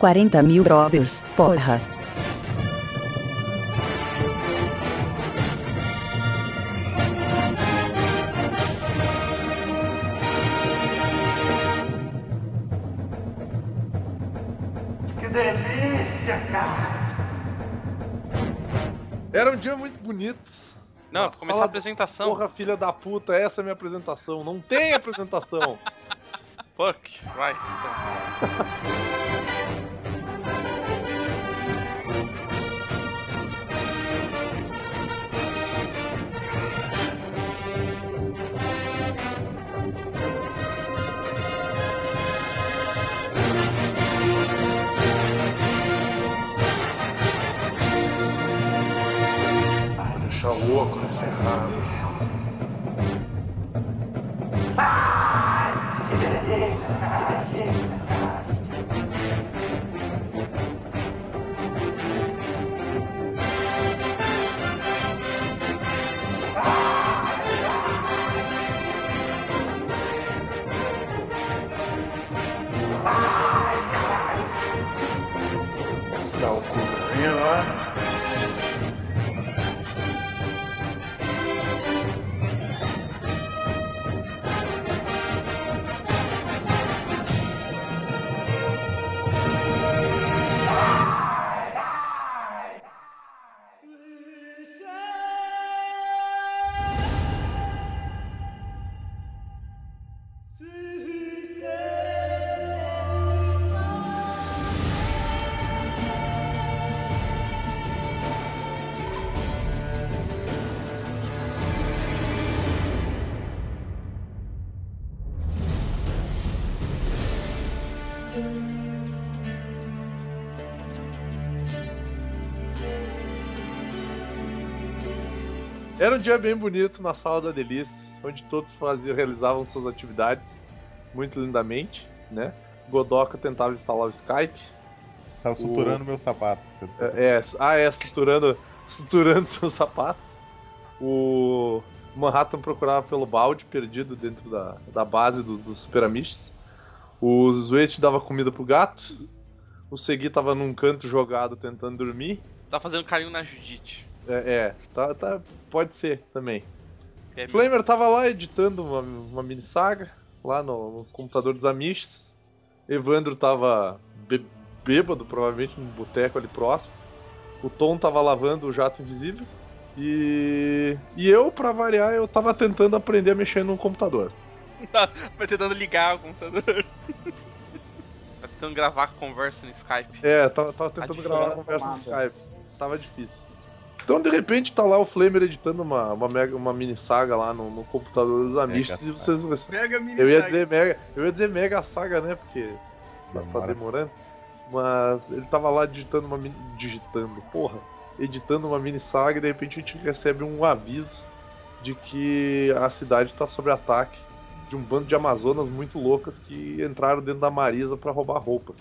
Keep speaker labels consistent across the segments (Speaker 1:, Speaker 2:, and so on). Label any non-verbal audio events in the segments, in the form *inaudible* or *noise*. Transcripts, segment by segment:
Speaker 1: 40 mil brothers, porra.
Speaker 2: Que delícia, cara!
Speaker 3: Era um dia muito bonito.
Speaker 4: Não,
Speaker 3: Uma
Speaker 4: pra começar a
Speaker 3: sala-
Speaker 4: apresentação.
Speaker 3: Porra, filha da puta, essa é minha apresentação. Não tem apresentação.
Speaker 4: Fuck, vai. então.
Speaker 2: Vou deixar o óculos errado. Dá o cu pra mim, lá.
Speaker 3: Era um dia bem bonito na sala da Delícia, onde todos faziam, realizavam suas atividades muito lindamente, né? Godoka tentava instalar o Skype.
Speaker 5: Tava suturando meu sapato. Você- você-
Speaker 3: É, é, ah, é, suturando, suturando *laughs* seus sapatos. O Manhattan procurava pelo balde perdido dentro da, da base do- dos piramides. O Zwest dava comida pro gato. O Segui tava num canto jogado tentando dormir.
Speaker 4: Tá fazendo carinho na Judite.
Speaker 3: É, é tá, tá- pode ser também.
Speaker 4: que é
Speaker 3: O Flamer tava lá editando uma, uma mini saga, lá no, no computador dos Amishes. Evandro tava bê- bêbado, provavelmente, num boteco ali próximo. O Tom tava lavando o jato invisível. E, e eu, pra variar, eu tava tentando aprender a mexer num computador.
Speaker 4: Vai tentando ligar o computador. Tá tentando gravar conversa no Skype.
Speaker 3: É, tava, tava tentando
Speaker 4: difícil,
Speaker 3: gravar uma
Speaker 4: né?
Speaker 3: conversa no Skype. Tava difícil. Então, de repente, tá lá o Flamer editando uma, uma, mega, uma mini saga lá no, no computador dos Amishes. E
Speaker 5: saga.
Speaker 3: vocês
Speaker 6: Mega mini
Speaker 3: Eu ia
Speaker 6: saga.
Speaker 3: dizer mega, eu ia dizer mega saga, né? Porque tá- tá
Speaker 5: Demora.
Speaker 3: demorando. Mas ele tava lá digitando uma mini, digitando, porra, editando uma mini saga e de repente a gente recebe um aviso de que a cidade tá sob ataque de um bando de amazonas muito loucas que entraram dentro da Marisa pra roubar roupas.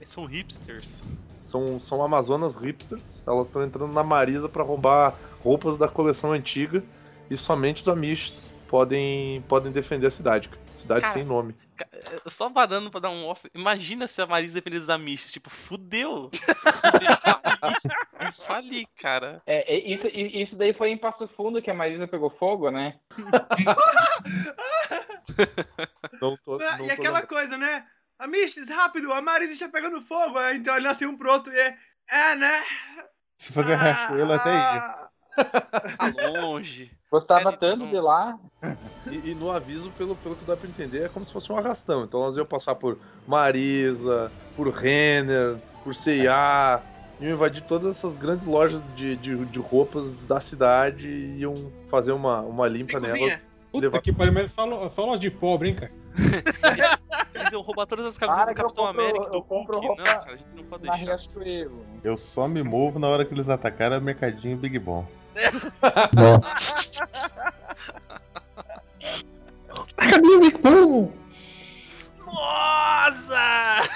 Speaker 4: Eles são hipsters.
Speaker 3: São, são amazonas hipsters, elas estão entrando na Marisa pra roubar roupas da coleção antiga e somente os amishes podem podem defender a cidade. cara. Cidade
Speaker 4: Cara,
Speaker 3: sem nome.
Speaker 4: Ca- é, Só parando pra dar um off. Imagina se a Marisa dependesse da Mish. Tipo,
Speaker 7: *laughs*
Speaker 4: fudeu. Eu Fali, cara.
Speaker 7: É, é, isso, i- isso daí foi em Passo Fundo que a Marisa pegou fogo, né?
Speaker 3: Não tô,
Speaker 6: Ah,
Speaker 3: não
Speaker 6: e
Speaker 3: tô
Speaker 6: aquela coisa, né? A Mistes, rápido, a Marisa está pegando fogo. Aí então olha assim um pro outro e é. É, né? Ah,
Speaker 5: Se fazer
Speaker 3: é,
Speaker 5: rachuelo até
Speaker 8: Ah!
Speaker 5: ia.
Speaker 4: Tá longe.
Speaker 7: Gostava
Speaker 4: É,
Speaker 7: tanto
Speaker 4: não-
Speaker 7: de lá.
Speaker 3: E, e no aviso, pelo, pelo que dá pra entender, é como se fosse um arrastão. Então elas iam passar por Marisa, por Renner, por C&A, iam invadir todas essas grandes lojas de, de, de roupas da cidade e iam fazer uma, uma limpa
Speaker 6: Tem
Speaker 3: nela.
Speaker 6: cozinha.
Speaker 8: Puta
Speaker 3: Levar-
Speaker 8: que pariu, mas só, lo- só loja de pobre, hein, cara?
Speaker 4: Eles iam roubar todas as camisetas
Speaker 7: Para
Speaker 4: do
Speaker 7: que eu
Speaker 4: Capitão
Speaker 7: compro-
Speaker 4: América e do
Speaker 7: eu compro
Speaker 4: Hulk. Não,
Speaker 7: roupa
Speaker 4: cara, a gente não pode
Speaker 7: Na
Speaker 4: deixar.
Speaker 7: Riachuelo.
Speaker 5: Eu só me movo na hora que eles atacaram o mercadinho Big Bom.
Speaker 9: Cadê o Big Bom?
Speaker 4: Nossa!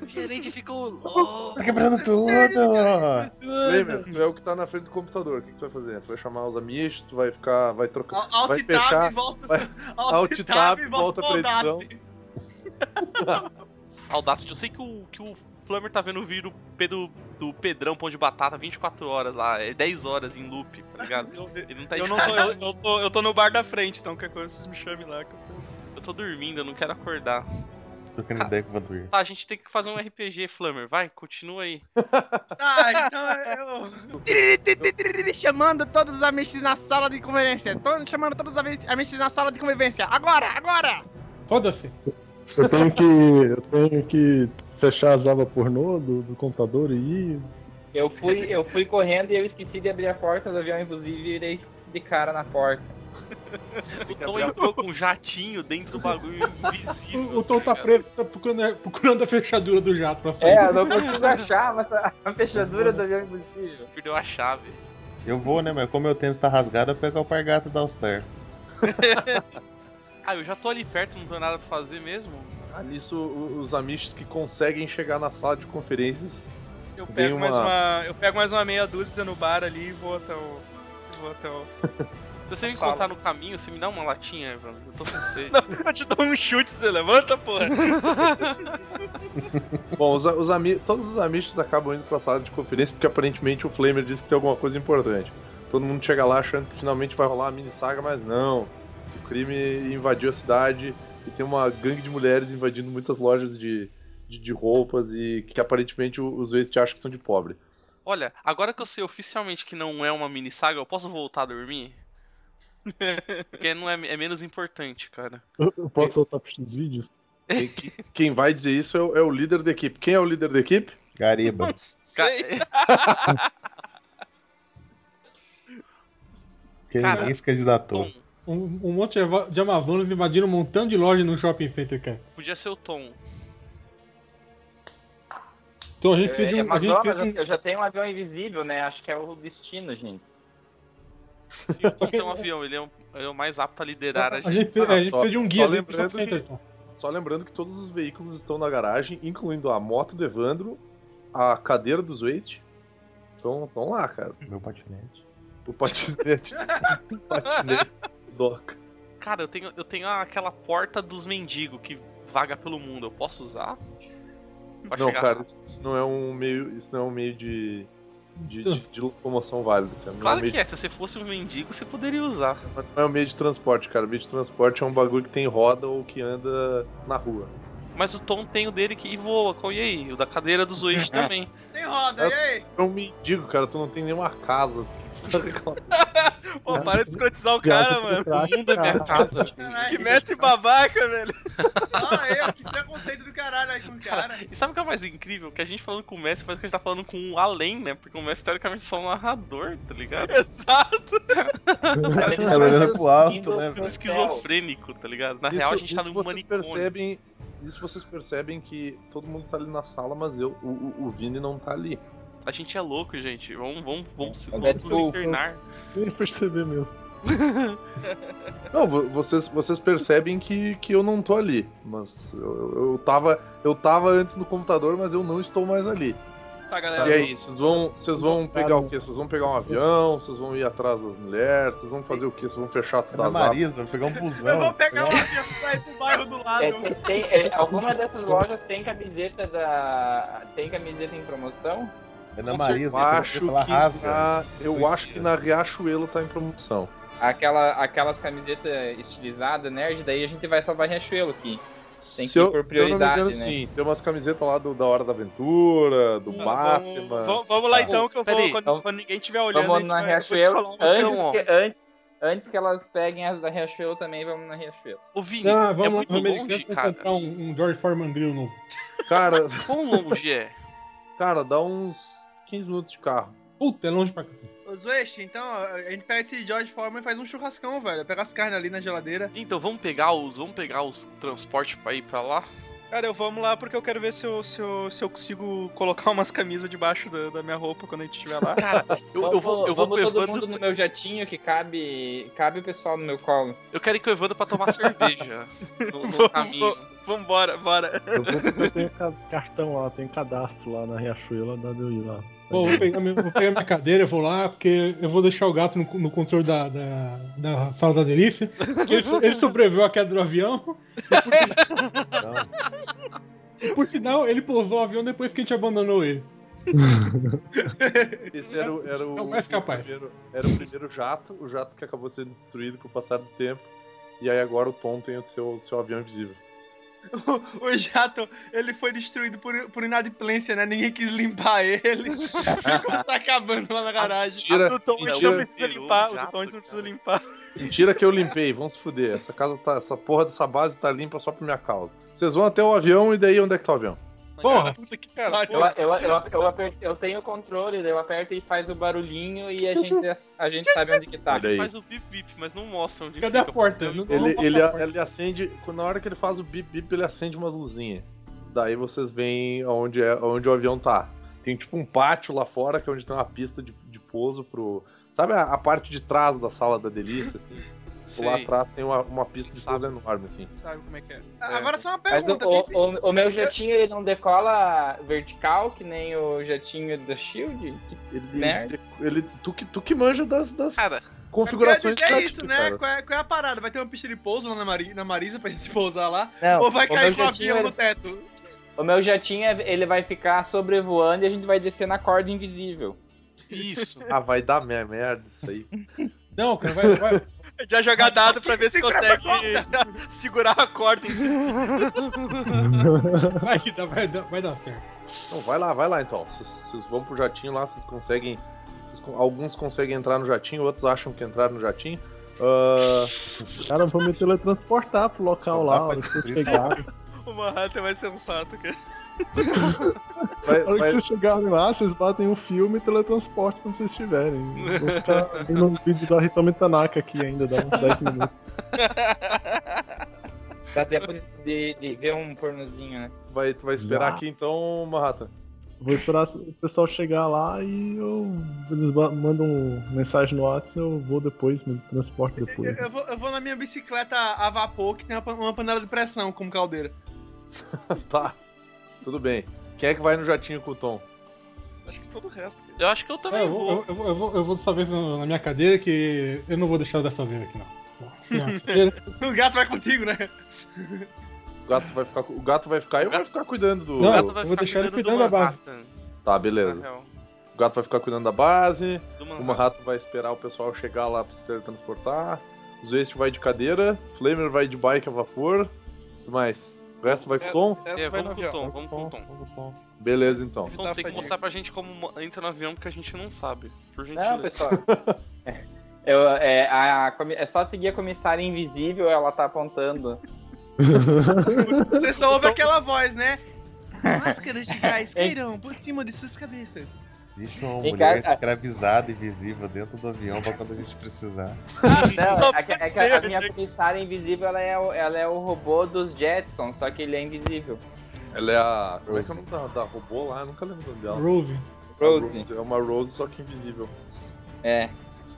Speaker 4: O gerente ficou louco.
Speaker 5: Tá quebrando tudo!
Speaker 3: Lembra, tu é o que tá na frente do computador. O que, que tu vai fazer? Tu vai chamar os amigos, tu vai ficar. Vai trocar.
Speaker 6: Al- Alt
Speaker 3: vai
Speaker 6: tab,
Speaker 3: fechar.
Speaker 6: volta. *laughs*
Speaker 3: vai- Alt tab, volta pra
Speaker 6: pro Audacity.
Speaker 4: Audacity, eu sei que o, que o Plummer tá vendo o vídeo do, Pe- do, do Pedrão Pão de Batata 24 horas lá, é 10 horas em loop, tá ligado?
Speaker 10: *laughs* Eu,
Speaker 4: Ele não tá
Speaker 10: eu não
Speaker 4: editado.
Speaker 10: tô, eu, eu tô, eu tô no bar da frente, então qualquer coisa vocês me chamem lá. que eu tô-
Speaker 4: Eu tô dormindo, eu não quero acordar.
Speaker 5: Trocando ideia com o Vanduir.
Speaker 4: Tá, a gente tem que fazer um RPG, Flammer, vai, continua aí.
Speaker 6: Tá, então eu. Chamando todos os amigos na sala de convivência. Tô chamando todos os amigos na sala de convivência. Agora, agora!
Speaker 8: Foda-se.
Speaker 9: Eu tenho que. Eu tenho que fechar as abas pornô do, do computador e ir.
Speaker 7: Eu fui, eu fui correndo e eu esqueci de abrir a porta do avião, inclusive, e virei de cara na porta.
Speaker 4: O Tom entrou com um jatinho dentro
Speaker 10: *laughs*
Speaker 4: do bagulho invisível.
Speaker 8: O, o Tom tá,
Speaker 4: ligado?
Speaker 8: preso, tá procurando, procurando a *laughs* fechadura do jato pra sair.
Speaker 7: É, eu não consigo achar, mas a a fechadura do avião é impossível.
Speaker 4: Perdeu a chave.
Speaker 5: Eu vou, né, mas como meu tênis tá rasgado, eu pego a alpargata da Alstar.
Speaker 4: Ah, eu já tô ali perto, não tenho nada pra fazer mesmo.
Speaker 3: Ah, Nisso, o- os amistos que conseguem chegar na sala de conferências.
Speaker 10: Eu
Speaker 3: Dei
Speaker 10: pego, mais
Speaker 3: uma-
Speaker 10: uma, eu pego mais uma meia dúzia no bar ali e vou até o. Vou até o...
Speaker 4: Se você me
Speaker 10: Sala.
Speaker 4: encontrar no caminho, você me dá uma latinha, Evandro. Eu
Speaker 10: *laughs*
Speaker 4: tô com sede.
Speaker 10: Eu te dou um chute, você levanta, porra.
Speaker 3: Bom, os, a- os ami- todos os amistos acabam indo pra sala de conferência porque aparentemente o Flamer disse que tem alguma coisa importante. Todo mundo chega lá achando que finalmente vai rolar a mini saga, mas não. O crime invadiu a cidade e tem uma gangue de mulheres invadindo muitas lojas de, de, de roupas e que aparentemente o- os Waste acham que são de pobre.
Speaker 4: Olha, agora que eu sei oficialmente que não é uma mini saga, eu posso voltar a dormir? Porque não é, é menos importante, cara.
Speaker 9: Eu eu posso soltar pros vídeos?
Speaker 3: E que- quem vai dizer isso é, o- é o líder da equipe. Quem é o líder da equipe?
Speaker 8: *laughs*
Speaker 5: Gariba.
Speaker 4: Ca- é
Speaker 5: Que
Speaker 4: Cara,
Speaker 5: ninguém se candidatou.
Speaker 4: Tom,
Speaker 8: Um, um monte de ava- de amavanos invadindo um montão de loja no shopping center, cara.
Speaker 4: podia ser o Tom.
Speaker 8: Então a gente precisa de
Speaker 7: É,
Speaker 8: um. a gente
Speaker 7: Amazonas,
Speaker 8: precisa de um-
Speaker 7: eu já tenho um avião invisível, né? Acho que é o destino,
Speaker 8: *laughs*
Speaker 7: gente.
Speaker 4: Sim, o Tom tem um avião, ele é, o- ele é o mais apto a liderar a
Speaker 8: a
Speaker 4: gente.
Speaker 8: gente precisa- é, a gente
Speaker 3: só-
Speaker 8: precisa de um
Speaker 3: só
Speaker 8: guia dentro do
Speaker 3: lembrando
Speaker 8: shopping center, então.
Speaker 3: que-
Speaker 8: Tom.
Speaker 3: Só lembrando que todos os veículos estão na garagem, incluindo a moto do Evandro, a cadeira dos Waste. Então, vamos lá, cara.
Speaker 5: Meu patinete.
Speaker 3: O patinete. o patinete doca.
Speaker 4: Cara, eu tenho, eu tenho aquela porta dos mendigos que vaga pelo mundo. Eu posso usar? Pra
Speaker 3: Não,
Speaker 4: chegar
Speaker 3: cara,
Speaker 4: lá?
Speaker 3: isso- isso não é um meio. Isso não é um meio de. de, de- de locomoção válido, cara. Não, é um
Speaker 4: Claro
Speaker 3: meio
Speaker 4: que é, se você fosse um mendigo, você poderia usar.
Speaker 3: de, não é um meio de transporte, cara. Meio de transporte é um bagulho que tem roda ou que anda na rua.
Speaker 4: Mas o Tom tem o dele que voa, qual e aí? O da cadeira do *laughs* Zoist também.
Speaker 6: Tem roda, e aí?
Speaker 3: É um mendigo, cara. Tu não tem nenhuma casa. Tu precisa reclamar.
Speaker 10: Pô, para de escrotizar o cara, mano.
Speaker 4: O mundo é minha casa.
Speaker 10: Que
Speaker 6: Caralho,
Speaker 10: mestre babaca, velho.
Speaker 6: olha Ah, é, eu, que preconceito do caralho aí com o cara.
Speaker 4: E sabe o que é mais incrível? Que a gente falando com o Messi parece que a gente tá falando com um além, né? Porque o Messi teoricamente é só um narrador, tá ligado?
Speaker 10: Exato.
Speaker 8: é
Speaker 5: Ela olhando pro alto, né,
Speaker 4: Um
Speaker 5: velho?
Speaker 4: esquizofrênico, tá ligado? Na
Speaker 3: Isso-
Speaker 4: real a gente tá
Speaker 3: isso
Speaker 4: num
Speaker 3: vocês
Speaker 4: manicômio.
Speaker 3: percebem, Isso vocês percebem que todo mundo tá ali na sala, mas eu, o, o- o Vini não tá ali.
Speaker 4: A gente é louco, gente. Vamos, vamos, vamos, se-
Speaker 7: É
Speaker 4: vamos nos
Speaker 7: Deadpool.
Speaker 4: internar.
Speaker 9: Eu ia perceber mesmo.
Speaker 3: *laughs* Não, vo- vocês, vocês percebem que, que eu não tô ali. Mas eu, eu, eu tava. Eu tava antes no computador, mas eu não estou mais ali.
Speaker 10: Tá,
Speaker 4: É.
Speaker 10: galera.
Speaker 3: E aí, vocês vão, vocês vão pegar o quê? Vocês vão pegar um avião, vocês vão ir atrás das mulheres, vocês vão fazer o quê? Vocês vão fechar todas
Speaker 5: Ana
Speaker 3: as abas?
Speaker 5: Marisa, vou pegar um busão.
Speaker 6: Eu vou pegar um avião e sair pro bairro do lado.
Speaker 7: É, tem- tem, é, alguma dessas lojas tem camiseta da. tem camiseta em promoção?
Speaker 5: Ana
Speaker 4: Com
Speaker 5: Marisa,
Speaker 3: Eu
Speaker 5: ela
Speaker 3: acho que
Speaker 5: rasga.
Speaker 3: na, eu
Speaker 5: Dois
Speaker 3: acho que
Speaker 5: dias.
Speaker 3: na Riachuelo tá em promoção.
Speaker 7: Aquela, aquelas camisetas estilizadas, nerd, daí a gente vai salvar Riachuelo aqui. Tem que
Speaker 3: se
Speaker 7: ir
Speaker 3: eu,
Speaker 7: por
Speaker 3: se eu não me engano,
Speaker 7: prioridade, né?
Speaker 3: sim. Tem umas camisetas lá do, da Hora da Aventura, do
Speaker 10: Tá,
Speaker 3: Batman.
Speaker 10: vamos, vamos- vamos lá então, que eu
Speaker 4: Pera
Speaker 10: vou.
Speaker 4: aí,
Speaker 10: Quando,
Speaker 7: então-
Speaker 10: quando ninguém estiver olhando,
Speaker 7: Vamos na
Speaker 10: a gente vai, eu
Speaker 7: Riachuelo.
Speaker 10: vou descolar umas
Speaker 7: Antes
Speaker 10: cam-
Speaker 7: que, antes, antes que elas peguem as da Riachuelo também, vamos na Riachuelo.
Speaker 4: Ô Vini,
Speaker 8: Ah,
Speaker 4: é
Speaker 8: vamos lá
Speaker 4: muito
Speaker 8: no americano
Speaker 4: longe,
Speaker 8: pra
Speaker 4: cara.
Speaker 8: comprar um, um George Foreman Grill novo.
Speaker 3: Cara,
Speaker 4: Quão longe é?
Speaker 3: cara, dá uns 15 minutos de carro.
Speaker 8: Puta, é longe pra cacete.
Speaker 6: Ô, Zueste, então, a gente pega esse George Foreman e faz um churrascão, velho. Pega as carnes ali na geladeira.
Speaker 4: Então vamos pegar os. Vamos pegar os transporte pra ir pra lá.
Speaker 10: Cara, eu vamos lá porque eu quero ver se eu, se eu, se eu consigo colocar umas camisas debaixo da, da minha roupa quando a gente estiver lá.
Speaker 4: Cara, eu, eu vou, eu vou pro
Speaker 7: vamos todo mundo
Speaker 4: Evandro.
Speaker 7: no meu jatinho que cabe, cabe o pessoal no meu
Speaker 10: *laughs*
Speaker 7: colo.
Speaker 4: Eu quero ir com o Evandro pra tomar cerveja. No, no caminho.
Speaker 10: Vambora, bora.
Speaker 9: Eu vou porque eu tenho ca- cartão lá, tem cadastro lá na Riachuela, dá de eu ir lá.
Speaker 8: Pô, vou pegar, minha, vou pegar minha cadeira, eu vou lá, porque eu vou deixar o gato no, no controle da, da, da sala da delícia. porque Ele, so- ele sobreviveu à queda do avião.
Speaker 5: Então,
Speaker 8: Por sinal, ele pousou o avião depois que a gente abandonou ele.
Speaker 3: Esse era, o- era o,
Speaker 8: Não vai ficar
Speaker 3: o
Speaker 8: paz.
Speaker 3: primeiro, era o primeiro jato, o jato que acabou sendo destruído com o passar do tempo. E aí agora o Tom tem o seu, seu avião invisível.
Speaker 10: *laughs* O, o jato, ele foi destruído por, por inadimplência, né? Ninguém quis limpar *laughs* ele. Ficou se acabando lá na garagem.
Speaker 3: Mentira,
Speaker 10: A Ah, do Tom a gente
Speaker 3: mentira.
Speaker 10: não precisa limpar. O do Tom a gente não precisa limpar.
Speaker 3: Mentira que eu limpei, vamos se fuder. Essa casa tá. Essa porra dessa base tá limpa só por minha causa. Vocês vão até o avião e daí onde é que tá o avião?
Speaker 8: Porra.
Speaker 10: Puta que caralho.
Speaker 7: Eu, eu, eu, eu, aper- eu tenho o controle, daí eu aperto e faz o barulhinho e a gente, a gente sabe onde que tá.
Speaker 10: É
Speaker 3: Olha aí.
Speaker 4: Faz o bip bip, mas não mostra onde
Speaker 8: Cadê a
Speaker 4: fica,
Speaker 8: porta?
Speaker 4: porque
Speaker 8: Então, Não- não
Speaker 3: Ele,
Speaker 8: mostra a
Speaker 3: ele,
Speaker 8: porta.
Speaker 3: ele acende. Na hora que ele faz o bip bip, ele acende umas luzinhas. Daí vocês veem onde, é, onde o avião tá. Tem tipo um pátio lá fora, que é onde tem uma pista de, de pouso pro. Sabe a, a parte de trás da sala da delícia, assim?
Speaker 4: eu
Speaker 3: Lá
Speaker 4: sei.
Speaker 3: atrás tem uma, uma pista de
Speaker 4: Sabe.
Speaker 3: pouso enorme, assim.
Speaker 10: Sabe como é que é. Agora só uma
Speaker 7: Mas o,
Speaker 10: pergunta.
Speaker 7: o,
Speaker 10: tem-
Speaker 7: o- o meu jetinho ele não decola vertical, que nem o jetinho do Shield? Que
Speaker 3: Ele,
Speaker 7: Merda.
Speaker 3: ele, tu, que, tu que manja das, das
Speaker 4: Cara,
Speaker 3: configurações
Speaker 10: Eu queria dizer
Speaker 3: táticas,
Speaker 10: isso, né?
Speaker 3: cara.
Speaker 10: Qual é, qual é a parada? Vai ter uma pista de pouso lá na, Mari- na Marisa pra gente pousar lá?
Speaker 7: Não,
Speaker 10: Ou vai
Speaker 7: o meu é-
Speaker 10: cair com o
Speaker 7: jetinho,
Speaker 10: avião no
Speaker 7: ele,
Speaker 10: teto?
Speaker 7: o meu jetinho ele vai ficar sobrevoando e a gente vai descer na corda invisível.
Speaker 4: Isso.
Speaker 3: Ah, vai dar mer- merda isso aí.
Speaker 8: Não, cara, vai, vai.
Speaker 10: *laughs* Já jogar dado pra ver se consegue *laughs* segurar a corda.
Speaker 8: Vai, que dá- vai, dar- vai dar certo.
Speaker 3: Então vai lá, vai lá então. Vocês, vocês vão pro jatinho lá, vocês conseguem. vocês con- alguns conseguem entrar no jatinho, outros acham que entraram no jatinho. Ah,
Speaker 9: Cara, eu vou me teletransportar pro local
Speaker 5: Só
Speaker 8: um
Speaker 5: dá
Speaker 9: lá,
Speaker 5: pra
Speaker 9: onde vocês
Speaker 5: descobrir.
Speaker 9: pegaram.
Speaker 10: O Manhattan vai é sensato, cara.
Speaker 3: vai-
Speaker 9: Na hora que
Speaker 3: vai-
Speaker 9: vocês chegarem lá, vocês batem um filme e teletransporte quando vocês estiverem. Vou ficar vendo um vídeo da Hitomi Tanaka aqui ainda, dá uns 10 minutos.
Speaker 7: Dá tempo de, de ver um pornozinho, né?
Speaker 3: vai, vai esperar
Speaker 9: Lá.
Speaker 3: aqui então, Marrata. *laughs*
Speaker 9: Vou esperar o pessoal chegar lá e eu, eles ba- mandam um mensagem no WhatsApp eu vou depois, me
Speaker 10: *laughs*
Speaker 9: transporto
Speaker 10: Eu,
Speaker 9: depois.
Speaker 10: eu vou, eu vou na minha bicicleta a vapor que tem uma, pan- uma panela de pressão como caldeira.
Speaker 3: tá, tudo bem. Quem é que vai no jatinho com o Tom?
Speaker 10: Acho que todo o resto. cara.
Speaker 4: Eu acho que eu também
Speaker 8: Ah, eu,
Speaker 4: vou.
Speaker 8: vou, eu, vou, eu, vou, eu vou dessa vez no- na minha cadeira que eu não vou deixar dessa vez aqui, não. Minha cadeira.
Speaker 10: O gato vai contigo, né?
Speaker 3: O gato vai ficar, cu- o gato vai ficar eu vou ficar cuidando do.
Speaker 8: Não,
Speaker 4: O gato vai
Speaker 8: eu vou
Speaker 4: ficar
Speaker 8: deixar ele
Speaker 4: cuidando do
Speaker 8: cuidando da
Speaker 4: Manhattan,
Speaker 3: Tá,
Speaker 4: na
Speaker 3: beleza.
Speaker 4: real.
Speaker 3: O gato vai ficar cuidando da base,
Speaker 4: Do
Speaker 3: o
Speaker 4: Manhattan.
Speaker 3: Marrato vai esperar o pessoal chegar lá pra se teletransportar. O Zeste vai de cadeira, Flamer vai de bike a vapor. O que mais? O resto vai com o Tom?
Speaker 4: É, vamos com o Tom,
Speaker 8: tá
Speaker 4: vamos com o Tom.
Speaker 3: Beleza então.
Speaker 4: Então
Speaker 10: Tá
Speaker 4: você tem que
Speaker 10: fadiga.
Speaker 4: mostrar pra gente como mo- entra no avião que a gente não sabe. Por
Speaker 8: É,
Speaker 7: Não,
Speaker 4: gentileza.
Speaker 7: pessoal. *laughs* Eu, é, a comi- é só seguir a comissária invisível, ela tá apontando.
Speaker 10: Você só ouve aquela voz, né? Máscaras de gás cairão por cima de suas cabeças.
Speaker 5: Existe uma
Speaker 7: Vem
Speaker 5: mulher
Speaker 7: cá, a-
Speaker 5: escravizada, invisível, dentro do avião pra quando a gente precisar.
Speaker 7: *laughs* Não, é que, é que a, a minha comissária invisível ela é, o, ela é o robô dos Jetsons, só que ele é invisível.
Speaker 3: Ela é a. Como é que é o
Speaker 5: Rose.
Speaker 3: nome da, da robô lá? Eu nunca lembro o nome dela.
Speaker 8: Rose.
Speaker 7: Rose.
Speaker 3: É uma Rose, só que invisível.
Speaker 7: É.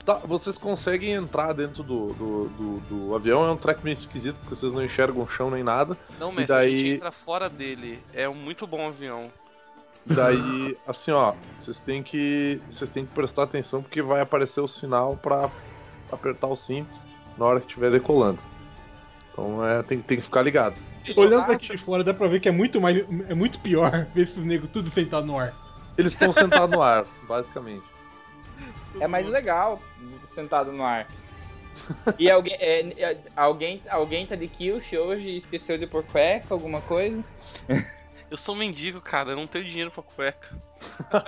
Speaker 3: Tá, vocês conseguem entrar dentro do, do, do- do avião, é um track meio esquisito, porque vocês não enxergam o chão nem nada.
Speaker 4: Não,
Speaker 3: E
Speaker 4: mestre, a
Speaker 3: daí-
Speaker 4: gente entra fora dele. É um muito bom avião.
Speaker 3: E Daí, *laughs* assim, ó, vocês têm que. Vocês têm que prestar atenção porque vai aparecer o sinal pra apertar o cinto na hora que estiver decolando. Então é, tem, tem que ficar ligado.
Speaker 7: Tá
Speaker 8: Olhando daqui de fora, dá pra ver que é muito, mais, é muito pior *laughs* ver esses negros tudo sentado no ar.
Speaker 3: Eles estão sentados no *laughs* ar, basicamente.
Speaker 7: É mais legal sentado no ar. E alguém, é, é, alguém, alguém tá de quiche hoje e esqueceu de pôr cueca, alguma coisa?
Speaker 4: Eu sou um mendigo, cara. Eu não tenho dinheiro
Speaker 10: *laughs*
Speaker 4: pra cueca.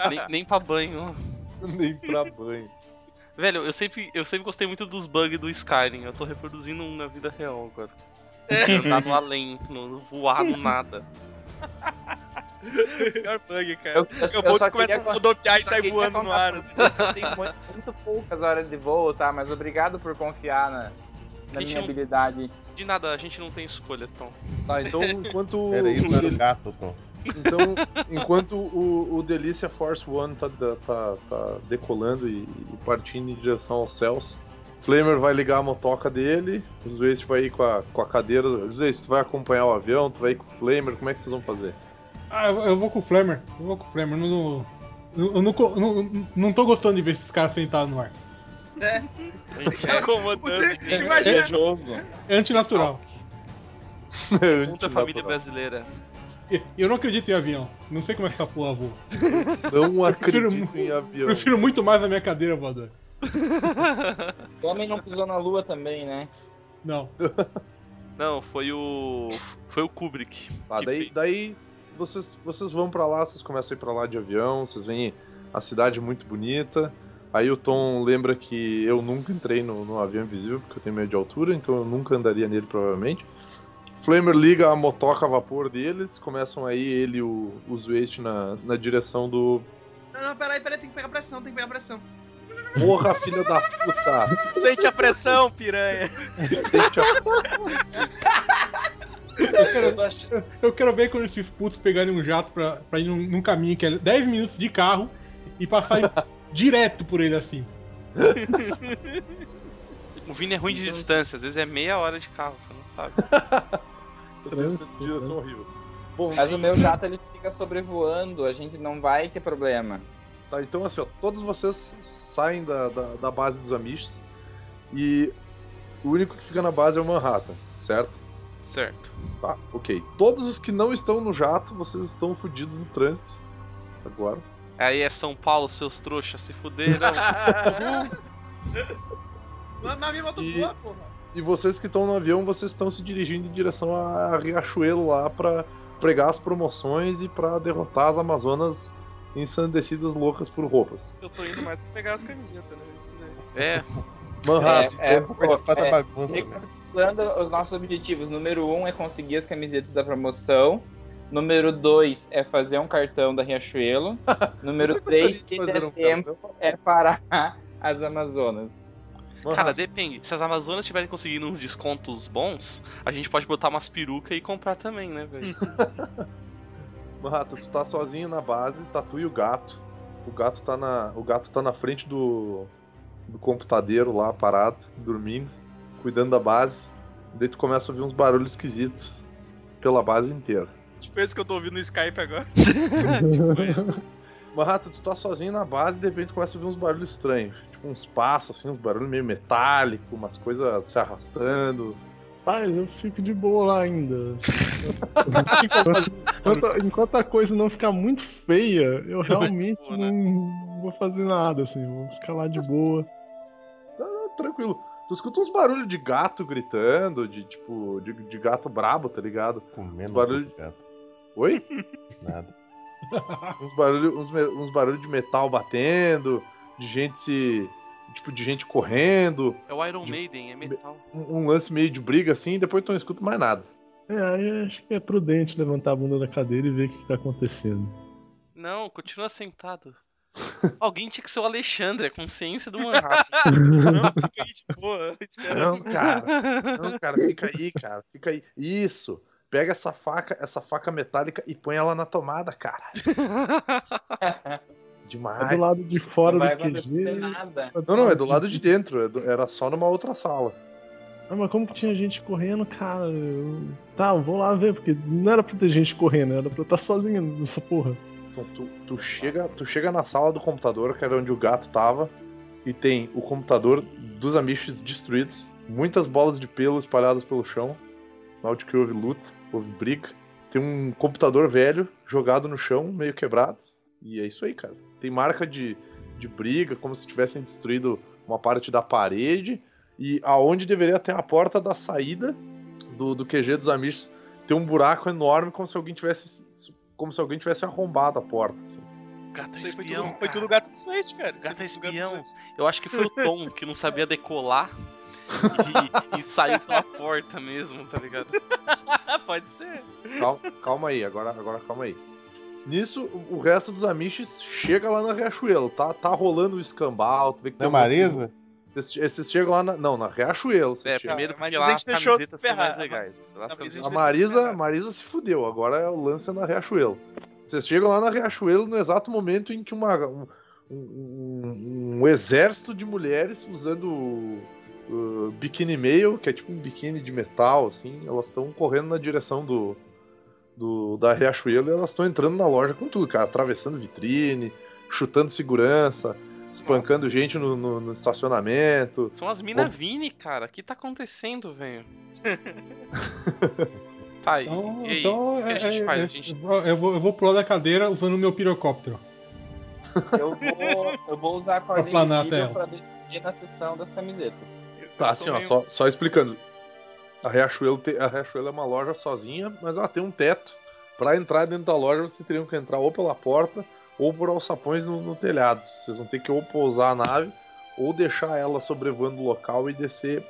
Speaker 4: nem, nem pra banho.
Speaker 3: Nem pra banho.
Speaker 4: Velho, eu sempre, eu sempre gostei muito dos bugs do Skyrim. Eu tô reproduzindo um na vida real agora.
Speaker 11: É.
Speaker 4: Andar no além, no voar no nada.
Speaker 10: Pior bug, cara.
Speaker 7: Eu, eu,
Speaker 10: O boto começa a rodopiar e sai voando no ar. assim.
Speaker 7: Tem muito, muito poucas horas de voo, tá? Mas obrigado por confiar na, na
Speaker 4: Gente,
Speaker 7: minha
Speaker 4: eu-
Speaker 7: habilidade.
Speaker 4: De nada, a gente não tem escolha, Tom.
Speaker 3: Tá, então enquanto.
Speaker 5: Era isso, era o gato, Tom.
Speaker 3: Então, enquanto o, o Delícia Force One tá, da- tá- tá decolando e, e partindo em direção aos céus, Flamer vai ligar a motoca dele, o Zeist vai ir com a, com a cadeira. Zeist, tu vai acompanhar o avião, tu vai ir com o Flamer, como é que vocês vão fazer?
Speaker 8: Ah, eu, eu vou com o Flamer. Eu vou com o Flamer. Eu não, eu, não, co- não, não tô gostando de ver esses caras sentados no ar.
Speaker 11: *laughs*
Speaker 10: Você-
Speaker 7: É
Speaker 10: Imagina,
Speaker 7: jogo.
Speaker 8: É antinatural.
Speaker 4: Outra família brasileira.
Speaker 8: E- Eu não acredito em avião. Não sei como é que essa porra voa.
Speaker 3: Não
Speaker 8: Eu prefiro
Speaker 3: acredito em avião.
Speaker 8: Prefiro muito mais a minha cadeira voadora.
Speaker 7: O homem não pisou na lua também, né?
Speaker 8: Não.
Speaker 4: Não, foi o. Foi o Kubrick.
Speaker 3: Tá,
Speaker 4: que
Speaker 3: daí
Speaker 4: fez.
Speaker 3: daí vocês, vocês vão pra lá, vocês começam a ir pra lá de avião, vocês veem a cidade muito bonita. Aí o Tom lembra que eu nunca entrei no, no avião invisível porque eu tenho medo de altura, então eu nunca andaria nele provavelmente. Flamer liga a motoca a vapor deles, começam aí ele e o, o Zwaist na, na direção do.
Speaker 10: Não, não, peraí, peraí, tem que pegar pressão, tem que pegar pressão.
Speaker 3: Porra, filha da puta!
Speaker 11: Sente a pressão, piranha.
Speaker 3: Deixa
Speaker 8: Eu quero, eu quero ver quando esses putos pegarem um jato pra, pra ir num, num caminho que é 10 minutos de carro e passarem
Speaker 4: *laughs*
Speaker 8: direto por ele assim.
Speaker 4: O Vini é ruim de distância, às vezes é meia hora de carro, você não sabe.
Speaker 3: Trânsito, direção horrível. Bom,
Speaker 7: Mas o meu jato ele fica sobrevoando, a gente não vai ter problema.
Speaker 3: Tá, então assim, ó, todos vocês saem da, da, da base dos Amish e o único que fica na base é o Manhattan, certo?
Speaker 4: Certo.
Speaker 3: Tá, ok. Todos os que não estão no jato, vocês estão fodidos no trânsito. Agora.
Speaker 4: Aí é São Paulo, seus trouxas, se
Speaker 11: *laughs*
Speaker 4: fuderam.
Speaker 10: Mas mas a minha moto
Speaker 3: E-
Speaker 10: boa, porra.
Speaker 3: E vocês que estão no avião, vocês estão se dirigindo em direção a Riachuelo lá pra pregar as promoções e pra derrotar as Amazonas ensandecidas loucas por roupas.
Speaker 11: Eu tô indo mais pra pegar as camisetas, né?
Speaker 4: É,
Speaker 3: Manhattan,
Speaker 7: É, é,
Speaker 3: é,
Speaker 7: pô,
Speaker 5: participar da
Speaker 7: é,
Speaker 5: bagunça, né?
Speaker 7: Recapitulando os nossos objetivos, número um é conseguir as camisetas da promoção. Número dois é fazer um cartão da *laughs* Riachuelo. Número
Speaker 3: Você gostaria
Speaker 7: três,
Speaker 3: de
Speaker 7: se
Speaker 3: fazer
Speaker 7: der
Speaker 3: um
Speaker 7: tempo, é parar *laughs* as *laughs* Amazonas.
Speaker 4: cara, depende. Se as Amazonas tiverem conseguindo uns descontos bons, a gente pode botar umas perucas e comprar também, né, velho?
Speaker 3: Manhattan, tu tá sozinho na base, tá tu e o gato. O gato tá na, o gato tá na frente do, do computadeiro lá, parado, dormindo, cuidando da base. Daí tu começa a ouvir uns barulhos esquisitos pela base inteira.
Speaker 11: *laughs* Tipo esse que eu tô ouvindo no
Speaker 4: *laughs*
Speaker 11: Skype agora.
Speaker 4: Tipo
Speaker 3: Manhattan, tu tá sozinho na base e de repente começa a ouvir uns barulhos estranhos. Tipo uns passos, assim, uns barulhos meio metálicos, umas coisas se arrastando.
Speaker 9: Rapaz, eu fico de boa lá ainda. enquanto, enquanto a coisa não ficar muito feia, eu realmente não vou fazer nada, assim. Vou ficar lá de boa.
Speaker 3: Ah, tranquilo. Tu escuta uns barulhos de gato gritando, de tipo, de, de gato brabo, tá ligado?
Speaker 5: Comendo
Speaker 3: Barulho-
Speaker 5: um gato.
Speaker 3: Oi?
Speaker 5: Nada.
Speaker 3: *laughs* uns barulhos uns, me- uns barulho de metal batendo, de gente se. Tipo, de gente correndo,
Speaker 4: É o Iron Maiden, é metal.
Speaker 3: um, um lance meio de briga assim, e depois tu não escuta mais nada.
Speaker 9: É, aí acho que é prudente levantar a bunda da cadeira e ver o que, que tá acontecendo.
Speaker 4: Não, continua sentado. Alguém tinha que ser o Alexandre, a consciência do
Speaker 11: *laughs*
Speaker 4: Manhattan.
Speaker 11: Não, fica aí de boa, esperando.
Speaker 3: Não, cara. Não, cara, fica aí, cara. Fica aí. Isso. Pega essa faca, essa faca metálica e põe ela na tomada, cara.
Speaker 9: É do
Speaker 3: Demais.
Speaker 9: lado de
Speaker 7: Não
Speaker 9: fora
Speaker 7: vai
Speaker 9: do QG.
Speaker 7: acontecer nada.
Speaker 3: Não, não, é do lado de dentro. é do- Era só numa outra sala.
Speaker 9: Ah, mas como que tinha gente correndo, cara? Eu- Tá, eu vou lá ver, porque não era pra ter gente correndo, era pra eu estar sozinho nessa porra.
Speaker 3: Então, tu, tu chega, tu chega na sala do computador, que era onde o gato tava, e tem o computador dos amiches destruído, muitas bolas de pelo espalhadas pelo chão, sinal de que houve luta, houve briga. Tem um computador velho jogado no chão, meio quebrado, e é isso aí, cara. Tem marca de, de briga, como se tivessem destruído uma parte da parede, e aonde deveria ter a porta da saída do, do QG dos amiches, tem um buraco enorme, como se alguém tivesse como se alguém tivesse arrombado a porta. assim.
Speaker 4: Gato é
Speaker 11: Isso aí foi tudo,
Speaker 4: espião.
Speaker 11: foi tudo
Speaker 4: cara.
Speaker 11: gato do Switch, cara. Isso aí
Speaker 4: Gato é
Speaker 11: foi tudo
Speaker 4: espião.
Speaker 11: do Switch.
Speaker 4: Eu acho que foi o Tom que não sabia
Speaker 11: *laughs*
Speaker 4: decolar e, e saiu pela porta mesmo, tá ligado?
Speaker 11: Ah, *laughs* pode ser.
Speaker 3: Calma, *laughs* calma aí, agora, agora calma aí. Nisso, o- o resto dos amiches chega lá na Riachuelo, tá? Tá rolando o escambau. Tu vê que
Speaker 5: Não é
Speaker 3: um monte de-
Speaker 5: Marisa?
Speaker 3: Vocês, vocês chegam lá na. Não, na Riachuelo. vocês
Speaker 4: É,
Speaker 3: chegam.
Speaker 4: primeiro
Speaker 11: mas
Speaker 4: porque
Speaker 11: a
Speaker 4: lá
Speaker 11: gente
Speaker 4: as
Speaker 11: deixou se
Speaker 4: camisetas são mais
Speaker 11: ferrar.
Speaker 4: legais. Lá as
Speaker 11: Mas a
Speaker 4: camisetas
Speaker 11: gente deixou
Speaker 3: A
Speaker 4: são
Speaker 11: se
Speaker 3: Marisa,
Speaker 11: ferrar.
Speaker 3: a Marisa se fudeu, agora o lance é na Riachuelo. Vocês chegam lá na Riachuelo no exato momento em que uma, um, um- um exército de mulheres usando uh, biquíni meio, que é tipo um biquíni de metal, assim, elas estão correndo na direção do, do da Riachuelo e elas estão entrando na loja com tudo, cara, atravessando vitrine, chutando segurança, espancando gente no- no- no estacionamento.
Speaker 4: São as mina
Speaker 3: Bom. *laughs*
Speaker 4: Vini, cara. O que tá acontecendo, velho? Tá, e-
Speaker 8: Então,
Speaker 4: e aí?
Speaker 8: então
Speaker 4: o que a gente
Speaker 8: é-
Speaker 4: faz?
Speaker 8: é-
Speaker 4: A gente...
Speaker 8: eu, vou, eu vou pular da cadeira usando o meu pirocóptero.
Speaker 7: Eu vou, eu vou usar a corda
Speaker 8: planar a
Speaker 7: invisível pra
Speaker 8: tela.
Speaker 7: decidir na sessão das camisetas.
Speaker 3: Tá, assim, ó, só, só explicando. A Riachuelo, te- a Riachuelo é uma loja sozinha, mas ela tem um teto. Pra entrar dentro da loja, vocês teriam que entrar ou pela porta ou por alçapões no, no telhado. Vocês vão ter que ou pousar a nave ou deixar ela sobrevoando o local e descer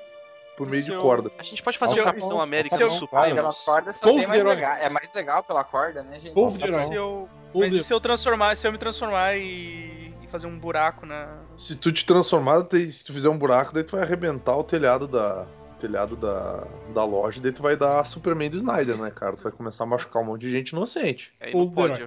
Speaker 3: por meio
Speaker 4: Se
Speaker 3: de
Speaker 4: eu-
Speaker 3: corda.
Speaker 4: a gente pode fazer uma
Speaker 3: Alçapão-
Speaker 4: versão Então, América é
Speaker 3: alçapão,
Speaker 4: do Sul.
Speaker 3: claro.
Speaker 7: um Pela corda só
Speaker 3: Povo
Speaker 7: tem
Speaker 3: de
Speaker 7: mais
Speaker 3: herói.
Speaker 7: legal. É mais legal pela corda, né, gente?
Speaker 11: Mas se eu,
Speaker 3: um
Speaker 11: mas se eu transformar, se eu me transformar e, e fazer um buraco na.
Speaker 3: Se tu te transformar, daí se tu fizer um buraco, daí tu vai arrebentar o telhado da telhado da, da loja, daí tu vai dar a Superman do Snyder, né, cara? Tu vai começar a machucar um monte de gente inocente.
Speaker 4: Aí não pode.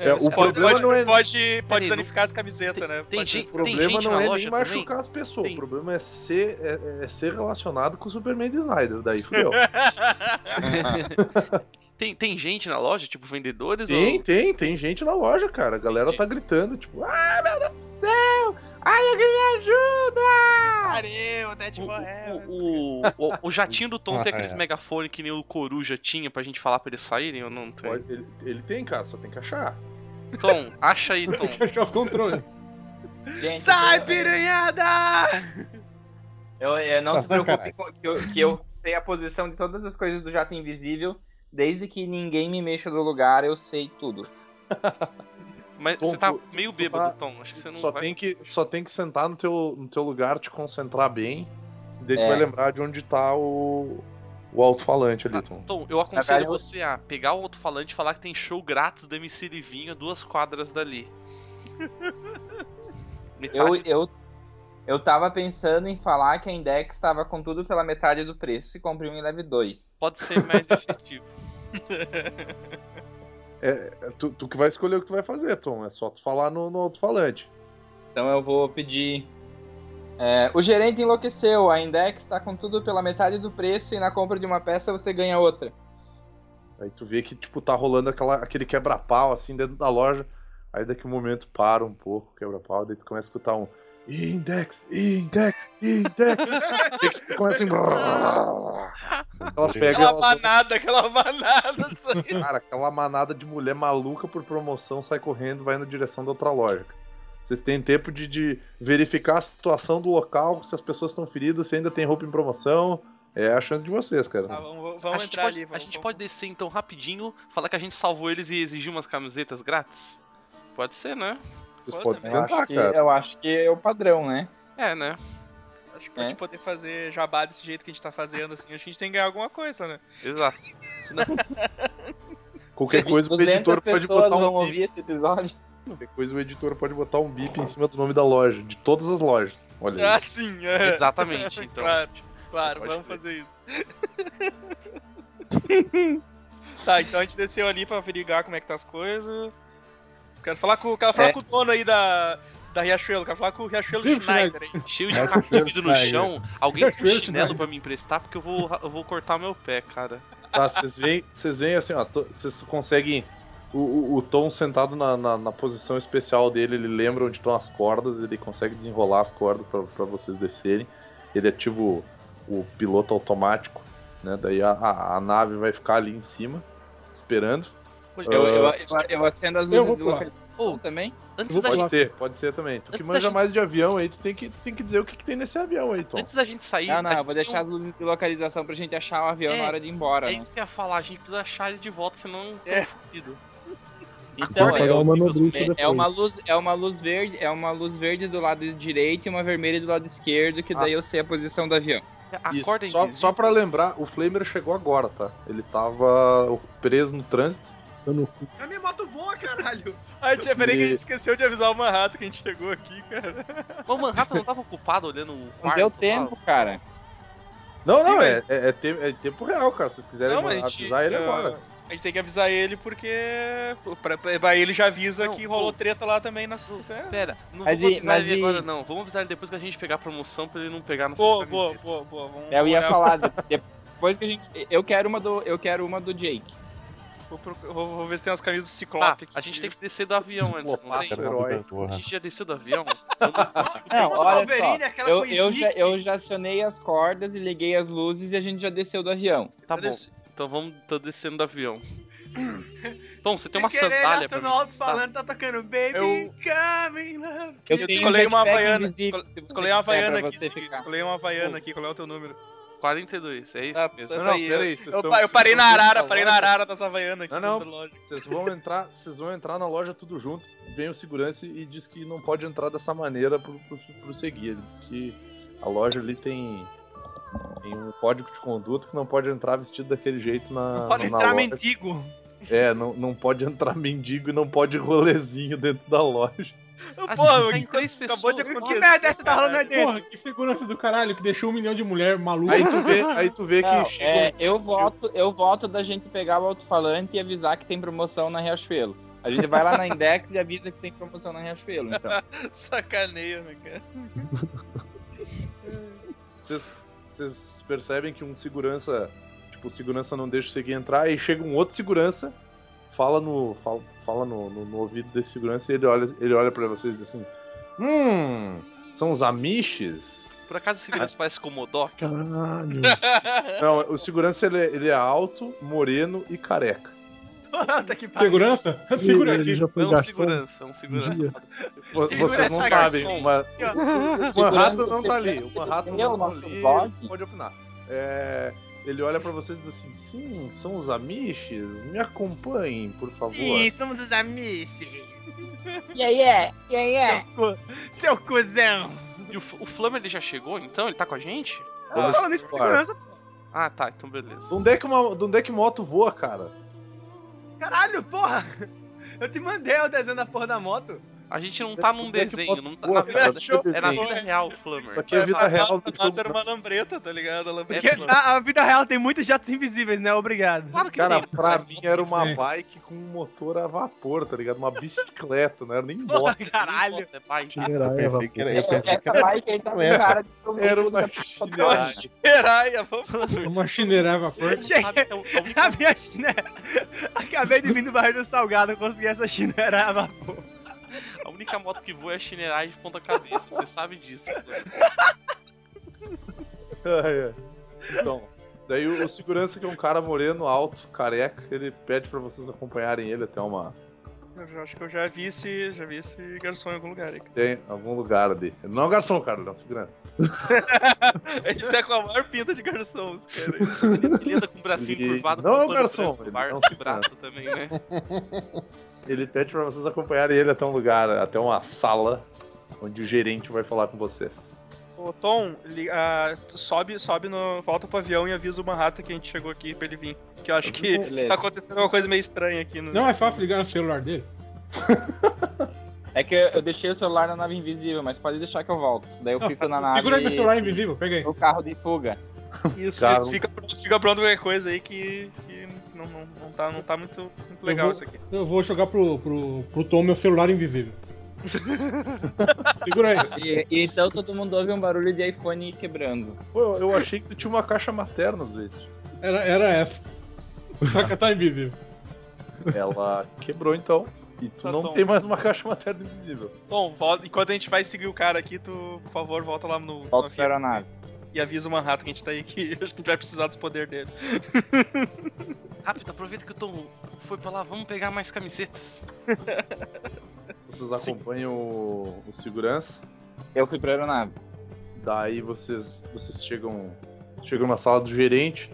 Speaker 3: É, o
Speaker 11: pode,
Speaker 3: problema
Speaker 11: pode,
Speaker 3: não é-
Speaker 11: pode, pode
Speaker 4: Peraí,
Speaker 11: danificar as camisetas, né?
Speaker 4: tem
Speaker 11: Pode-
Speaker 4: gente-
Speaker 3: O problema não é nem machucar as pessoas, o problema é ser, é, é ser relacionado com o Superman do Snyder, daí
Speaker 4: *laughs*
Speaker 3: fudeu.
Speaker 4: tem, tem gente na loja, tipo vendedores?
Speaker 3: tem,
Speaker 4: ou...
Speaker 3: tem, tem gente na loja, cara. A galera tá gritando, tipo, ai meu Deus do céu! Ai, alguém ajuda!
Speaker 11: Pariu,
Speaker 3: Tipo,
Speaker 11: Dead
Speaker 4: o, o, o jatinho do Tom tem
Speaker 3: é, *laughs* Ah,
Speaker 4: aqueles
Speaker 3: é. megafone
Speaker 4: megafones que nem o Coruja tinha pra gente falar pra eles saírem ou não tem?
Speaker 3: Ele, ele tem, cara, só tem que achar.
Speaker 4: Tom, acha
Speaker 3: *laughs*
Speaker 4: aí, Tom.
Speaker 8: achar os controles.
Speaker 10: Sai, piranhada!
Speaker 7: Eu, eu não
Speaker 10: Tá
Speaker 7: se preocupe
Speaker 10: sacanagem.
Speaker 7: com, que, eu, que eu sei a posição de todas as coisas do jato invisível. Desde que ninguém me mexa do lugar, eu sei tudo.
Speaker 4: Mas
Speaker 3: Tom,
Speaker 4: você tá
Speaker 3: tu-
Speaker 4: meio
Speaker 3: tu
Speaker 4: bêbado,
Speaker 3: tá-
Speaker 4: Tom. Acho que você não
Speaker 3: só
Speaker 4: vai.
Speaker 3: tem que Só tem que sentar no teu, no teu lugar, te concentrar bem, e daí
Speaker 4: É.
Speaker 3: tu vai lembrar de onde tá o, o alto-falante ali, Tom.
Speaker 4: Tom, eu aconselho
Speaker 3: verdade, eu-
Speaker 4: você a pegar o alto-falante e falar que tem show grátis do MC Livinho a duas quadras
Speaker 7: *laughs*
Speaker 4: dali.
Speaker 7: Eu, eu, eu tava pensando em falar que a Index estava com tudo pela metade do preço e comprei um em leve 2.
Speaker 4: Pode ser mais efetivo.
Speaker 7: *laughs*
Speaker 3: É, é tu, tu que vai escolher o que tu vai fazer, Tom. É só tu falar no, no alto-falante.
Speaker 7: Então eu vou pedir. É, o gerente enlouqueceu, a Index tá com tudo pela metade do preço e na compra de uma peça você ganha outra.
Speaker 3: Aí tu vê que, tipo, tá rolando aquela, aquele quebra-pau, assim, dentro da loja. Aí daqui um momento para um pouco, o quebra-pau, daí tu começa a escutar um Index, Index,
Speaker 7: *laughs*
Speaker 3: Index. Daí que tu começa assim... Elas
Speaker 7: É
Speaker 3: pegam
Speaker 11: aquela
Speaker 3: elas...
Speaker 11: banada, aquela banada.
Speaker 7: *laughs*
Speaker 3: Cara, aquela manada de mulher maluca por promoção sai correndo vai na direção da outra loja. Vocês têm tempo de, de verificar a situação do local, se as pessoas estão feridas, se ainda tem roupa em promoção. É a chance de vocês, cara.
Speaker 11: Tá,
Speaker 7: Ah,
Speaker 11: vamos
Speaker 4: a gente pode, A gente pode descer então rapidinho, falar que a gente salvou eles e exigir umas camisetas grátis? Pode ser, né?
Speaker 3: Vocês podem
Speaker 7: Eu
Speaker 3: tentar,
Speaker 7: acho, que,
Speaker 3: Então tá, cara.
Speaker 7: eu acho que é o padrão, né?
Speaker 4: É, né?
Speaker 11: Acho que pra gente
Speaker 4: É.
Speaker 11: poder fazer jabá desse jeito que a gente tá fazendo, assim, acho que a gente tem que ganhar alguma coisa, né? *laughs*
Speaker 4: Exato.
Speaker 3: Qualquer coisa, o editor pode botar um bip.
Speaker 7: esse episódio.
Speaker 3: Qualquer coisa, o editor pode botar um bip em cima do nome da loja, de todas as lojas. Olha aí.
Speaker 7: *laughs*
Speaker 11: Ah, sim, é. *laughs*
Speaker 4: Exatamente, então.
Speaker 11: claro, claro,
Speaker 4: Pode
Speaker 11: vamos fazer isso. *laughs* tá, então a gente desceu ali pra averiguar como é que tá as coisas. Quero falar com, quero falar
Speaker 4: É.
Speaker 11: com o dono aí da, da Riachuelo, quero falar com o Riachuelo Schneider aí.
Speaker 4: Cheio de cacudo no chão. Alguém tem um chinelo pra me emprestar porque eu vou, eu vou cortar meu pé, cara.
Speaker 3: Tá, vocês veem, vocês veem assim, ó, to- vocês conseguem. O, o, o Tom sentado na, na, na posição especial dele, ele lembra onde estão as cordas, ele consegue desenrolar as cordas pra pra vocês descerem. Ele ativa o, o piloto automático, né? Daí a, a, a nave vai ficar ali em cima, esperando.
Speaker 7: *laughs* Eu, eu,
Speaker 3: Ah,
Speaker 7: eu, eu acendo as
Speaker 3: Eu
Speaker 7: luzes
Speaker 3: vou
Speaker 7: de
Speaker 3: pular.
Speaker 7: localização também.
Speaker 3: pode ser, pode ser também. Tu que
Speaker 7: Antes da
Speaker 3: manja
Speaker 7: gente-
Speaker 3: mais de avião aí, tu tem que, tu tem que dizer o que, que tem nesse avião aí, Tom.
Speaker 4: Antes da gente sair.
Speaker 7: Não, não,
Speaker 4: a
Speaker 7: eu
Speaker 4: gente
Speaker 7: vou
Speaker 4: tem
Speaker 7: deixar
Speaker 4: um-
Speaker 7: as luzes de localização pra gente achar o avião
Speaker 4: É,
Speaker 7: na hora de ir embora.
Speaker 4: É
Speaker 7: né?
Speaker 4: isso que eu ia falar, a gente precisa achar ele de volta, senão é fudido.
Speaker 7: Então,
Speaker 4: Agora
Speaker 7: é,
Speaker 4: é o
Speaker 7: é-
Speaker 4: manobrista
Speaker 7: é
Speaker 4: depois.
Speaker 7: uma luz, é uma luz verde, é uma luz verde do lado direito e uma vermelha do lado esquerdo,
Speaker 3: Ah.
Speaker 7: que daí eu sei a posição do avião.
Speaker 3: Isso, só, só pra lembrar, o Flamer chegou agora, tá? Ele tava preso no trânsito.
Speaker 9: Tá
Speaker 11: É minha moto boa, caralho. Ai, tia, peraí que a
Speaker 3: E-
Speaker 11: gente esqueceu de avisar o Manhattan que a gente chegou aqui, cara.
Speaker 4: Mas o Manhattan não tava ocupado olhando o quarto?
Speaker 7: Não deu tempo, cara.
Speaker 3: Não,
Speaker 11: Sim,
Speaker 3: não, é,
Speaker 11: mas-
Speaker 3: é, é te- é tempo real, cara. Se vocês quiserem
Speaker 11: Não, mas a
Speaker 3: mandar
Speaker 11: gente,
Speaker 3: avisar ele
Speaker 11: ah,
Speaker 3: agora.
Speaker 11: A gente tem que avisar ele porque. Pra, pra- pra ele já avisa que rolou treta lá também na. é.
Speaker 4: Pera, Não
Speaker 11: Mas
Speaker 4: vamos
Speaker 11: e-
Speaker 4: avisar
Speaker 11: mas
Speaker 4: ele
Speaker 11: e-
Speaker 4: agora, não. Vamos avisar ele depois que a gente pegar a promoção pra ele não pegar nossas
Speaker 11: Boa, boa,
Speaker 4: camisetas.
Speaker 11: boa, boa. Vamos,
Speaker 7: É, Eu ia
Speaker 11: vamos-
Speaker 7: falar de- depois que a gente, eu quero uma do, eu quero uma do Jake.
Speaker 11: Vou, proc- vou- vou ver se tem umas camisas do Ciclope aqui.
Speaker 4: Tá, A gente tem que descer do avião antes, não tem?
Speaker 3: assim,
Speaker 11: Ciclopata, herói.
Speaker 4: A gente já desceu do avião?
Speaker 10: um
Speaker 7: Não, olha
Speaker 11: Wolverine,
Speaker 7: só,
Speaker 11: aquela
Speaker 7: eu,
Speaker 11: coisinha
Speaker 7: eu já,
Speaker 11: que
Speaker 7: eu já acionei as cordas e liguei as luzes e a gente já desceu do avião.
Speaker 4: Tá bom. Então vamos, tô descendo do avião. Tom, você tem uma
Speaker 10: Sem querer,
Speaker 4: sandália pra
Speaker 10: ação
Speaker 4: mim.
Speaker 10: no alto-falante tá tocando Baby
Speaker 11: Eu-
Speaker 10: Coming Love.
Speaker 11: Eu, descolei uma
Speaker 4: jetpack
Speaker 11: havaiana.
Speaker 4: invisível,
Speaker 11: desco-
Speaker 4: se
Speaker 11: Descolei
Speaker 10: É,
Speaker 7: é,
Speaker 11: uma
Speaker 4: você quiser,
Speaker 11: havaiana
Speaker 4: pra
Speaker 11: aqui,
Speaker 4: você
Speaker 11: Cid,
Speaker 4: ficar.
Speaker 11: descolei uma havaiana aqui. Qual é o teu número?
Speaker 4: 42, é isso
Speaker 11: Ah,
Speaker 4: mesmo.
Speaker 11: tá Não, não, aí, peraí, eu- vocês eu- estão- eu parei na arara, parei na arara das Havaianas aqui,
Speaker 3: Não,
Speaker 11: dentro da
Speaker 3: não. Vocês vão entrar, vocês vão entrar na loja tudo junto. Vem o segurança e diz que não pode entrar dessa maneira pro, pro, pro seguir. Ele diz que a loja ali tem, tem um código de conduta que não pode entrar vestido daquele jeito na
Speaker 10: Não pode
Speaker 3: na
Speaker 10: entrar
Speaker 3: loja.
Speaker 10: mendigo.
Speaker 3: É, não, não pode entrar mendigo e não pode ir rolezinho dentro da loja.
Speaker 11: Porra,
Speaker 4: tem três
Speaker 11: acabou de acontecer.
Speaker 10: Que merda é essa que tá rolando aí dentro?
Speaker 8: Porra, que segurança do caralho que deixou um milhão de mulher maluca.
Speaker 10: Aí tu vê- aí
Speaker 3: tu vê
Speaker 7: Não,
Speaker 11: um
Speaker 7: é, eu voto, eu voto da gente pegar o alto-falante e avisar que tem promoção na Riachuelo. A gente vai lá na Index e avisa que tem promoção na
Speaker 11: *laughs*
Speaker 7: Riachuelo, então.
Speaker 11: Sacaneia, né, cara?
Speaker 3: Vocês vocês percebem que um segurança, tipo, o segurança não deixa o seguir entrar, aí chega um outro segurança, fala no fala, fala no, no- no ouvido desse segurança e ele olha, ele olha para vocês e diz assim: "Hum, são os amiches?"
Speaker 4: Por acaso
Speaker 3: Ah.
Speaker 4: esse vídeo parece Comodoc?
Speaker 3: Caralho. não, o segurança ele, é- ele é alto, moreno e careca.
Speaker 10: Puta que pariu.
Speaker 8: *laughs* Segurança?
Speaker 4: *laughs*
Speaker 3: Ih,
Speaker 8: Segura
Speaker 3: ele
Speaker 8: aqui.
Speaker 3: já foi É um garçom. segurança,
Speaker 4: é um
Speaker 3: segurança.
Speaker 4: Segura
Speaker 3: Vocês não
Speaker 4: essa
Speaker 3: sabem,
Speaker 4: garçom.
Speaker 3: mas o Manhattan não tá ali. O
Speaker 4: Segurança,
Speaker 3: Manhattan
Speaker 4: entendeu?
Speaker 3: não tá
Speaker 4: Nosso
Speaker 3: ali.
Speaker 4: blog.
Speaker 3: Pode opinar. É, ele olha pra vocês e diz assim: sim, são os Amish? Me acompanhem, por favor.
Speaker 6: Sim, somos os amigos.
Speaker 12: E aí é, e aí é.
Speaker 6: Seu cuzão.
Speaker 4: E o, F- o Flamengo ele já chegou então? Ele tá com a gente?
Speaker 3: Vamos falando isso com explorar.
Speaker 4: Ah, tá, então beleza.
Speaker 3: De onde, é que uma, de onde é que moto voa, cara?
Speaker 10: Caralho, porra! Eu te mandei o desenho da porra da moto.
Speaker 4: A gente não tá num
Speaker 10: Onde é que
Speaker 4: desenho,
Speaker 10: bota
Speaker 4: não tá
Speaker 10: boa,
Speaker 4: na vida,
Speaker 10: cara? Deixa eu
Speaker 4: é na
Speaker 10: ver.
Speaker 4: vida real, Flammer.
Speaker 10: Isso aqui é vida real,
Speaker 4: A
Speaker 10: não
Speaker 4: nossa
Speaker 10: tem
Speaker 4: era uma lambreta, tá ligado? A
Speaker 10: Porque
Speaker 4: lambreta.
Speaker 10: a, a vida real tem muitos jatos invisíveis, né? Obrigado.
Speaker 4: Claro
Speaker 3: Cara, pra mim era
Speaker 4: *laughs*
Speaker 3: uma bike com um motor a vapor, tá ligado? Uma bicicleta, não era nem moto.
Speaker 10: *laughs* Caralho.
Speaker 3: Eu pensei que era- É eu pensei
Speaker 7: É, Essa bike aí tá com cara de
Speaker 3: Era uma *laughs*
Speaker 4: *laughs*
Speaker 11: Caralho, vamos
Speaker 8: Uma chineirava a porta.
Speaker 4: é um-
Speaker 10: Cheguei- *laughs* A minha chinela. Acabei de vir do barril do salgado, eu consegui essa chinela. vapor.
Speaker 4: A única moto que voa é a Shinerai de ponta cabeça, você sabe disso. Flammer.
Speaker 3: É, é. Então, daí o, o segurança, que é um cara moreno, alto, careca, ele pede pra vocês acompanharem ele até uma.
Speaker 11: Eu já- acho que eu já vi esse, já vi esse garçom em algum lugar aí. cara.
Speaker 3: Tem algum lugar ali. Não é um garçom, cara, ele é um segurança.
Speaker 11: Ele tá com a maior pinta de garçom, esse cara aí.
Speaker 10: *laughs*
Speaker 4: Ele anda com o bracinho
Speaker 3: Ele
Speaker 4: Tá assim, curvado.
Speaker 3: não
Speaker 4: com
Speaker 3: é um
Speaker 4: pano
Speaker 3: garçom,
Speaker 4: branco,
Speaker 3: ele
Speaker 4: bar-
Speaker 3: é um
Speaker 4: de
Speaker 3: segurança.
Speaker 4: braço também, né?
Speaker 3: Ele pede pra vocês acompanharem ele até um lugar, até uma sala, onde o gerente vai falar com vocês.
Speaker 11: Ô, Tom, li- ah, tu sobe, sobe no. Volta pro avião e avisa o Manhattan que a gente chegou aqui pra ele vir. Que eu acho que
Speaker 7: Beleza.
Speaker 11: tá acontecendo uma coisa meio estranha aqui no.
Speaker 8: Não é fácil ligar no celular dele?
Speaker 7: É que eu deixei o celular na nave invisível, mas pode deixar que eu volto. Daí eu
Speaker 8: Não,
Speaker 7: fico
Speaker 4: Tá
Speaker 7: na nave.
Speaker 8: segura aí meu celular invisível, pega aí.
Speaker 7: O carro de fuga.
Speaker 11: Isso,
Speaker 7: Cara,
Speaker 11: isso, Fica, pronto- fica pronto qualquer coisa aí que, que não, não, não tá, não tá muito, muito
Speaker 8: Eu
Speaker 11: legal
Speaker 8: vou-
Speaker 11: isso aqui.
Speaker 8: Eu vou jogar pro, pro, pro Tom meu
Speaker 4: *laughs*
Speaker 8: celular invisível. Segura aí.
Speaker 7: E, e então todo mundo ouve um barulho de iPhone quebrando.
Speaker 3: Pô, eu achei que tu tinha uma caixa materna, vezes.
Speaker 8: Era, era essa. Só que tá invisível.
Speaker 3: Ela quebrou então. E tu
Speaker 11: Tá
Speaker 3: não
Speaker 11: bom.
Speaker 3: tem mais uma caixa materna invisível.
Speaker 11: Tom, volta, enquanto a gente vai seguir o cara aqui, tu, por favor, volta lá no.
Speaker 7: Volta
Speaker 11: no
Speaker 7: pra aeronave.
Speaker 11: E avisa o Manhattan que a gente tá aí que *laughs* acho que a gente vai precisar dos poderes dele.
Speaker 4: Rápido, aproveita que o Tom foi pra lá, vamos pegar mais camisetas.
Speaker 3: Vocês acompanham o, o segurança.
Speaker 7: Eu fui pra aeronave.
Speaker 3: Daí vocês, vocês chegam, chegam na sala do gerente.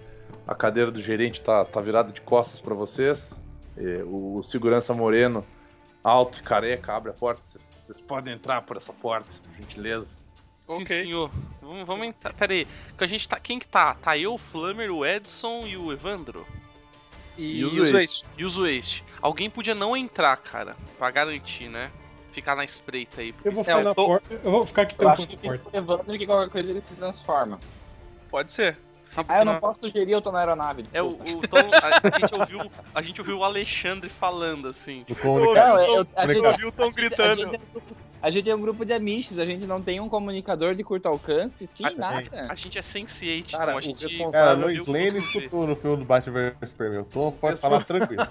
Speaker 3: A cadeira do gerente tá, tá virada de costas pra vocês. É, o segurança moreno, alto e careca, abre a porta. Vocês, vocês podem entrar por essa porta, por gentileza.
Speaker 4: Sim, senhor. Vamos, vamos entrar. Pera aí, que a gente tá. Quem que tá? Tá eu, o Flammer, o Edson e o Evandro?
Speaker 11: E E o o Zoeste. Zoeste.
Speaker 4: E o Zoeste. Alguém podia não entrar, cara, pra garantir, né? Ficar na espreita aí. porque
Speaker 8: Eu vou
Speaker 4: se- é
Speaker 8: ficar na porta. Eu vou ficar aqui
Speaker 7: Eu acho que
Speaker 8: tampando a porta.
Speaker 7: fica levando que qualquer coisa ele se transforma.
Speaker 11: Pode ser.
Speaker 7: Ah, eu não posso sugerir, eu tô na aeronave.
Speaker 4: Tá É, o,
Speaker 7: desculpa.
Speaker 4: o Tom- a, a gente ouviu, a gente ouviu o Alexandre falando, assim.
Speaker 7: Não, eu- eu- a gente- a gente-
Speaker 4: gritando.
Speaker 7: A gente, é um grupo- a gente é um grupo de amishes, a gente não tem um comunicador de curto alcance,
Speaker 4: Ah,
Speaker 7: sim, nada.
Speaker 4: A gente é sense
Speaker 7: Cara,
Speaker 4: então a
Speaker 7: o
Speaker 4: gente...
Speaker 5: Cara, no Slane escutou no filme do Batman vs Superman. Eu tô, pode falar tranquilo.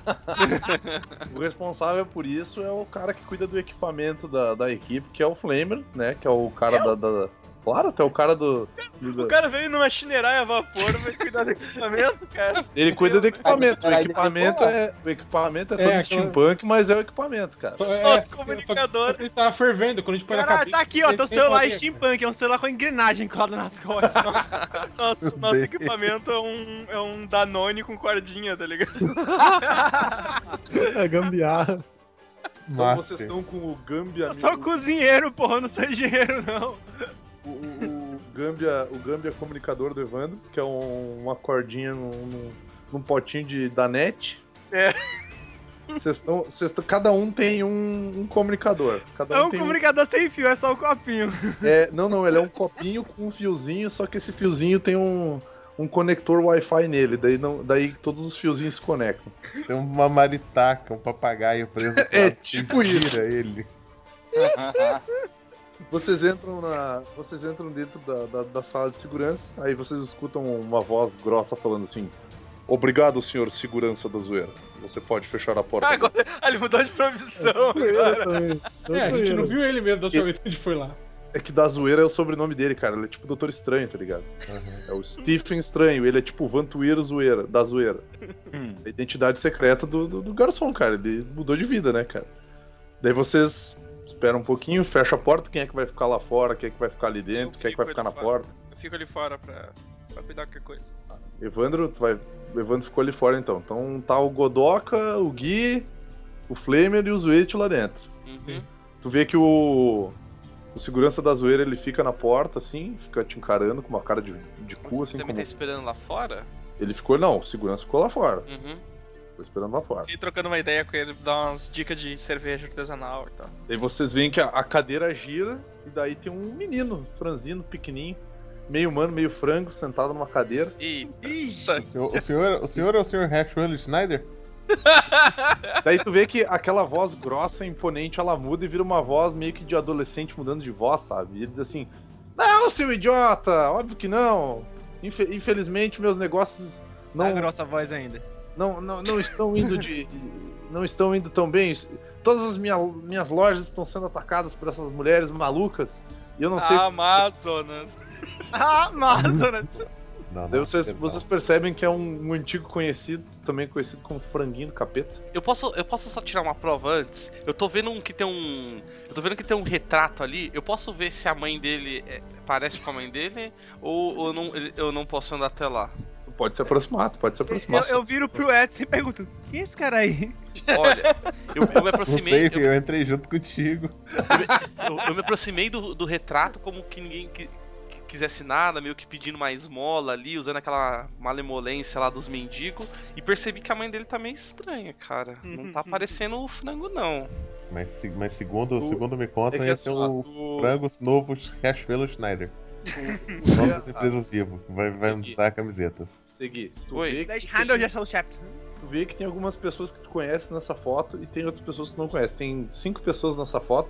Speaker 3: O responsável por isso é o cara que cuida do equipamento da, da equipe, que é o Flamer, né? Que é o cara da, da- Claro, tu é o cara do.
Speaker 11: O cara veio numa chineiraia a vapor, vai cuidar do equipamento, cara.
Speaker 3: Ele cuida do equipamento. O equipamento é, o equipamento é todo
Speaker 8: É, aquela-
Speaker 3: steampunk, mas é o equipamento, cara.
Speaker 11: Nosso comunicador.
Speaker 8: é, Ele tava fervendo quando a gente põe na
Speaker 10: Cara,
Speaker 8: cabeça.
Speaker 10: tá aqui, ó, teu
Speaker 8: ele tem
Speaker 10: celular
Speaker 8: poder.
Speaker 10: steampunk, é um celular com engrenagem colada nas costas.
Speaker 11: Nossa, nosso, nosso equipamento é um, é um Danone com cordinha, tá ligado?
Speaker 9: É gambiarra.
Speaker 3: *laughs* Então vocês estão com o Gambia.
Speaker 10: Eu sou um cozinheiro, porra, eu não sou engenheiro, não.
Speaker 3: O, o- o Gambia, o Gambia comunicador do Evandro, que é um- uma cordinha num, num, num potinho de danete.
Speaker 11: É.
Speaker 3: Vocês estão. vocês tão- Cada um tem um, um comunicador. Cada
Speaker 10: É um
Speaker 3: tem
Speaker 10: comunicador sem fio, é só o copinho.
Speaker 3: É, não, não, ele é um copinho com um fiozinho, só que esse fiozinho tem um, um conector Wi-Fi nele, daí, não, daí todos os fiozinhos se conectam.
Speaker 5: Tem uma maritaca, um papagaio preso.
Speaker 3: *laughs* É, tipo isso.
Speaker 5: Tira ele.
Speaker 7: *laughs*
Speaker 3: Vocês entram na. Vocês entram dentro da, da, da sala de segurança, aí vocês escutam uma voz grossa falando assim. Obrigado, senhor segurança da zoeira. Você pode fechar a
Speaker 11: *laughs*
Speaker 3: porta. Agora,
Speaker 11: Ah, ele mudou de profissão agora.
Speaker 8: É, a gente não viu ele mesmo da última vez que a gente foi lá.
Speaker 3: É que da zoeira é o sobrenome dele, cara. Ele é tipo o Doutor Estranho, tá ligado? É o Stephen Estranho. Ele é tipo o Vantuíro Zoeira, da zoeira. A identidade secreta do, do, do garçom, cara. Ele mudou de vida, né, cara? Daí vocês esperam um pouquinho, fecha a porta. Quem é que vai ficar lá fora? Quem é que vai ficar ali dentro? Quem é que vai ficar na porta?
Speaker 11: Eu fico ali fora pra, pra cuidar qualquer coisa.
Speaker 3: Evandro, tu vai... Evandro ficou ali fora, então. Então tá o Godoka, o Gui, o Flamer e o Zuete lá dentro.
Speaker 4: Uhum.
Speaker 3: Tu vê que o. O segurança da zoeira ele fica na porta, assim, fica te encarando com uma cara de, de cu, assim.
Speaker 4: Também
Speaker 3: Como...
Speaker 4: tá esperando lá fora?
Speaker 3: Ele ficou, não, o segurança ficou lá fora.
Speaker 4: Uhum.
Speaker 3: Ficou esperando lá fora.
Speaker 11: Fiquei trocando uma ideia com ele, dar umas dicas de cerveja artesanal e tal.
Speaker 3: Daí vocês veem que a, a cadeira gira e daí tem um menino, franzino, pequenininho, meio humano, meio frango, sentado numa cadeira. Tá.
Speaker 5: O senhor, o, senhor, o senhor é o senhor Hatchwell Schneider?
Speaker 3: Daí tu vê que aquela voz grossa, imponente, ela muda e vira uma voz meio que de adolescente mudando de voz, sabe? E ele diz assim: Não, seu idiota! Óbvio que não! Infe- infelizmente, meus negócios não.
Speaker 10: Não. grossa voz ainda.
Speaker 3: não, não, não estão indo de. não estão indo tão bem. Todas as minha, minhas lojas estão sendo atacadas por essas mulheres malucas. E eu não
Speaker 10: Ah,
Speaker 3: sei.
Speaker 11: Amazonas.
Speaker 10: Amazonas.
Speaker 3: Daí vocês, vocês percebem que é um, um antigo conhecido, também conhecido como franguinho do capeta.
Speaker 4: Eu posso, eu posso só tirar uma prova antes? Eu tô vendo um que tem um. Eu tô vendo que tem um retrato ali. Eu posso ver se a mãe dele é- parece com a mãe dele? Ou, ou eu não, ele- eu não posso andar até lá?
Speaker 3: Pode se aproximar, tu pode se aproximar.
Speaker 10: Eu, eu viro pro Edson e pergunto: quem é esse cara aí?
Speaker 4: Olha, eu,
Speaker 5: *laughs*
Speaker 4: eu me
Speaker 5: Não
Speaker 4: aproximei.
Speaker 5: sei, filho, eu entrei junto contigo.
Speaker 4: Eu, eu me aproximei do, do retrato como que ninguém qui- qui- quisesse nada, meio que pedindo uma esmola ali, usando aquela malemolência lá dos mendigos, e percebi que a mãe dele tá meio estranha, cara. Não
Speaker 11: Uhum.
Speaker 4: tá parecendo o frango, não.
Speaker 5: Mas, se- mas segundo, segundo me contam,
Speaker 4: é que
Speaker 5: esse é
Speaker 4: assim,
Speaker 5: o
Speaker 4: ó, tu-
Speaker 5: frango novo Hatchwell Schneider. O nome das empresas vivo. Vai, vai nos dar camisetas.
Speaker 3: Segui. Tu vê que-
Speaker 10: Handel já sou o chefe.
Speaker 3: Tu vê que tem algumas pessoas que tu conhece nessa foto e tem outras pessoas que tu não conhece. Tem cinco pessoas nessa foto,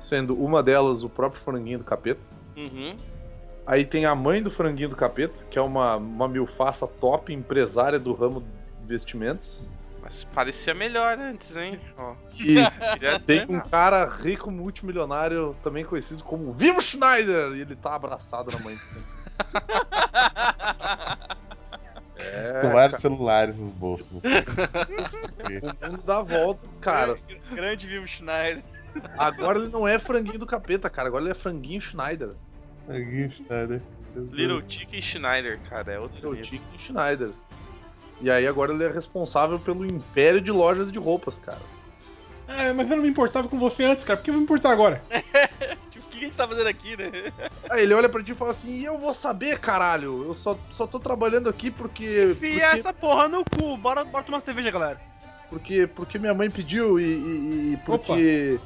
Speaker 3: sendo uma delas o próprio franguinho do capeta.
Speaker 4: Uhum.
Speaker 3: Aí tem a mãe do franguinho do capeta, que é uma, uma milfaça top, empresária do ramo de vestimentos.
Speaker 4: Mas parecia melhor antes, hein? Ó.
Speaker 3: E
Speaker 4: Queria
Speaker 3: tem
Speaker 4: dizer
Speaker 3: um
Speaker 4: nada.
Speaker 3: cara rico multimilionário, também conhecido como Vivo Schneider, e ele tá abraçado na mãe. É,
Speaker 5: Com vários
Speaker 3: cara.
Speaker 5: celulares
Speaker 3: *laughs*
Speaker 5: nos bolsos.
Speaker 3: O mundo dá voltas, cara.
Speaker 11: *laughs* Grande Vivo Schneider.
Speaker 3: Agora ele não é franguinho do capeta, cara. Agora ele é franguinho Schneider.
Speaker 5: Franguinho Schneider.
Speaker 4: Little Chicken Schneider, cara, é outro nível.
Speaker 3: Chicken Schneider. E aí agora ele é responsável pelo império de lojas de roupas, cara.
Speaker 8: É, mas eu não me importava com você antes, cara. Por que eu vou me importar agora?
Speaker 10: É
Speaker 11: Tipo, o que a gente tá fazendo aqui, né?
Speaker 3: Aí ele olha pra ti e fala assim, e eu vou saber, caralho. Eu só, só tô trabalhando aqui porque.
Speaker 10: Enfia
Speaker 3: porque,
Speaker 10: essa porra no cu, bora, bora tomar cerveja, galera.
Speaker 3: porque, porque minha mãe pediu e, e- e porque.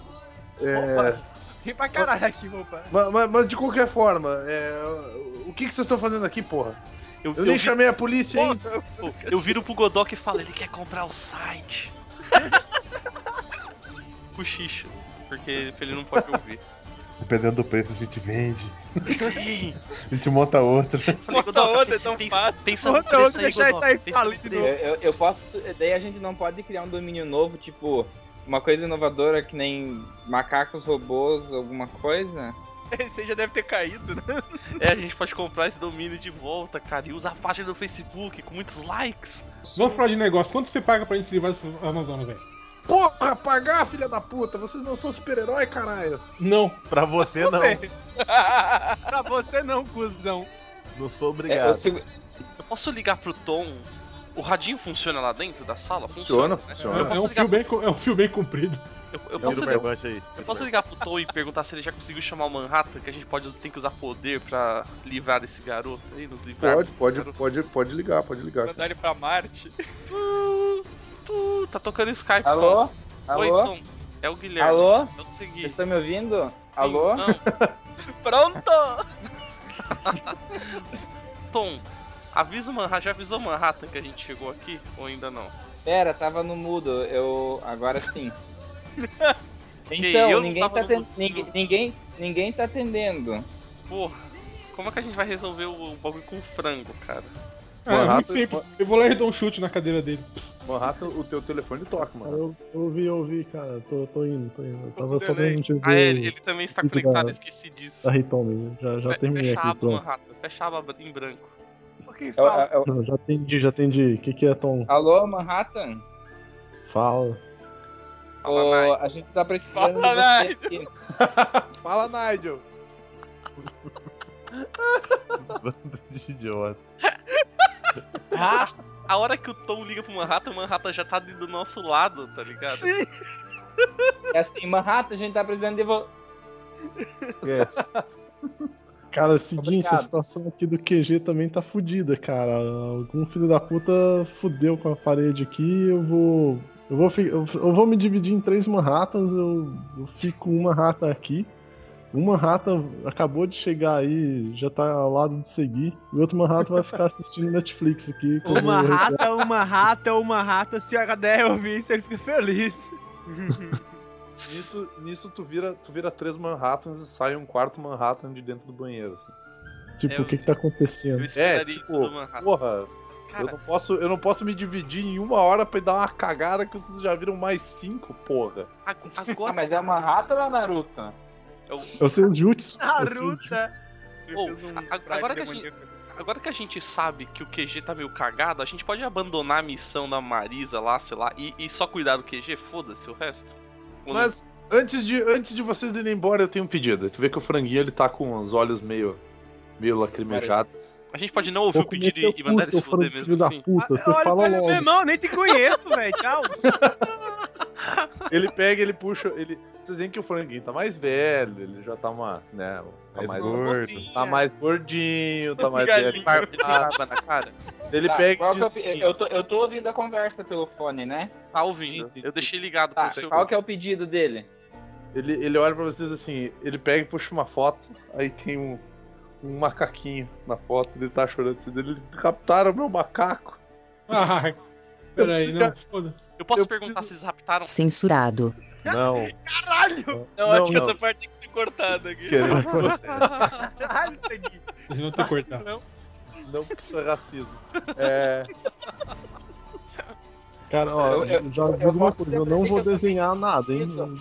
Speaker 3: é,
Speaker 10: Ri pra caralho aqui, roupa.
Speaker 3: ma- ma- Mas, de qualquer forma, é, o que, que vocês estão fazendo aqui, porra? Eu, nem
Speaker 4: vi-
Speaker 3: chamei a polícia, hein?
Speaker 4: Pô, Eu viro pro Godok e falo, ele quer comprar o site. *laughs* Cochicho, porque ele não pode ouvir.
Speaker 5: Dependendo do preço, a gente vende.
Speaker 4: Sim!
Speaker 5: A gente monta outra.
Speaker 4: Falei, Godok,
Speaker 11: é
Speaker 4: outra, então tem, fácil. Pensa no preço aí, Godok. pensa no
Speaker 7: Eu,
Speaker 4: preço.
Speaker 7: eu- eu posso. Daí a gente não pode criar um domínio novo, tipo, uma coisa inovadora que nem macacos, robôs, alguma coisa.
Speaker 11: Esse aí É, já deve ter caído, né?
Speaker 4: É, a gente pode comprar esse domínio de volta, cara, e usar a página do Facebook com muitos likes.
Speaker 8: Vamos falar de negócio. Quanto você paga pra gente livrar essa Amazonas, velho?
Speaker 3: Porra, pagar, filha da puta! Vocês não são super-herói, caralho!
Speaker 8: Não.
Speaker 5: *laughs* Pra você, não.
Speaker 11: pra você não, cuzão.
Speaker 5: Não sou
Speaker 7: É,
Speaker 5: obrigado.
Speaker 4: eu sigo- Eu posso ligar pro Tom? O radinho funciona lá dentro da sala?
Speaker 3: Funciona,
Speaker 4: Funciona, né?
Speaker 3: funciona.
Speaker 4: Eu
Speaker 8: É
Speaker 4: posso
Speaker 8: um,
Speaker 4: ligar
Speaker 8: fio bem, cu- é um fio bem comprido.
Speaker 4: Eu, eu
Speaker 3: É,
Speaker 5: É um
Speaker 4: posso,
Speaker 8: Tira o
Speaker 4: ligar, eu posso ligar pro Tom e perguntar se ele já conseguiu chamar o Manhattan, que a gente pode, tem que usar poder pra livrar desse garoto aí, nos livrar.
Speaker 3: Pode, pode, pode, pode ligar, pode ligar.
Speaker 11: Mandar ele
Speaker 10: *laughs*
Speaker 11: pra Marte.
Speaker 4: Tá tocando Skype,
Speaker 7: Alô?
Speaker 4: Tom. Oi,
Speaker 7: Alô?
Speaker 4: Tom. É o Guilherme.
Speaker 7: Alô?
Speaker 4: É o seguinte.
Speaker 7: Vocês estão me ouvindo? Alô?
Speaker 11: Pronto!
Speaker 4: Tom, avisa o Manhattan. Já avisou o Manhattan que a gente chegou aqui? Ou ainda não?
Speaker 7: Pera, tava no mudo. Eu. Agora sim.
Speaker 4: Ok, eu
Speaker 7: Então,
Speaker 4: não
Speaker 7: ninguém
Speaker 4: tava
Speaker 7: tá,
Speaker 4: no
Speaker 7: atendendo,
Speaker 4: mudo,
Speaker 7: ninguém, ninguém, ninguém tá atendendo.
Speaker 4: Porra, como é que a gente vai resolver o, o bagulho com o frango, cara?
Speaker 8: É, é muito simples. Eu vou lá e dou um chute na cadeira dele.
Speaker 3: Manhattan, o teu telefone toca, mano.
Speaker 9: Eu eu ouvi, eu ouvi, cara. Tô, tô indo, tô indo. Eu tava só
Speaker 4: delay.
Speaker 9: dando um tiro
Speaker 4: Ah, é,
Speaker 9: do-
Speaker 4: ele também está
Speaker 9: do-
Speaker 4: conectado,
Speaker 9: da-
Speaker 4: esqueci disso.
Speaker 9: Da Hitomi. Já, já
Speaker 4: Fe-
Speaker 9: terminei
Speaker 4: fecha a
Speaker 9: aqui,
Speaker 4: aba,
Speaker 9: pronto.
Speaker 4: Manhattan. Fecha a aba em branco.
Speaker 7: É
Speaker 9: Já- Já atendi, já atendi. O que, que é, Tom?
Speaker 7: Alô, Manhattan?
Speaker 9: Fala.
Speaker 7: Ô, a gente tá precisando
Speaker 3: Fala,
Speaker 7: de você aqui.
Speaker 3: Fala, Nigel!
Speaker 5: Bando de idiota.
Speaker 4: A hora que o Tom liga pro Manhattan, o Manhattan já tá ali do nosso lado, tá ligado?
Speaker 7: Sim. É assim, Manhattan, a gente tá precisando de você.
Speaker 9: Yes. Cara, é o seguinte,
Speaker 7: Obrigado.
Speaker 9: a situação aqui do QG também tá fudida, cara. Algum filho da puta fudeu com a parede aqui, eu vou. Eu vou, fi- eu eu vou me dividir em três Manhattans, eu, eu fico um Manhattan aqui. Um Manhattan acabou de chegar aí, já tá ao lado de seguir. E o outro Manhattan vai ficar assistindo Netflix
Speaker 3: *laughs*
Speaker 9: aqui. que eu vou-
Speaker 10: Uma rata, é uma rata, uma rata. Se a HDR ouvir isso, ele fica feliz.
Speaker 3: Nisso, nisso tu, vira, tu vira três Manhattans e sai um quarto Manhattan de dentro do banheiro. assim.
Speaker 9: Tipo, o que que tá acontecendo?
Speaker 3: É, tipo, porra, eu não, posso, eu não posso me dividir em uma hora pra dar uma cagada que vocês já viram mais cinco, porra.
Speaker 7: Ah, mas é uma rata ou é Naruto?
Speaker 4: é
Speaker 9: Eu sei É o Jutsu. eu sei o Jutsu.
Speaker 4: Naruta! agora, que a gente, agora que a gente sabe que o QG tá meio cagado, a gente pode abandonar a missão da Marisa lá, sei lá, e, e só cuidar do QG? Foda-se o resto. Ou não?
Speaker 3: Mas antes de, antes de vocês irem embora, eu tenho um pedido. Tu vê que o franguinho ele tá com os olhos meio, meio lacrimejados.
Speaker 4: A gente pode não ouvir o pedido e- e mandar ele se foder mesmo
Speaker 9: da
Speaker 4: assim.
Speaker 9: puta, você
Speaker 10: Ah, Olha,
Speaker 9: fala
Speaker 10: meu
Speaker 9: logo.
Speaker 10: irmão, nem te conheço, velho. Tchau.
Speaker 3: Ele pega, ele puxa, ele. Vocês veem que o franguinho tá mais velho, ele já tá uma. né? Tá
Speaker 5: Mais
Speaker 3: mais,
Speaker 5: gordo.
Speaker 3: Tá mais gordinho, tá mais
Speaker 4: Galinha.
Speaker 3: velho.
Speaker 4: Barba- ele tem barba na cara.
Speaker 3: Ele
Speaker 7: Tá,
Speaker 3: pega
Speaker 7: qual
Speaker 3: e
Speaker 7: que é o
Speaker 3: diz
Speaker 7: pe-
Speaker 3: assim,
Speaker 7: eu, tô, eu tô ouvindo a conversa pelo fone, né?
Speaker 4: Tá ouvindo. Eu deixei ligado
Speaker 7: Tá,
Speaker 4: pro seu.
Speaker 7: qual que é o pedido dele?
Speaker 3: Ele, ele olha pra vocês assim, ele pega e puxa uma foto, aí tem um, um macaquinho na foto, ele tá chorando. assim, Ele captaram meu macaco.
Speaker 8: Ah,
Speaker 3: peraí,
Speaker 8: não, foda-se.
Speaker 4: Eu posso perguntar se eles raptaram?
Speaker 1: Censurado.
Speaker 5: Não.
Speaker 4: Caralho! Não,
Speaker 5: Não,
Speaker 4: acho que
Speaker 5: não.
Speaker 4: essa parte tem que ser cortada aqui. *laughs*
Speaker 5: Queremos
Speaker 4: Caralho, isso aqui.
Speaker 8: Eles vão ter cortado.
Speaker 3: *laughs* Não porque isso é racismo. É.
Speaker 9: Cara, ó,
Speaker 3: Eu- eu-
Speaker 9: já
Speaker 3: eu
Speaker 9: digo uma
Speaker 3: posso
Speaker 9: coisa,
Speaker 3: dizer
Speaker 9: eu
Speaker 3: pra
Speaker 9: não
Speaker 3: você
Speaker 9: vou
Speaker 3: que eu
Speaker 9: desenhar nada, hein?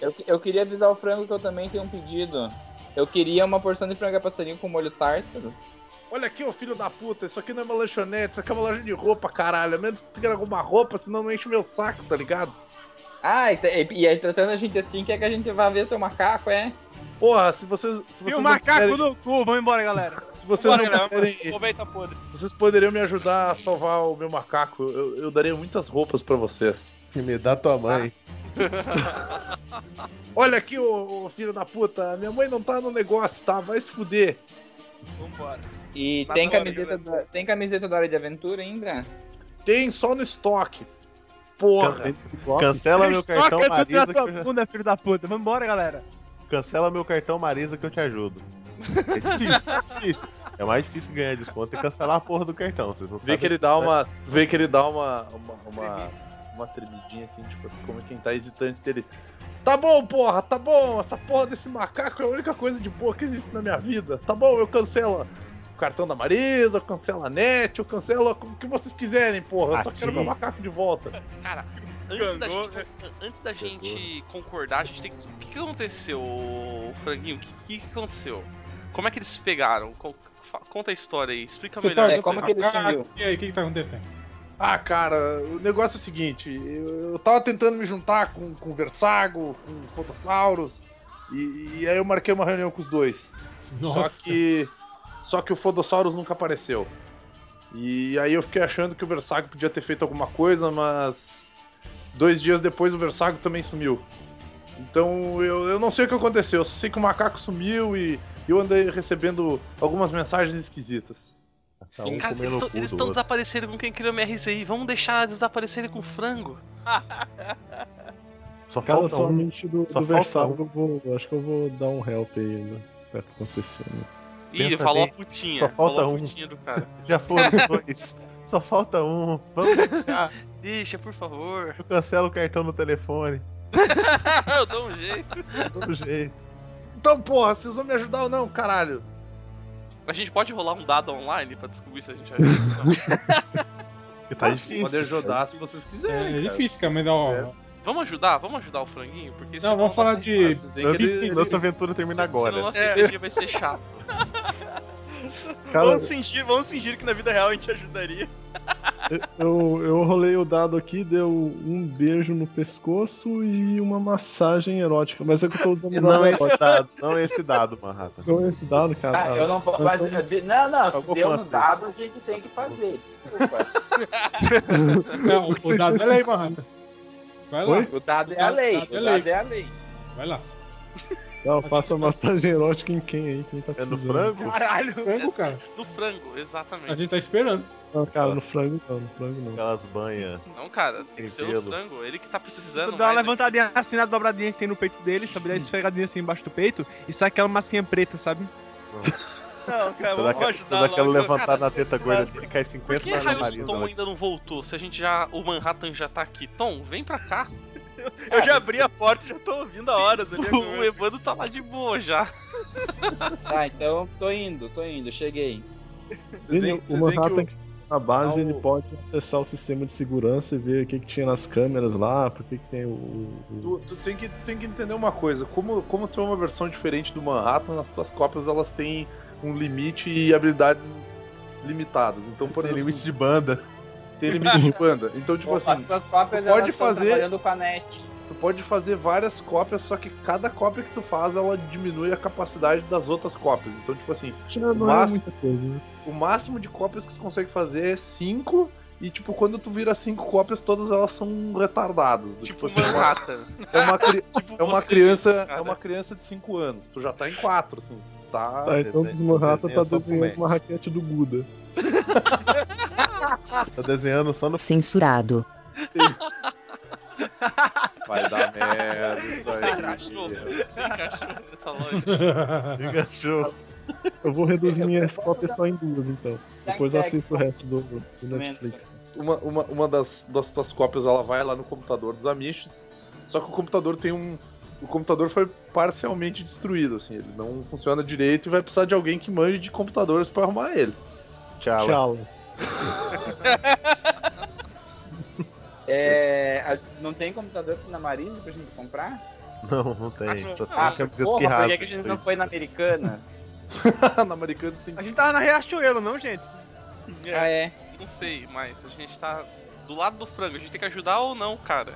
Speaker 7: Eu, eu queria avisar o frango que eu também tenho um pedido. Eu queria uma porção de frango a passarinho com molho tártaro.
Speaker 3: Olha aqui, ô filho da puta, isso aqui não é uma lanchonete, isso aqui é uma loja de roupa, caralho. A menos que tu queira alguma roupa, senão não enche meu saco, tá ligado?
Speaker 7: Ah, e, tá- e- e aí tratando a gente assim, quer que a gente vá ver teu macaco, é?
Speaker 3: Porra, se vocês. Se
Speaker 7: E
Speaker 3: vocês
Speaker 7: o
Speaker 3: não
Speaker 7: macaco
Speaker 3: quiserem-
Speaker 10: No cu, vamos embora, galera.
Speaker 3: Se vocês
Speaker 10: Bora,
Speaker 3: não
Speaker 10: galera.
Speaker 3: quiserem-
Speaker 10: Aproveita podre.
Speaker 3: Vocês poderiam me ajudar a salvar o meu macaco. Eu, eu daria muitas roupas pra vocês.
Speaker 5: Me dá tua mãe.
Speaker 3: Olha aqui, ô, ô filho da puta, minha mãe não tá no negócio, tá? Vai se fuder.
Speaker 11: Vambora.
Speaker 7: E
Speaker 3: Tá
Speaker 7: tem
Speaker 3: na hora,
Speaker 7: camiseta, da, tem camiseta da hora de aventura ainda?
Speaker 3: Tem só no estoque. Porra.
Speaker 5: Cancela meu
Speaker 10: Estoca
Speaker 5: cartão
Speaker 10: tudo na
Speaker 5: Marisa. que
Speaker 10: tua bunda, filho da puta. Vamos embora, galera.
Speaker 5: eu- Cancela meu cartão Marisa que eu te ajudo. É difícil, é difícil. É mais difícil ganhar desconto e cancelar a porra do cartão. Vocês não
Speaker 3: Vê
Speaker 5: sabem.
Speaker 3: que ele dá uma. Vê que ele dá uma. uma, uma, uma tremidinha assim, tipo, como quem tá hesitante dele. Tá bom, porra, tá bom. Essa porra desse macaco é a única coisa de boa que existe na minha vida. Tá bom, eu cancelo o cartão da Marisa, eu cancelo a net, eu cancelo o que vocês quiserem, porra. Eu só quero meu
Speaker 5: Ratinho.
Speaker 3: macaco de volta.
Speaker 4: Cara, antes da,
Speaker 13: Cangou,
Speaker 4: gente, antes da gente concordar, a gente tem que. O que, que aconteceu, ô, Franguinho? O que, que, que aconteceu? Como é que eles se pegaram? Co- fa- Conta a história aí, explica
Speaker 8: Então,
Speaker 4: melhor. isso aí.
Speaker 8: E aí, o é, que, que tá acontecendo?
Speaker 3: Ah, cara, o negócio é o seguinte, eu, eu tava tentando me juntar com, com o Versago, com o Fotossauros, e, e aí eu marquei uma reunião com os dois. Só
Speaker 8: Nossa.
Speaker 3: que, só que o Fotossauros nunca apareceu. E aí eu fiquei achando que o Versago podia ter feito alguma coisa, mas dois dias depois o Versago também sumiu. Então eu, eu não sei o que aconteceu, eu só sei que o macaco sumiu e eu andei recebendo algumas mensagens esquisitas.
Speaker 4: Cara, eles tão- eles estão desaparecendo com quem criou MRZI. Vamos deixar eles desaparecerem com frango.
Speaker 5: Só
Speaker 9: Cara,
Speaker 5: falta
Speaker 9: só a
Speaker 5: um.
Speaker 9: mente do,
Speaker 5: Só
Speaker 9: do
Speaker 5: falta
Speaker 9: Versago, eu vou- eu acho que eu vou dar um help aí ainda. Tá acontecendo.
Speaker 4: Ih,
Speaker 5: Pensa
Speaker 4: falou
Speaker 5: bem.
Speaker 4: a putinha.
Speaker 5: Só falta
Speaker 4: falou
Speaker 5: um.
Speaker 4: a putinha do cara.
Speaker 5: Já foram dois. Só falta um. Vamos deixar.
Speaker 4: Deixa, por favor.
Speaker 5: Eu cancelo o cartão no telefone.
Speaker 4: *laughs* eu dou um jeito.
Speaker 5: Do jeito.
Speaker 3: Então, porra, vocês vão me ajudar ou não, caralho?
Speaker 4: A gente pode rolar um dado online pra descobrir se a gente então. ajuda.
Speaker 3: Ah,
Speaker 5: tá difícil.
Speaker 14: Podem ajudar se vocês quiserem.
Speaker 8: É, é
Speaker 14: cara.
Speaker 8: difícil, cara, mas ó.
Speaker 4: Vamos ajudar? Vamos ajudar o franguinho? Porque
Speaker 8: Não,
Speaker 4: senão
Speaker 8: vamos falar
Speaker 4: nossa-
Speaker 8: de-
Speaker 4: Nossa, tem que-
Speaker 5: Nossa,
Speaker 8: ele-
Speaker 5: nossa aventura termina agora.
Speaker 4: Senão nosso
Speaker 13: É.
Speaker 4: RPG vai
Speaker 13: *laughs*
Speaker 4: ser chato.
Speaker 9: Cara-
Speaker 13: Vamos, fingir, vamos fingir que na vida real a gente ajudaria.
Speaker 9: Eu, eu rolei o dado aqui, deu um beijo no pescoço e uma massagem erótica. Mas é que eu tô usando
Speaker 5: Não é esse
Speaker 9: erótico.
Speaker 5: dado, não é esse dado, Manhattan.
Speaker 9: Não é esse dado, cara.
Speaker 7: Ah, eu não posso
Speaker 9: Mas-
Speaker 7: fazer. eu de- Não, não,
Speaker 9: Acabou
Speaker 7: se deu
Speaker 9: com
Speaker 7: um
Speaker 9: as
Speaker 7: dado, a gente tem que fazer.
Speaker 8: Não, o
Speaker 9: Vocês
Speaker 8: dado é
Speaker 9: têm
Speaker 8: lei,
Speaker 9: sentido.
Speaker 8: Marrata. Vai lá.
Speaker 9: Oi?
Speaker 7: O dado é a lei. O dado é a lei.
Speaker 8: Vai lá.
Speaker 9: Não, faça massagem erótica em quem aí, quem tá
Speaker 8: É no
Speaker 9: precisando.
Speaker 8: frango?
Speaker 4: Caralho.
Speaker 8: Frango, cara.
Speaker 4: Do frango, exatamente.
Speaker 8: A gente tá esperando.
Speaker 9: Não, cara, no frango não, no frango não.
Speaker 5: Aquelas banhas.
Speaker 4: Não, cara, tem que ser o
Speaker 5: Pelo.
Speaker 4: frango. Ele que tá precisando
Speaker 11: Tu dá
Speaker 4: mais.
Speaker 11: uma levantadinha assim na dobradinha que tem no peito dele, sabe? Dá uma esfregadinha assim embaixo do peito e sai aquela massinha preta, sabe?
Speaker 13: Não, cara,
Speaker 5: Toda
Speaker 13: vamos
Speaker 5: aquela,
Speaker 13: ajudar
Speaker 5: toda aquela
Speaker 13: logo.
Speaker 5: levantada
Speaker 13: Cara,
Speaker 5: na teta gorda dele cai 50
Speaker 4: Por que
Speaker 5: na
Speaker 4: raios o
Speaker 5: marisa.
Speaker 4: Tom
Speaker 5: né?
Speaker 4: ainda não voltou? Se a gente já. O Manhattan já tá aqui. Tom, vem pra cá.
Speaker 13: Eu já abri a porta e já tô ouvindo a horas ali.
Speaker 4: *laughs* O, o Evandro tá lá de boa já.
Speaker 7: Tá, então tô indo, tô indo, cheguei.
Speaker 9: Ele, o Manhattan, é na base, ele pode acessar o sistema de segurança e ver o que, que tinha nas câmeras lá, por que, que tem o. o-
Speaker 3: Tu, tu tem que, tu tem que entender uma coisa, como, como tu é uma versão diferente do Manhattan, as tuas cópias elas têm um limite e habilidades limitadas. Então, por
Speaker 5: Tem
Speaker 3: exemplo,
Speaker 5: limite de banda.
Speaker 3: tem limite de banda. Então, tipo
Speaker 7: Opa,
Speaker 3: assim,
Speaker 7: as tuas cópias
Speaker 3: tu pode
Speaker 7: elas tão
Speaker 3: fazer,
Speaker 7: trabalhando com a net.
Speaker 3: tu pode fazer várias cópias, só que cada cópia que tu faz, ela diminui a capacidade das outras cópias. Então, tipo assim,
Speaker 9: Não,
Speaker 3: o
Speaker 9: é
Speaker 3: máximo-
Speaker 9: muita coisa, né?
Speaker 3: o máximo de cópias que tu consegue fazer é 5. E, tipo, quando tu vira cinco cópias, todas elas são retardadas. Tipo, assim, uma- É uma, cri- é uma
Speaker 4: Tipo, você
Speaker 3: criança,
Speaker 4: mesmo, cara.
Speaker 3: é uma criança de 5 anos. Tu já tá em 4, assim. Tá.
Speaker 9: Tá, então o Desmorrata tá desenhando uma raquete do Buda.
Speaker 5: Tá desenhando só no.
Speaker 1: Censurado.
Speaker 3: Vai dar merda isso aí.
Speaker 4: Tem cachorro. Tem cachorro nessa loja.
Speaker 5: Enganchou.
Speaker 9: Eu vou reduzir minhas cópias só em duas, então. Depois eu assisto o resto do, do Netflix.
Speaker 3: *laughs* Uma, uma, uma das, das tuas cópias ela vai lá no computador dos Amishes. Só que o computador tem um. O computador foi parcialmente destruído, assim. Ele não funciona direito e vai precisar de alguém que manje de computadores pra arrumar ele.
Speaker 5: Tchau.
Speaker 9: Tchau.
Speaker 7: É, a- não tem computador aqui na Marisa pra gente comprar?
Speaker 5: Não, não tem. Só tem
Speaker 7: Ah,
Speaker 5: camiseta
Speaker 7: porra,
Speaker 5: que rasga.
Speaker 7: por que que a gente não foi na Americanas?
Speaker 3: *laughs* na Americanas tem
Speaker 11: A gente
Speaker 10: Ah,
Speaker 11: tava na Riachuelo, não, gente?
Speaker 7: Ah, é?
Speaker 4: Não sei, mas a gente tá do lado do frango. A gente tem que ajudar ou não, cara?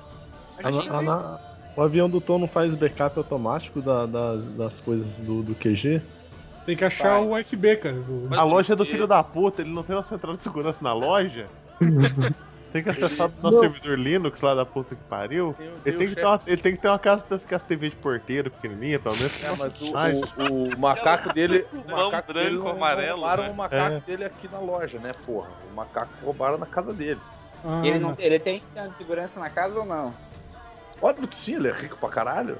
Speaker 9: A- a- na- o avião do Tom não faz backup automático da- das, das coisas do, do QG?
Speaker 8: Tem que achar o USB, cara. do-
Speaker 5: A loja é do filho da puta, ele não tem uma central de segurança na loja? tem que acessar o nosso
Speaker 9: Não.
Speaker 5: servidor Linux lá da puta que pariu?
Speaker 3: tem
Speaker 5: Ele tem um
Speaker 3: o
Speaker 5: que, ter
Speaker 3: chefe.
Speaker 5: uma, ele tem que ter uma casa das casas TV de porteiro pequenininha, pelo menos.
Speaker 3: É, mas o,
Speaker 5: Ai.
Speaker 3: o, o macaco *laughs* dele. O
Speaker 4: Pão
Speaker 3: macaco
Speaker 4: branco,
Speaker 3: não- não
Speaker 4: amarelo,
Speaker 3: Roubaram
Speaker 4: né?
Speaker 3: o macaco
Speaker 5: É.
Speaker 3: dele aqui na loja, né, porra? O macaco roubaram na casa dele.
Speaker 8: Ah,
Speaker 7: ele, não, tá ele tem sistema de segurança na casa ou não?
Speaker 3: Óbvio que sim, ele é rico pra caralho.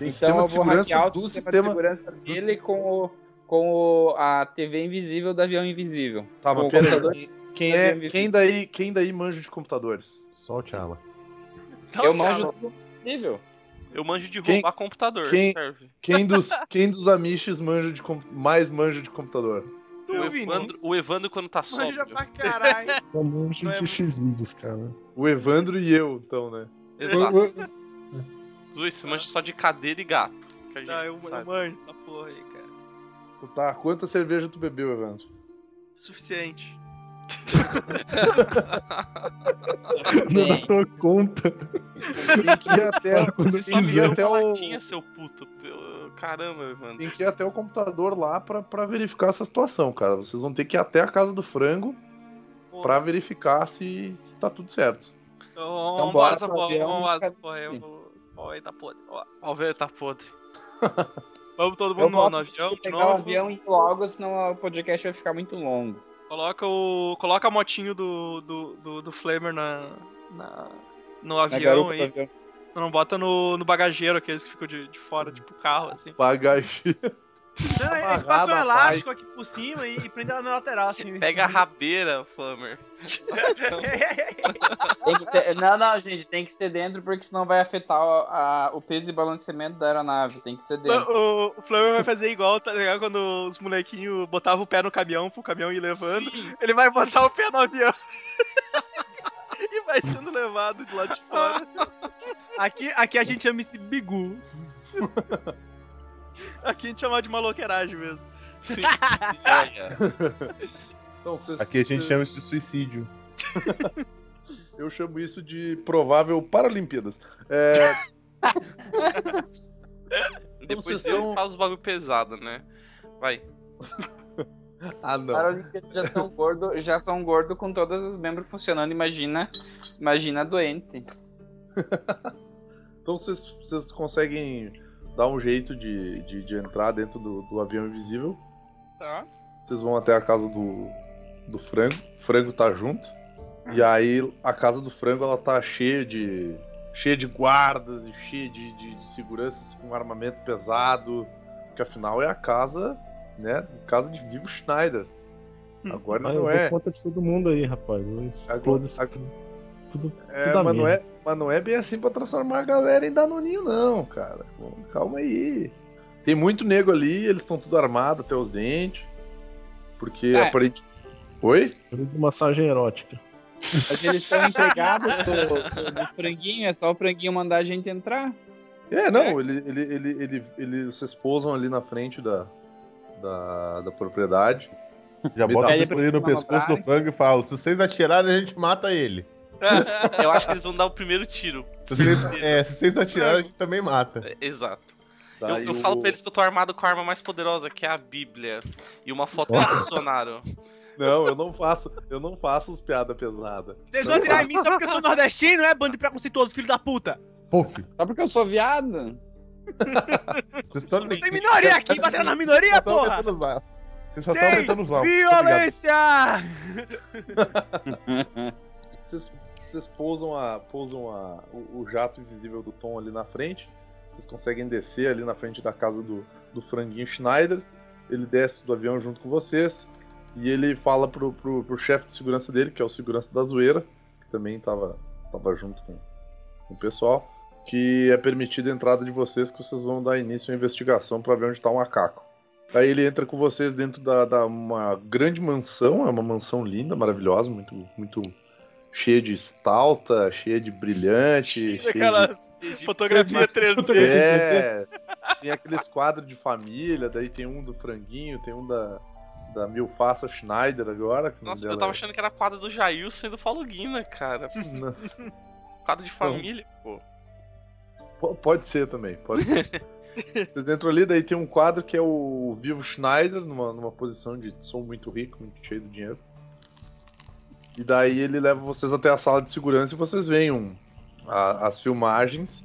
Speaker 3: Tem
Speaker 7: Então
Speaker 3: sistema
Speaker 7: eu
Speaker 3: de
Speaker 7: vou
Speaker 3: segurança
Speaker 7: hackear o
Speaker 3: do
Speaker 7: sistema,
Speaker 3: sistema.
Speaker 7: de segurança dele com, o, com o, a TV invisível do avião invisível.
Speaker 3: Tá,
Speaker 7: Com
Speaker 3: mas
Speaker 7: o
Speaker 3: pera
Speaker 7: computador tá
Speaker 3: aí. Quem, é, quem, daí, quem daí manja de computadores?
Speaker 5: Só o Tchala.
Speaker 7: Eu manjo do invisível.
Speaker 4: Eu manjo de
Speaker 3: Quem-
Speaker 4: roubar computador.
Speaker 3: Quem,
Speaker 4: Serve.
Speaker 7: *laughs*
Speaker 3: quem dos, quem dos amiches manja de, com- mais manja de computador?
Speaker 4: O Evandro, o Evandro quando tá sóbrio.
Speaker 10: pra
Speaker 8: *laughs*
Speaker 10: caralho.
Speaker 9: Um monte de X vídeos, cara.
Speaker 3: O Evandro e eu, então, né?
Speaker 4: Exato. Jesus, você manja só de cadeira e gato. Que a gente
Speaker 11: Tá, eu, eu
Speaker 4: sabe.
Speaker 11: manjo essa porra aí, cara.
Speaker 3: Tu tá, quanta cerveja tu bebeu, Evandro?
Speaker 11: Suficiente.
Speaker 9: Não dá pra conta.
Speaker 3: Tem que ir até,
Speaker 9: Quando
Speaker 3: tem
Speaker 4: Só
Speaker 3: que
Speaker 4: me
Speaker 3: ir
Speaker 4: deu
Speaker 3: até
Speaker 4: uma
Speaker 3: o,
Speaker 4: latinha, seu puto. Eu- Caramba, Evandro.
Speaker 3: tem que ir até o computador lá pra, pra verificar essa situação, cara. Vocês vão ter que ir até a casa do frango pra verificar se, se tá tudo certo.
Speaker 11: Então, vamos
Speaker 4: bora
Speaker 11: embora essa
Speaker 4: pra
Speaker 11: porra,
Speaker 4: avião e
Speaker 11: vamos embora essa
Speaker 4: fica-
Speaker 11: porra aí. eu
Speaker 4: Sim.
Speaker 11: vou- Esse pau aí tá podre. Ó,
Speaker 4: Ó, o velho tá podre.
Speaker 11: Vamos todo mundo
Speaker 7: Eu
Speaker 11: no,
Speaker 7: gosto
Speaker 11: no avião de
Speaker 7: Pegar
Speaker 10: um
Speaker 7: o
Speaker 11: novo.
Speaker 7: avião e logo, senão o podcast vai ficar muito longo.
Speaker 11: Coloca, o, coloca a motinho do, do, do, do Flamer na, na- no avião
Speaker 7: garupa do
Speaker 11: aí.
Speaker 7: avião.
Speaker 11: Não, bota no, no bagageiro, aqueles que ficam de, de fora, tipo carro, assim.
Speaker 9: *laughs*
Speaker 3: Bagagem.
Speaker 10: Não, é,
Speaker 3: Amarrado
Speaker 10: ele passa um
Speaker 3: na
Speaker 10: elástico aqui por cima e, e prende ela na lateral, assim. *laughs*
Speaker 4: Pega a rabeira, Flamer.
Speaker 7: Tem que ser- Não, não, gente, tem que ser dentro porque senão vai afetar o, a- o peso e balanceamento da aeronave. Tem que ser dentro.
Speaker 11: O, o Flamer vai fazer igual, tá ligado? Quando os molequinhos botavam o pé no caminhão pro caminhão ir levando, ele vai botar o pé no avião. *laughs* e vai sendo levado de lá de fora.
Speaker 10: Aqui, aqui a gente chama isso de bigu.
Speaker 11: Aqui a gente chama de maloqueiragem mesmo.
Speaker 4: Sim.
Speaker 3: Então, vocês-
Speaker 5: Aqui a gente
Speaker 3: vocês-
Speaker 5: chama isso de suicídio.
Speaker 3: *laughs* Eu chamo isso de provável Paralimpíadas. É,
Speaker 4: Depois
Speaker 3: vocês
Speaker 4: eu
Speaker 3: tão-
Speaker 4: faz os bagulho pesado, né? Vai.
Speaker 3: Ah, não.
Speaker 7: Para os que já são gordo, já são gordo com todos os membros funcionando, imagina, imagina doente.
Speaker 3: Então vocês, vocês conseguem dar um jeito de, de, de entrar dentro do, do avião invisível.
Speaker 11: Tá.
Speaker 3: Vocês vão até a casa do, do frango. O frango tá junto. E aí a casa do frango ela tá cheia de. cheia de guardas e cheia de, de, de seguranças com armamento pesado. Porque afinal é a casa, né? Casa de Vivo Schneider. Agora
Speaker 9: Mas
Speaker 3: não
Speaker 9: Ah, eu
Speaker 3: é.
Speaker 9: dou conta de todo mundo aí, rapaz. Eu explodo isso aqui. Tudo,
Speaker 3: É,
Speaker 9: tudo a
Speaker 3: mas não é,
Speaker 9: merda.
Speaker 3: mas não é bem assim pra transformar a galera em danoninho, não, cara. Pô, Calma aí. Tem muito nego ali, eles estão tudo armado até os dentes. Porque
Speaker 9: É.
Speaker 3: aparentemente. Oi?
Speaker 9: Tudo de massagem erótica.
Speaker 7: Mas eles estão empregados do, do- do franguinho, é só o franguinho mandar a gente entrar.
Speaker 3: É, não, ele, ele, ele, ele, ele- vocês posam ali na frente da, da, da propriedade.
Speaker 5: Já
Speaker 3: Me
Speaker 5: bota
Speaker 3: dá-
Speaker 5: a pistolinha no pescoço do frango e fala: se vocês atirarem, a gente mata ele.
Speaker 4: *laughs* Eu acho que eles vão dar o primeiro tiro. É,
Speaker 3: *laughs*
Speaker 5: Se vocês, é, se vocês atirarem, a gente também mata.
Speaker 4: Exato.
Speaker 5: Tá,
Speaker 4: eu
Speaker 5: e
Speaker 4: eu
Speaker 5: o-
Speaker 4: falo pra eles que eu tô armado com a arma mais poderosa, que é a Bíblia. E uma foto do
Speaker 5: *laughs*
Speaker 4: Bolsonaro.
Speaker 3: Não, eu não faço, eu não faço as piadas pesadas.
Speaker 10: Vocês
Speaker 3: Não
Speaker 10: vão tirar em
Speaker 3: faço.
Speaker 10: mim só porque eu sou nordestino, é, bando de preconceituoso, filho da puta?
Speaker 7: Só porque eu sou viado.
Speaker 10: Tem minoria aqui, batendo na minoria,
Speaker 3: Então,
Speaker 10: porra!
Speaker 5: Vocês só estão
Speaker 10: Sem
Speaker 5: tentando usar. tá
Speaker 10: violência!
Speaker 3: Vocês, vocês pousam, a, pousam a, o, o jato invisível do Tom ali na frente. Vocês conseguem descer ali na frente da casa do, do franguinho Schneider. Ele desce do avião junto com vocês. E ele fala pro, pro, pro chefe de segurança dele, que é o segurança da zoeira, que também tava, tava junto com, com o pessoal, que é permitida a entrada de vocês, que vocês vão dar início à investigação para ver onde tá o macaco. Aí ele entra com vocês dentro da, da uma grande mansão, é uma mansão linda, maravilhosa, muito, muito cheia de estalta, cheia de brilhante. cheia de-
Speaker 11: Aquelas fotografia 3D.
Speaker 3: É,
Speaker 4: né?
Speaker 3: tem aqueles quadros de família, daí tem um do franguinho, tem um da, da Milfaça Schneider agora. que o nome
Speaker 4: Nossa, eu
Speaker 3: dela
Speaker 4: tava
Speaker 3: é.
Speaker 4: achando que era quadro do Jailson e do Paulo Guina,
Speaker 5: *laughs*
Speaker 4: cara.
Speaker 3: Não.
Speaker 4: Quadro de família, pô.
Speaker 3: Po- Pode ser também, pode ser. Vocês entram ali, daí tem um quadro que é o Vivo Schneider, numa, numa posição de sou muito rico, muito cheio de dinheiro. E daí ele leva vocês até a sala de segurança e vocês veem um- a- as filmagens.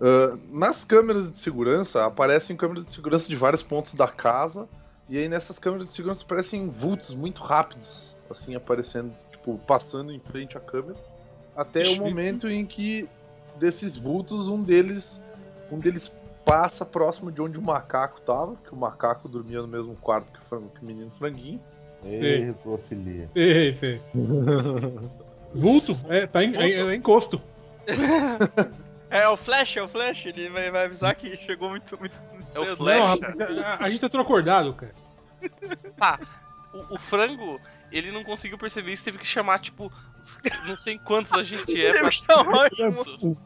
Speaker 3: Ah, nas câmeras de segurança, aparecem câmeras de segurança de vários pontos da casa. E aí nessas câmeras de segurança aparecem vultos muito rápidos, assim, aparecendo, tipo, passando em frente à câmera. Até o momento em que desses vultos, um deles, um deles passa próximo de onde o macaco tava, que o macaco dormia no mesmo quarto que o, frango- que o menino franguinho.
Speaker 5: Ei, zoofilia.
Speaker 8: Ei, ei. Vulto? É, tá em, é- é encosto.
Speaker 11: É o Flash, é o Flash, ele vai, vai avisar que é chegou muito, muito cedo.
Speaker 8: Não, rapaz, a, a gente tá tudo acordado, cara.
Speaker 4: Pá, o, o frango, ele não conseguiu perceber isso, teve que chamar, tipo, não sei quantos a gente é pra chamar isso.
Speaker 3: não,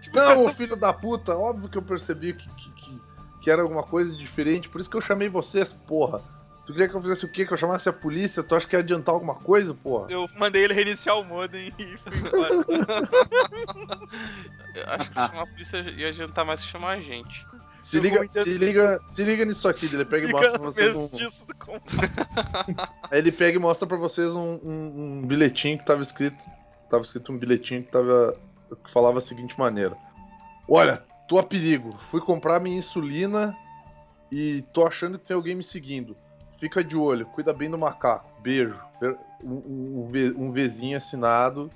Speaker 3: Tipo, "Ah, filho da puta, óbvio que eu percebi que, que, que- que era alguma coisa diferente, por isso que eu chamei vocês, porra. Tu queria que eu fizesse o quê? Que eu chamasse a polícia? Tu acha que ia adiantar alguma coisa, porra?
Speaker 11: Eu mandei ele reiniciar o modem e fui embora.
Speaker 4: *laughs* Eu acho que chamar a polícia ia adiantar mais que chamar a gente.
Speaker 3: Se liga, se liga, se liga nisso aqui, ele pega e mostra pra vocês um...
Speaker 4: Mestiço do com-
Speaker 3: Aí ele pega e mostra pra vocês um, um- um bilhetinho que tava escrito. Tava escrito um bilhetinho que tava. que falava a seguinte maneira. Olha, tô a perigo. Fui comprar minha insulina e tô achando que tem alguém me seguindo. Fica de olho, cuida bem do macaco. Beijo. Ver- Um, um, um ve- um Vzinho assinado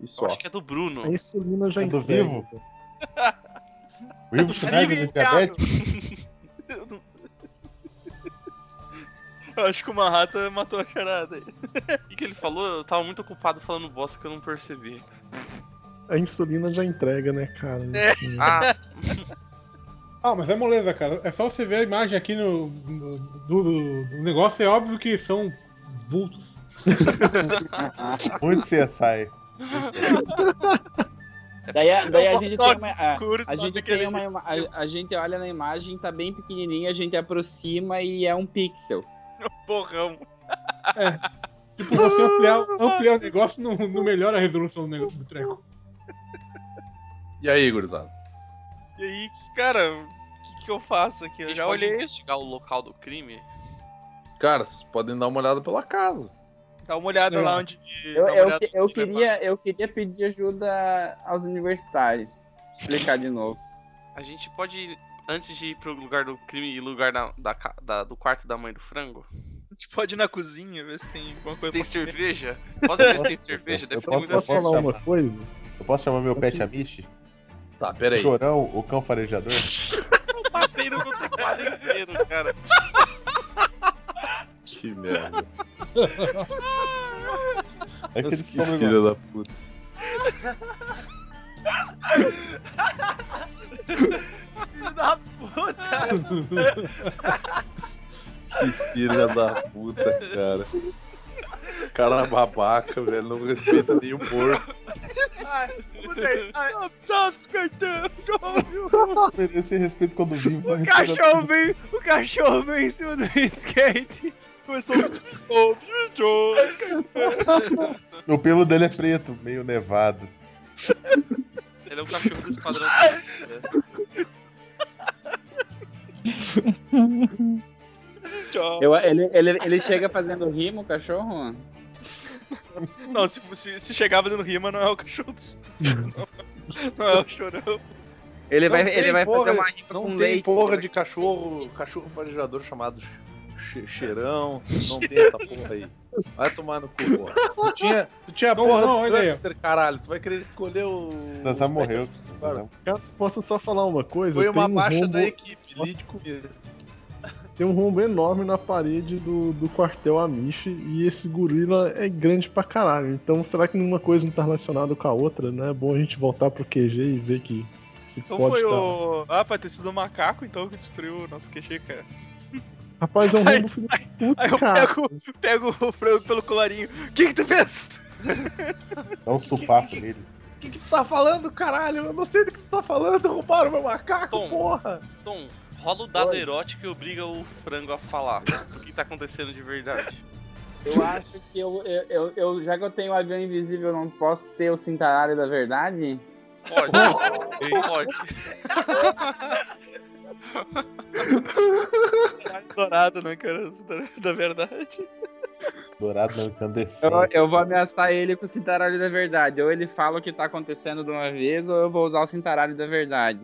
Speaker 3: e só.
Speaker 4: Acho que é do Bruno.
Speaker 9: A insulina já
Speaker 3: É do
Speaker 9: entrega.
Speaker 3: Vivo? Tá
Speaker 5: Vivo Schneider de diabetes?
Speaker 11: Eu acho que o Marrata matou a charada aí.
Speaker 4: *laughs* O que, que ele falou? Eu tava muito ocupado falando bosta que eu não *laughs* percebi.
Speaker 9: A insulina já entrega, né, cara?
Speaker 8: Ah, mas é moleza, cara. É só você ver a imagem aqui no, no- do, do- do negócio, é óbvio que são vultos.
Speaker 5: Muito CSI.
Speaker 7: Daí, a- daí a
Speaker 8: Eu
Speaker 7: gente tem
Speaker 8: boto
Speaker 7: uma,
Speaker 8: óculos
Speaker 7: a,
Speaker 8: escuros,
Speaker 7: a
Speaker 8: só é
Speaker 7: gente
Speaker 8: daquele
Speaker 7: tem uma ima- a, a gente olha na imagem, tá bem pequenininha, a gente aproxima e é um pixel.
Speaker 11: Porrão.
Speaker 8: Tipo, você ampliar, ampliar o negócio não, não melhora a resolução do, negócio, do treco.
Speaker 3: E aí, gurizada?
Speaker 11: E aí, cara, o que, que eu faço aqui?
Speaker 4: A
Speaker 11: Eu
Speaker 4: gente
Speaker 11: já
Speaker 4: pode
Speaker 11: olhei isso.
Speaker 4: investigar o local do crime.
Speaker 3: Cara, vocês podem dar uma olhada pela casa.
Speaker 4: um
Speaker 11: Dá uma olhada
Speaker 7: É.
Speaker 11: lá onde.
Speaker 7: Eu,
Speaker 11: dá uma
Speaker 7: eu,
Speaker 11: olhada
Speaker 7: que- eu
Speaker 11: onde vai
Speaker 7: queria, eu queria pedir ajuda aos universitários. Explicar de novo.
Speaker 4: A gente pode, antes de ir pro lugar do crime e lugar da, da ca- da- do quarto da mãe do frango,
Speaker 11: A gente pode ir na cozinha, ver se tem alguma
Speaker 4: se
Speaker 11: coisa.
Speaker 4: tem
Speaker 11: pra comer.
Speaker 4: cerveja? Pode ver se
Speaker 5: *laughs*
Speaker 4: tem cerveja,
Speaker 5: Eu
Speaker 4: deve ter
Speaker 5: posso,
Speaker 4: muita
Speaker 5: eu posso
Speaker 9: falar
Speaker 5: chamar,
Speaker 9: uma coisa?
Speaker 5: eu posso chamar meu pet
Speaker 9: Assim-
Speaker 5: Amish?
Speaker 3: Tá, peraí.
Speaker 5: Chorão, o cão farejador? É
Speaker 4: Tá Eu batei no meu teclado inteiro, cara.
Speaker 3: Que merda.
Speaker 5: É que eles
Speaker 3: que
Speaker 5: comem
Speaker 3: filha da puta.
Speaker 10: Filho da puta!
Speaker 3: Que filha da puta, cara. Cara é babaca, velho. Não respeita nem o porco.
Speaker 10: Ai, mudei. Ai.
Speaker 5: Merecer respeito quando vivo.
Speaker 10: O cachorro veio, o cachorro veio em cima do skate.
Speaker 11: Começou a
Speaker 5: O pelo dele é preto, meio nevado.
Speaker 4: Ele é o cachorro do Esquadrão Suicida.
Speaker 7: Eu, ele, ele, ele chega fazendo rima, o cachorro?
Speaker 11: Não, se, se, se chegar fazendo rima, não é o
Speaker 4: *laughs*
Speaker 11: cachorro dos. Não é o chorão.
Speaker 7: Ele
Speaker 3: Não
Speaker 7: vai,
Speaker 3: tem
Speaker 7: ele vai
Speaker 3: porra-
Speaker 7: fazer uma rima
Speaker 3: Não
Speaker 7: com
Speaker 3: tem
Speaker 7: leite.
Speaker 3: porra de cachorro, cachorro farejador chamado che- cheirão. Não tem essa porra aí. Vai tomar no cu, porra. Tu tinha, tu tinha a
Speaker 9: Não,
Speaker 3: porra
Speaker 9: não,
Speaker 3: do
Speaker 9: olha aí, ó.
Speaker 3: Dubster, caralho. Tu vai querer escolher o.
Speaker 5: Nazar morreu. um,
Speaker 9: Cara, posso só falar uma coisa?
Speaker 3: Foi
Speaker 9: Tem
Speaker 3: uma
Speaker 9: um
Speaker 3: baixa
Speaker 9: rombo-
Speaker 3: da equipe, lide com isso.
Speaker 9: Tem um rombo enorme na parede do, do quartel Amish e esse gorila é grande pra caralho. Então será que nenhuma coisa não tá relacionada com a outra, né? É bom a gente voltar pro QG e ver que se
Speaker 11: Então
Speaker 9: pode
Speaker 11: foi
Speaker 9: tá...
Speaker 11: o. Ah, pode ter sido o macaco então que destruiu o nosso QG, cara. *laughs*
Speaker 9: Rapaz, é um rombo filho da
Speaker 11: Aí eu
Speaker 9: puta, cara.
Speaker 11: pego, pego o frango pelo colarinho. O que, que tu fez?
Speaker 5: Dá um supapo nele.
Speaker 3: O que, que tu tá falando, caralho? Eu não sei do que tu tá falando. Roubaram meu macaco, porra.
Speaker 4: Tom, rola o dado erótico e obriga o frango a falar o que tá acontecendo de verdade.
Speaker 7: Eu acho que eu, eu, eu, eu- já que eu tenho o avião invisível, eu não posso ter o cintaralho da verdade?
Speaker 4: Pode, *laughs* pode.
Speaker 11: Dourado, né, cara? Da verdade.
Speaker 5: Dourado não incandescente.
Speaker 7: Eu, eu vou ameaçar ele com o cintaralho da verdade. Ou ele fala o que tá acontecendo de uma vez, ou eu vou usar o cintaralho da verdade.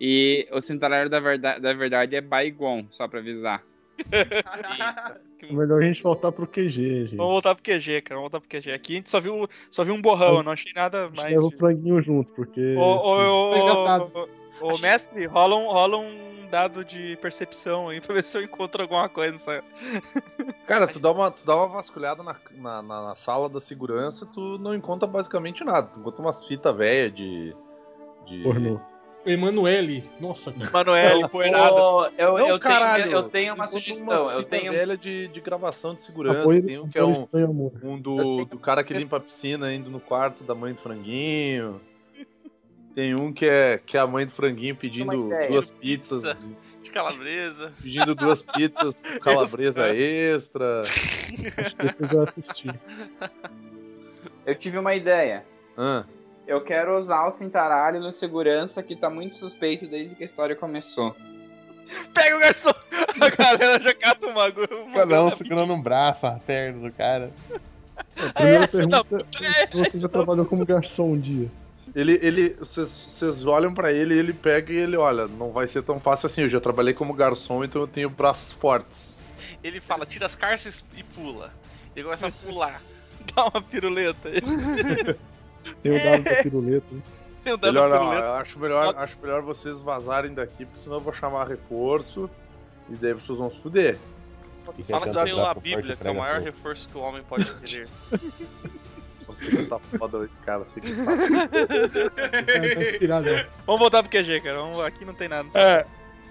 Speaker 7: E o cintaralho da verdade, da verdade é Baigon, só pra avisar.
Speaker 9: É Melhor a gente voltar pro QG, gente.
Speaker 11: Vamos voltar pro QG, cara. Vamos voltar pro QG. Aqui a gente só viu, só viu um borrão, eu não achei nada
Speaker 9: A gente
Speaker 11: mais.
Speaker 9: leva o franguinho junto, porque.
Speaker 11: Ô, ô,
Speaker 9: assim,
Speaker 10: Tá
Speaker 11: ô, ô, ô, ô, mestre, rola um, rola um dado de percepção aí pra ver se eu encontro alguma coisa nessa.
Speaker 3: Cara, tu dá uma, tu dá uma vasculhada na, na, na- na sala da segurança, tu não encontra basicamente nada. Tu encontra umas fitas velhas de. de
Speaker 9: Pornô.
Speaker 8: Emanuele. Nossa, cara.
Speaker 11: Emanuele, poeiradas.
Speaker 15: Ô, eu,
Speaker 3: *laughs* Não,
Speaker 15: eu,
Speaker 3: caralho,
Speaker 15: tenho, eu tenho uma
Speaker 3: vocês botam
Speaker 15: sugestão.
Speaker 3: umas
Speaker 15: Eu
Speaker 3: fitas
Speaker 15: tenho.
Speaker 3: velha de, de gravação de segurança.
Speaker 9: Apoio-
Speaker 3: Tem um que é um,
Speaker 9: apoio amor.
Speaker 3: um do, do cara que limpa a piscina indo no quarto da mãe do franguinho. Tem um que é, que é a mãe do franguinho pedindo
Speaker 4: ideia.
Speaker 3: duas pizzas.
Speaker 4: De calabresa.
Speaker 3: Pedindo
Speaker 15: *laughs*
Speaker 3: duas pizzas com calabresa extra.
Speaker 9: Esse eu já
Speaker 11: *laughs*
Speaker 9: assisti.
Speaker 7: Eu tive uma ideia.
Speaker 3: Ah,
Speaker 7: Eu quero usar o cintaralho no segurança que tá muito suspeito desde que a história começou.
Speaker 11: Pega o garçom! *laughs* A galera já cata o bagulho.
Speaker 5: Cada um segurando um braço, a perna do cara.
Speaker 9: A primeira pergunta é se você já trabalhou como garçom um dia.
Speaker 3: Ele, ele, vocês- vocês olham pra ele, ele pega e ele olha, não vai ser tão fácil assim. Eu já trabalhei como garçom, então eu tenho braços fortes.
Speaker 4: Ele fala, tira as carças e pula. Ele começa a
Speaker 11: *laughs*
Speaker 4: pular. Dá uma piruleta.
Speaker 9: Tem o
Speaker 11: é.
Speaker 9: dado da piruleta.
Speaker 11: um
Speaker 4: Tem o dado
Speaker 3: Melhor,
Speaker 4: da
Speaker 3: ó,
Speaker 4: piruleta.
Speaker 3: eu acho melhor, acho melhor vocês vazarem daqui, porque senão eu vou chamar reforço e daí vocês vão se fuder.
Speaker 4: Fala que leu a Bíblia, que é o maior reforço que o homem pode *laughs* ter.
Speaker 3: Você tá foda hoje, cara. Fica
Speaker 8: tá, né?
Speaker 11: Vamos voltar pro QG, cara. Vamos- Aqui não tem nada.
Speaker 15: É,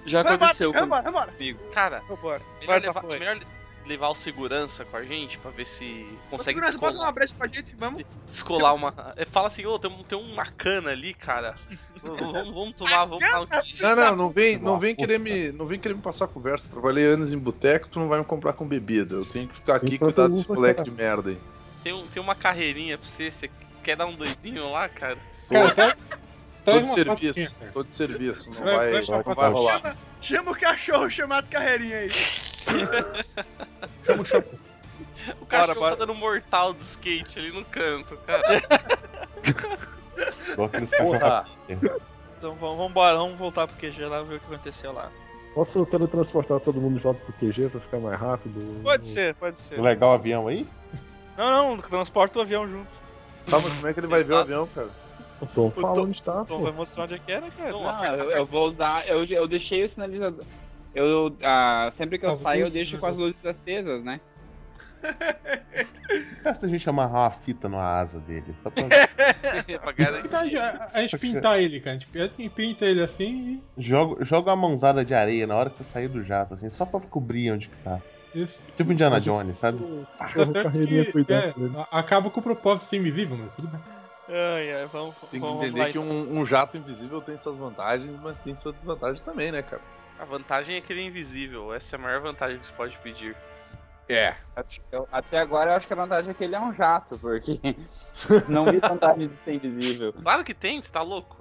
Speaker 15: já
Speaker 11: Vambora,
Speaker 15: aconteceu com-
Speaker 11: Vambora, vambora.
Speaker 4: Cara,
Speaker 11: Vambora.
Speaker 4: melhor
Speaker 11: Corta,
Speaker 4: levar,
Speaker 11: foi.
Speaker 4: melhor levar o segurança com a gente pra ver se consegue
Speaker 11: Segurança, bota
Speaker 4: descolar,
Speaker 11: uma brecha pra gente, vamos.
Speaker 4: descolar uma. É, Fala assim, ô, tem, um- tem uma cana ali, cara. vamos, vamos- vamos tomar, vamos tomar um queijo.
Speaker 3: Não, não, não vem, não vem querer me, não vem querer me passar conversa. Trabalhei anos em boteco, tu não vai me comprar com bebida. Eu tenho que ficar aqui e cuidar desse
Speaker 9: pergunta,
Speaker 3: moleque
Speaker 9: cara.
Speaker 3: de merda aí.
Speaker 4: Tem, um- tem uma carreirinha pra você, você quer dar um doidinho lá, cara?
Speaker 3: Tô
Speaker 8: traz
Speaker 3: de
Speaker 8: tá, uma
Speaker 3: serviço, tô de serviço, não
Speaker 8: Vai-
Speaker 3: vai,
Speaker 8: vai chamar
Speaker 3: não vai
Speaker 8: pra-
Speaker 3: rolar.
Speaker 10: Chama, chama o cachorro chamado Carreirinha aí.
Speaker 4: O cachorro tá dando um mortal de skate ali no canto, cara.
Speaker 5: Igual aqueles
Speaker 11: Porra.
Speaker 5: cachorros.
Speaker 11: Então vamos, vambora, vamos voltar pro QG lá ver o que aconteceu lá.
Speaker 9: Posso teletransportar todo mundo de volta pro QG pra ficar mais rápido?
Speaker 11: Pode ser, pode ser.
Speaker 5: Legal o avião aí?
Speaker 11: Não, não, transporta o avião junto.
Speaker 3: Calma, como é que ele vai ver o avião, cara?
Speaker 9: O Tom
Speaker 11: O Tom-
Speaker 9: fala onde tá,
Speaker 11: Tom
Speaker 9: pô.
Speaker 11: vai mostrar onde é que era, cara.
Speaker 7: Não, eu, eu vou usar. Eu, eu deixei o sinalizador. Eu, ah, sempre que eu saio, eu deixo com as luzes acesas, né?
Speaker 5: Que tal se a gente amarrar uma fita na asa dele? Só pra...
Speaker 3: É.
Speaker 4: *laughs* pra
Speaker 8: Verdade, Tá, a, a gente pintar ele, cara. A gente pinta- a gente pinta ele assim
Speaker 5: joga, joga uma mãozada de areia na hora que você sair do jato, assim, só pra cobrir onde que tá.
Speaker 8: e. Isso.
Speaker 5: Tipo Indiana Jones, sabe?
Speaker 8: Tá
Speaker 9: cachorro
Speaker 8: certo
Speaker 9: carreirinha
Speaker 11: *laughs*
Speaker 9: né?
Speaker 8: que,
Speaker 9: cuidando
Speaker 8: é,
Speaker 9: dele.
Speaker 8: a- acaba com o propósito ser invisível, mas tudo bem.
Speaker 11: Ai, ai, vamos,
Speaker 3: Tem que
Speaker 11: vamos
Speaker 3: entender
Speaker 11: lá.
Speaker 3: que
Speaker 11: então.
Speaker 3: um, um jato invisível tem suas vantagens, mas tem suas desvantagens também, né, cara?
Speaker 4: A vantagem é que ele é invisível. Essa é a maior vantagem que você pode pedir.
Speaker 3: É.
Speaker 7: Eu- até agora eu acho que a vantagem é que ele é um jato, porque *laughs* não vi vantagem de ser invisível.
Speaker 4: Claro que tem, você tá louco.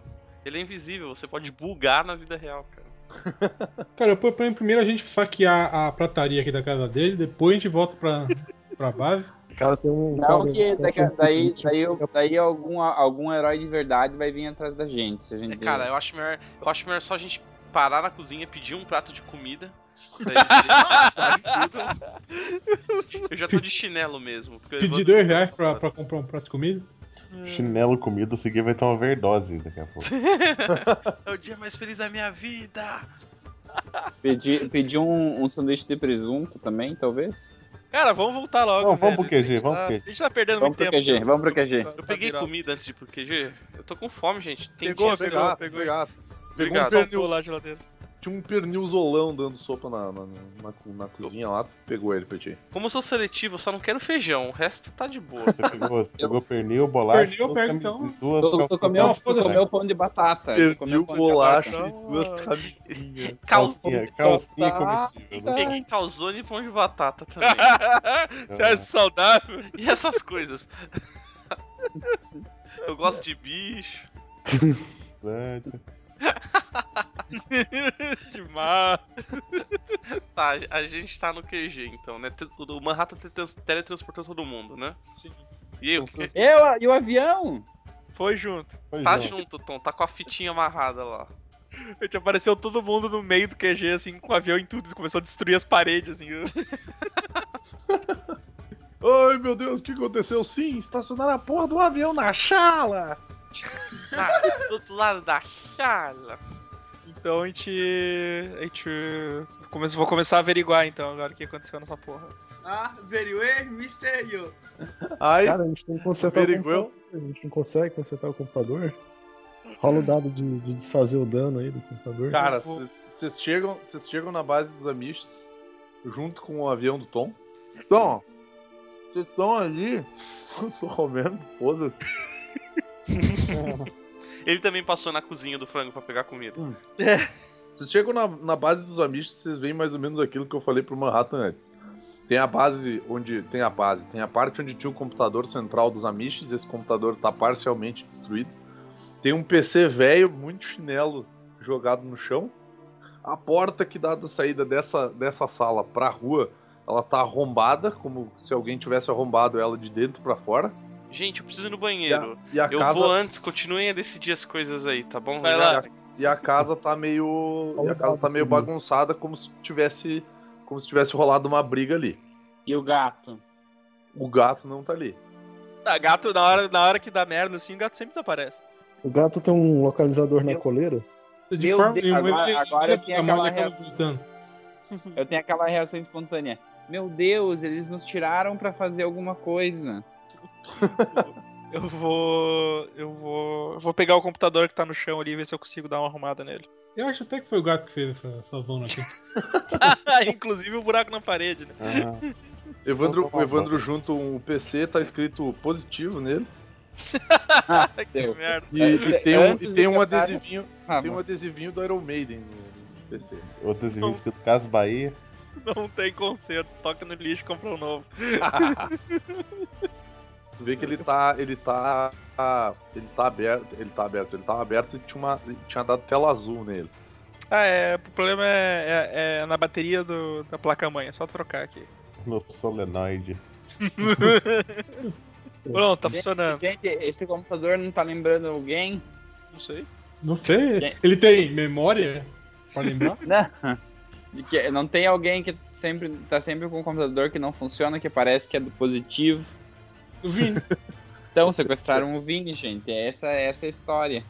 Speaker 4: Ele é invisível, você pode bugar na vida real, cara.
Speaker 8: Cara, eu proponho primeiro a gente saquear a prataria aqui da casa dele, depois a gente volta pra, pra base.
Speaker 9: O cara tem um.
Speaker 7: Não é
Speaker 9: cara,
Speaker 7: que daqui-
Speaker 9: um cachorro
Speaker 7: daí,
Speaker 9: que- é um
Speaker 7: daí, eu- daí algum, algum herói de verdade vai vir atrás da gente. Se a
Speaker 3: Uhum.
Speaker 7: gente
Speaker 4: É, Cara, eu acho melhor, eu acho melhor só a gente parar na cozinha, pedir um prato de comida. pra eles
Speaker 3: *laughs*
Speaker 4: terem tudo. Eu já tô de chinelo mesmo. Porque eu
Speaker 8: Pedir
Speaker 4: vou-
Speaker 8: dois reais pra, pra comprar um prato de comida.
Speaker 5: Chinelo comido, o seguinte vai ter uma overdose daqui a pouco.
Speaker 4: É o dia mais feliz da minha vida!
Speaker 7: Pedir pedi um, um sanduíche de presunto também, talvez?
Speaker 11: Cara, vamos voltar logo.
Speaker 5: Não, vamos
Speaker 11: velho. A
Speaker 5: pro QG,
Speaker 11: gente
Speaker 5: vamos
Speaker 11: tá-
Speaker 5: pro QG.
Speaker 11: A gente tá perdendo
Speaker 7: Vamos
Speaker 11: muito
Speaker 7: pro
Speaker 11: tempo.
Speaker 7: QG, vamos pro QG.
Speaker 4: Eu peguei comida antes de ir pro QG. Eu tô com fome, gente. Tem
Speaker 11: Pegou,
Speaker 4: que-
Speaker 11: pegou,
Speaker 3: Obrigado,
Speaker 11: pegou.
Speaker 3: obrigado. Pegou um
Speaker 4: Obrigado.
Speaker 11: Saltou
Speaker 3: pernil,
Speaker 11: lá a geladeira.
Speaker 3: tinha um pernilzolão dando sopa na, na, na, co- na cozinha lá, tu pegou ele, Petit.
Speaker 4: Como eu sou seletivo, eu só não quero feijão. O resto tá de
Speaker 5: *laughs*
Speaker 4: boa.
Speaker 5: Você pegou, você pegou pernil, bolacha,
Speaker 8: Pernil,
Speaker 5: duas,
Speaker 8: pernil,
Speaker 5: camis-
Speaker 8: então.
Speaker 5: duas
Speaker 7: Tu, tu
Speaker 5: calcinhas
Speaker 7: comeu,
Speaker 5: de
Speaker 7: tu comeu pão de batata. tu
Speaker 3: Pernil,
Speaker 7: É, comeu pão de
Speaker 3: bolacha
Speaker 7: batata.
Speaker 3: e duas camisinhas.
Speaker 5: Calcinha, calcinha
Speaker 7: Nossa.
Speaker 5: comestível. né?
Speaker 4: Peguei calzone e pão de batata também.
Speaker 5: Você
Speaker 11: é
Speaker 5: acha
Speaker 11: saudável?
Speaker 4: E essas coisas. *laughs* Eu gosto de bicho.
Speaker 11: Demais.
Speaker 4: Tá, a gente tá no QG então, né? Te- O Manhattan te- trans- teletransportou todo mundo, né?
Speaker 8: Sim.
Speaker 4: E aí, o que
Speaker 7: Eu, e o avião?
Speaker 11: Foi junto.
Speaker 5: Pois
Speaker 4: tá
Speaker 5: não.
Speaker 4: junto, Tom, tá com a fitinha amarrada lá.
Speaker 11: A gente apareceu todo mundo no meio do QG, assim, com o avião em tudo. Começou a destruir as paredes, assim.
Speaker 3: *laughs* Ai meu Deus, o que aconteceu? Sim, estacionaram a porra do avião na chala!
Speaker 4: Tá, do outro lado da chala.
Speaker 11: Então a gente. A gente. come- Vou começar a averiguar então agora o que aconteceu nessa porra.
Speaker 10: Ah, very way, mistério.
Speaker 3: Aí,
Speaker 9: Cara, a gente tem que consertar o
Speaker 3: Averiguou?
Speaker 9: computador. A gente não consegue consertar o computador? Rola o dado de, de desfazer o dano aí do computador.
Speaker 11: Tá.
Speaker 3: Cara, vocês chegam, vocês chegam na base dos Amishes junto com o avião do Tom. Tom, vocês estão ali. *laughs* Eu tô comendo, foda
Speaker 4: Ele também passou na cozinha do frango pra pegar comida.
Speaker 3: Vocês chegam na, na base dos Amishes, vocês veem mais ou menos aquilo que eu falei pro Manhattan antes. Tem a base onde. Tem a base. Tem a parte onde tinha o computador central dos Amishes. Esse computador tá parcialmente destruído. Tem um PC velho, muito chinelo, jogado no chão. A porta que dá da saída dessa, dessa sala pra rua, ela tá arrombada, como se alguém tivesse arrombado ela de dentro pra fora.
Speaker 4: Gente, eu preciso ir no banheiro.
Speaker 3: E a
Speaker 4: eu
Speaker 3: casa-
Speaker 4: vou antes, continuem a decidir as coisas aí, tá bom?
Speaker 3: Vai
Speaker 4: Eu
Speaker 3: lá.
Speaker 4: já-
Speaker 3: E a casa tá meio. e a casa tá meio bagunçada, como se tivesse. Como se tivesse rolado uma briga ali.
Speaker 7: E o gato?
Speaker 3: O gato não tá ali.
Speaker 11: Ah, gato, na hora, na hora que dá merda assim, o gato sempre desaparece.
Speaker 9: O gato tem um localizador na coleira?
Speaker 8: De
Speaker 7: Meu
Speaker 8: forma
Speaker 7: Deus,
Speaker 8: nenhuma,
Speaker 7: agora,
Speaker 8: ele-
Speaker 7: agora eu
Speaker 8: ele-
Speaker 7: tenho
Speaker 8: a Molly
Speaker 7: aquela
Speaker 8: acaba
Speaker 7: reação. Eu tenho aquela reação espontânea. Meu Deus, eles nos tiraram pra fazer alguma coisa.
Speaker 11: Eu vou. Eu vou. Eu vou pegar o computador que tá no chão ali e ver se eu consigo dar uma arrumada nele. *laughs*
Speaker 8: Eu acho até que foi o gato que fez essa, essa zona aqui.
Speaker 11: Ah, Inclusive o buraco na parede, né?
Speaker 5: ah,
Speaker 3: Evandro,
Speaker 11: Vou tomar
Speaker 3: o Evandro
Speaker 11: uma
Speaker 3: junto um PC, tá escrito positivo nele.
Speaker 11: que merda.
Speaker 3: E, e tem, um,
Speaker 9: Antes
Speaker 3: e tem
Speaker 9: de
Speaker 3: um
Speaker 9: jogar-
Speaker 3: adesivinho.
Speaker 7: é,
Speaker 9: Ah,
Speaker 3: tem um
Speaker 9: mano.
Speaker 3: adesivinho do Iron Maiden no no PC.
Speaker 5: Outro adesivo escrito Casa Bahia.
Speaker 11: Não tem conserto, toca no lixo e compra um novo.
Speaker 3: Tu vê que ele tá. Ele tá. Ele tá aberto. Ele tá aberto. Ele tava aberto e tinha, uma, tinha dado tela azul nele.
Speaker 11: ah, é. O problema é, é- é na bateria do- da placa-mãe, é só trocar aqui.
Speaker 5: No solenoide.
Speaker 11: Pronto, tá
Speaker 7: Gente,
Speaker 11: funcionando.
Speaker 7: Gente, esse computador não tá lembrando alguém?
Speaker 11: Não sei.
Speaker 8: Não sei. Ele tem memória pra lembrar?
Speaker 7: Não. *laughs* De que- não tem alguém que sempre tá sempre com um computador que não funciona, que parece que é do positivo.
Speaker 8: O Vini.
Speaker 7: Então, sequestraram o Vini, gente. É essa, essa é a história.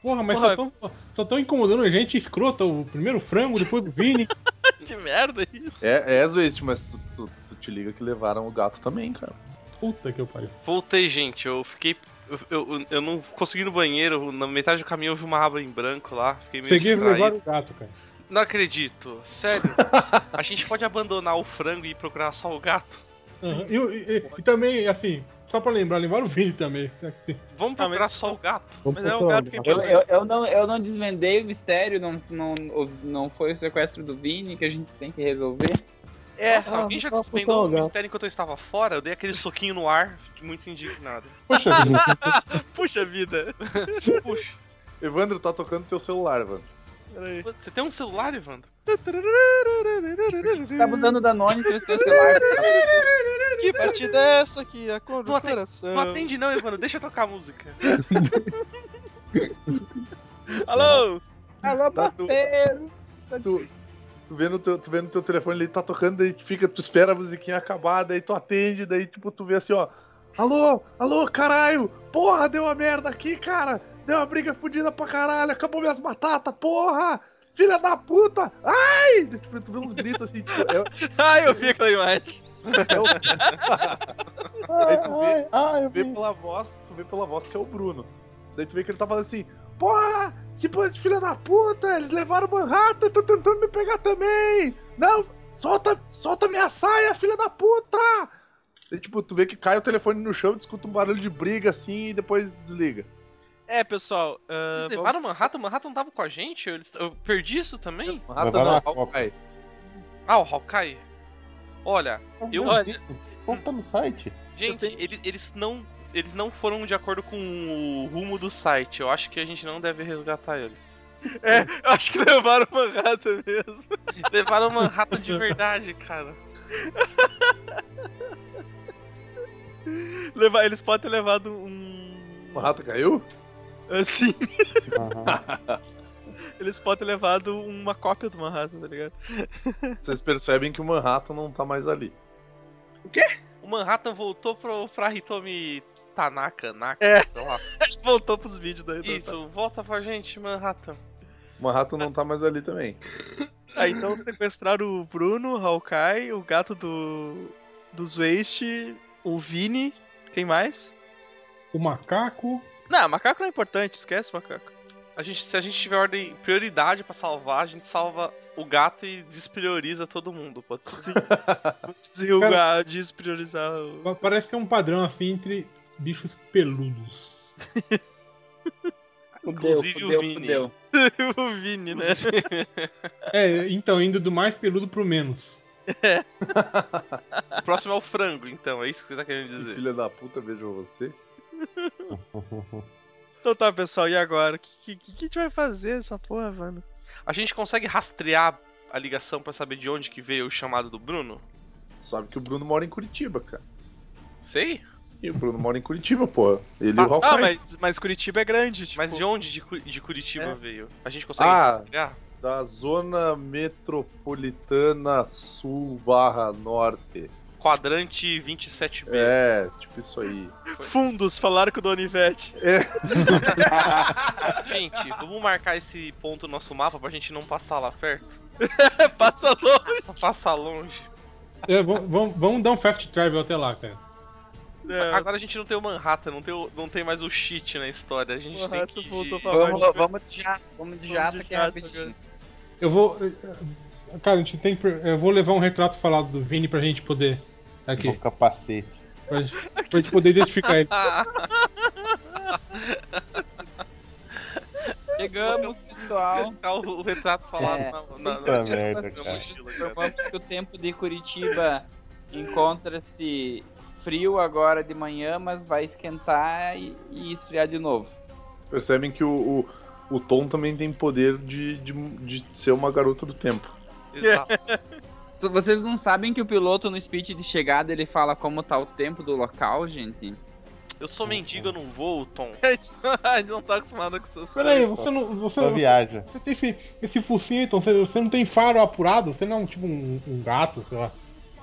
Speaker 8: Porra, mas
Speaker 7: Porra.
Speaker 8: só tão- só tão incomodando a gente escrota. O primeiro o frango, depois o Vini.
Speaker 11: *laughs* Que merda isso.
Speaker 3: É, é Zwist, mas tu, tu- tu te liga que levaram o gato também, cara.
Speaker 8: Puta que eu pariu.
Speaker 4: Voltei, gente. Eu fiquei. Eu, eu, eu não consegui ir no banheiro. Na metade do caminho eu vi uma aba em branco lá. Fiquei meio
Speaker 8: Cheguei a
Speaker 4: distraído.
Speaker 8: levar o gato, cara.
Speaker 4: Não acredito. Sério. a gente pode abandonar o frango e procurar só o gato?
Speaker 8: Aham. E, e- e- e também, assim, só pra lembrar, levaram o Vini também. Assim,
Speaker 4: Vamos
Speaker 11: Ah,
Speaker 4: procurar só o gato.
Speaker 11: Mas é o gato que
Speaker 7: Eu, eu, eu não, eu não desvendei o mistério, não, não, o- não foi o sequestro do Vini que a gente tem que resolver.
Speaker 4: É, Nossa, alguém já
Speaker 7: vamos lá,
Speaker 4: desvendou o
Speaker 7: Portugal.
Speaker 4: mistério enquanto eu estava fora? Eu dei aquele soquinho no ar, muito indignado.
Speaker 8: Puxa
Speaker 11: *laughs* Puxa vida.
Speaker 4: Puxa.
Speaker 3: Evandro, tá tocando teu celular, Evandro.
Speaker 4: Você tem um celular, Evandro?
Speaker 7: Tá mudando da None pro seu celular.
Speaker 11: Que partida é essa que a cor do
Speaker 4: Não atende,
Speaker 11: coração?
Speaker 4: não atende não, Evandro. Deixa eu tocar a música.
Speaker 11: Alô?
Speaker 7: Alô,
Speaker 3: Tá tu-
Speaker 7: parceiro!
Speaker 3: *laughs* Tu, tu, vê no teu, tu vê no teu telefone, ele tá tocando, daí tu fica, tu espera a musiquinha acabar, daí tu atende, daí tipo, tu vê assim, ó. Alô, alô, caralho! Porra, deu uma merda aqui, cara! Deu uma briga fodida pra caralho, acabou minhas batatas, porra! Filha da puta! Ai! Tipo, tu vê uns gritos assim, tipo, é,
Speaker 11: Ai, Ah, eu vi aquela imagem.
Speaker 3: *laughs* é o... Aí tu vê,
Speaker 7: Ah,
Speaker 3: tu vê
Speaker 8: Hum.
Speaker 3: pela voz, tu vê pela voz que é o Bruno. Daí tu vê que ele tá falando assim, porra, se pôs de filha da puta, eles levaram o Manhattan, tô tentando me pegar também! Não, solta, solta minha saia, filha da puta! Daí, tipo, tu vê que cai o telefone no chão, tu escuta um barulho de briga assim e depois desliga.
Speaker 11: É, pessoal. ah,
Speaker 4: Eles
Speaker 11: vamos-
Speaker 4: levaram o Manhattan? O Manhattan tava com a gente? Eu, eles- eu perdi isso também?
Speaker 3: Manhattan
Speaker 5: Levaram
Speaker 3: não,
Speaker 5: a Copa.
Speaker 3: Hawkeye.
Speaker 4: Ah, o Hawkeye? Olha, eu,
Speaker 5: Meu Deus, como tá no site?
Speaker 4: gente, eles, eles não eles não foram de acordo com o rumo do site. Eu acho que a gente não deve resgatar eles.
Speaker 11: É, eu acho que levaram uma rata mesmo.
Speaker 4: Levaram o Manhattan de verdade, cara.
Speaker 11: Levar, eles podem ter levado um.
Speaker 3: O Manhattan caiu?
Speaker 11: Assim. *laughs*
Speaker 9: tá.
Speaker 11: Eles podem ter levado uma cópia do Manhattan, tá ligado?
Speaker 3: Vocês percebem que o Manhattan não tá mais ali.
Speaker 4: O Manhattan voltou pro, pra Hitomi Tanaka, Naka,
Speaker 11: É.
Speaker 4: sei lá.
Speaker 11: Voltou pros vídeos daí. tá
Speaker 4: Isso, volta pra gente, Manhattan.
Speaker 3: O Manhattan não tá mais ali também.
Speaker 11: Ah, então sequestraram o Bruno, o Hawkeye, o gato do. do Waste, o Vini. Quem mais?
Speaker 8: o macaco.
Speaker 11: Não, macaco não é importante, esquece o macaco.
Speaker 4: A gente, se a gente tiver ordem, prioridade pra salvar, a gente salva o gato e desprioriza todo mundo. Pode *laughs* ser. assim.
Speaker 11: Se o gato despriorizar. o-
Speaker 8: Pa- Parece que é um padrão assim entre bichos peludos.
Speaker 4: Inclusive o Vini. *laughs*
Speaker 11: o Vini, né?
Speaker 8: É, então, indo do mais peludo pro menos.
Speaker 4: O próximo é o frango, então, é isso que você tá querendo dizer.
Speaker 3: Filha da puta, vejo você.
Speaker 11: Então tá, pessoal, e agora? O que, que, que a gente vai fazer essa porra, mano?
Speaker 4: A gente consegue rastrear a ligação pra saber de onde que veio o chamado do Bruno?
Speaker 3: Sabe que o Bruno mora em Curitiba, cara.
Speaker 4: Sei.
Speaker 3: E o Bruno mora em Curitiba, pô. Ele e o
Speaker 11: ah,
Speaker 3: Hawkeye.
Speaker 11: mas, mas Curitiba é grande, tipo.
Speaker 4: Mas de onde de, Cu- de Curitiba
Speaker 11: É.
Speaker 4: veio? A gente consegue
Speaker 3: Ah.
Speaker 4: rastrear?
Speaker 3: Da zona metropolitana sul barra norte.
Speaker 4: Quadrante 27B.
Speaker 3: É, tipo isso aí.
Speaker 11: Fundos, falaram com o Donivete.
Speaker 4: Gente, vamos marcar esse ponto no nosso mapa pra gente não passar lá
Speaker 11: *laughs*
Speaker 4: perto?
Speaker 11: *laughs* Passa
Speaker 4: longe. Passa longe.
Speaker 8: É, vamos- vamos vamos dar um fast travel até lá, cara.
Speaker 11: É.
Speaker 4: Agora a gente não tem o Manhattan, não tem, o- não tem mais o cheat na história. A gente tem que. ir de-
Speaker 11: Vamos,
Speaker 7: Vamos, vamos de jato, vamos de jato aqui rapidinho.
Speaker 8: Eu vou. eh, Cara, a gente tem que- Eu vou levar um retrato falado do Vini pra gente poder. Aqui. Um
Speaker 5: capacete.
Speaker 8: Pra, pra gente poder identificar ele.
Speaker 4: Ah, *laughs*
Speaker 7: Chegamos, pessoal.
Speaker 4: Tá o, o retrato falado
Speaker 7: É.
Speaker 4: na, na,
Speaker 7: Puta
Speaker 4: na,
Speaker 5: merda,
Speaker 4: na
Speaker 5: cara.
Speaker 4: mochila. cara.
Speaker 7: Informamos que o tempo de Curitiba encontra-se frio agora de manhã, mas vai esquentar e, e esfriar de novo.
Speaker 3: Vocês percebem que o, o, o Tom também tem poder de, de, de ser uma garota do tempo.
Speaker 7: Tu- Vocês não sabem que o piloto no speech de chegada ele fala como tá o tempo do local, gente?
Speaker 4: Eu sou mendigo, eu não vou, Tom.
Speaker 11: *laughs* a gente não tá acostumado com essas coisas.
Speaker 8: *laughs* Peraí, você não. Você,
Speaker 5: Só
Speaker 8: você-
Speaker 5: viaja.
Speaker 8: Você, tem esse, esse focinho, então. Você, você não tem faro apurado? Você não é um, tipo um, um gato, sei lá.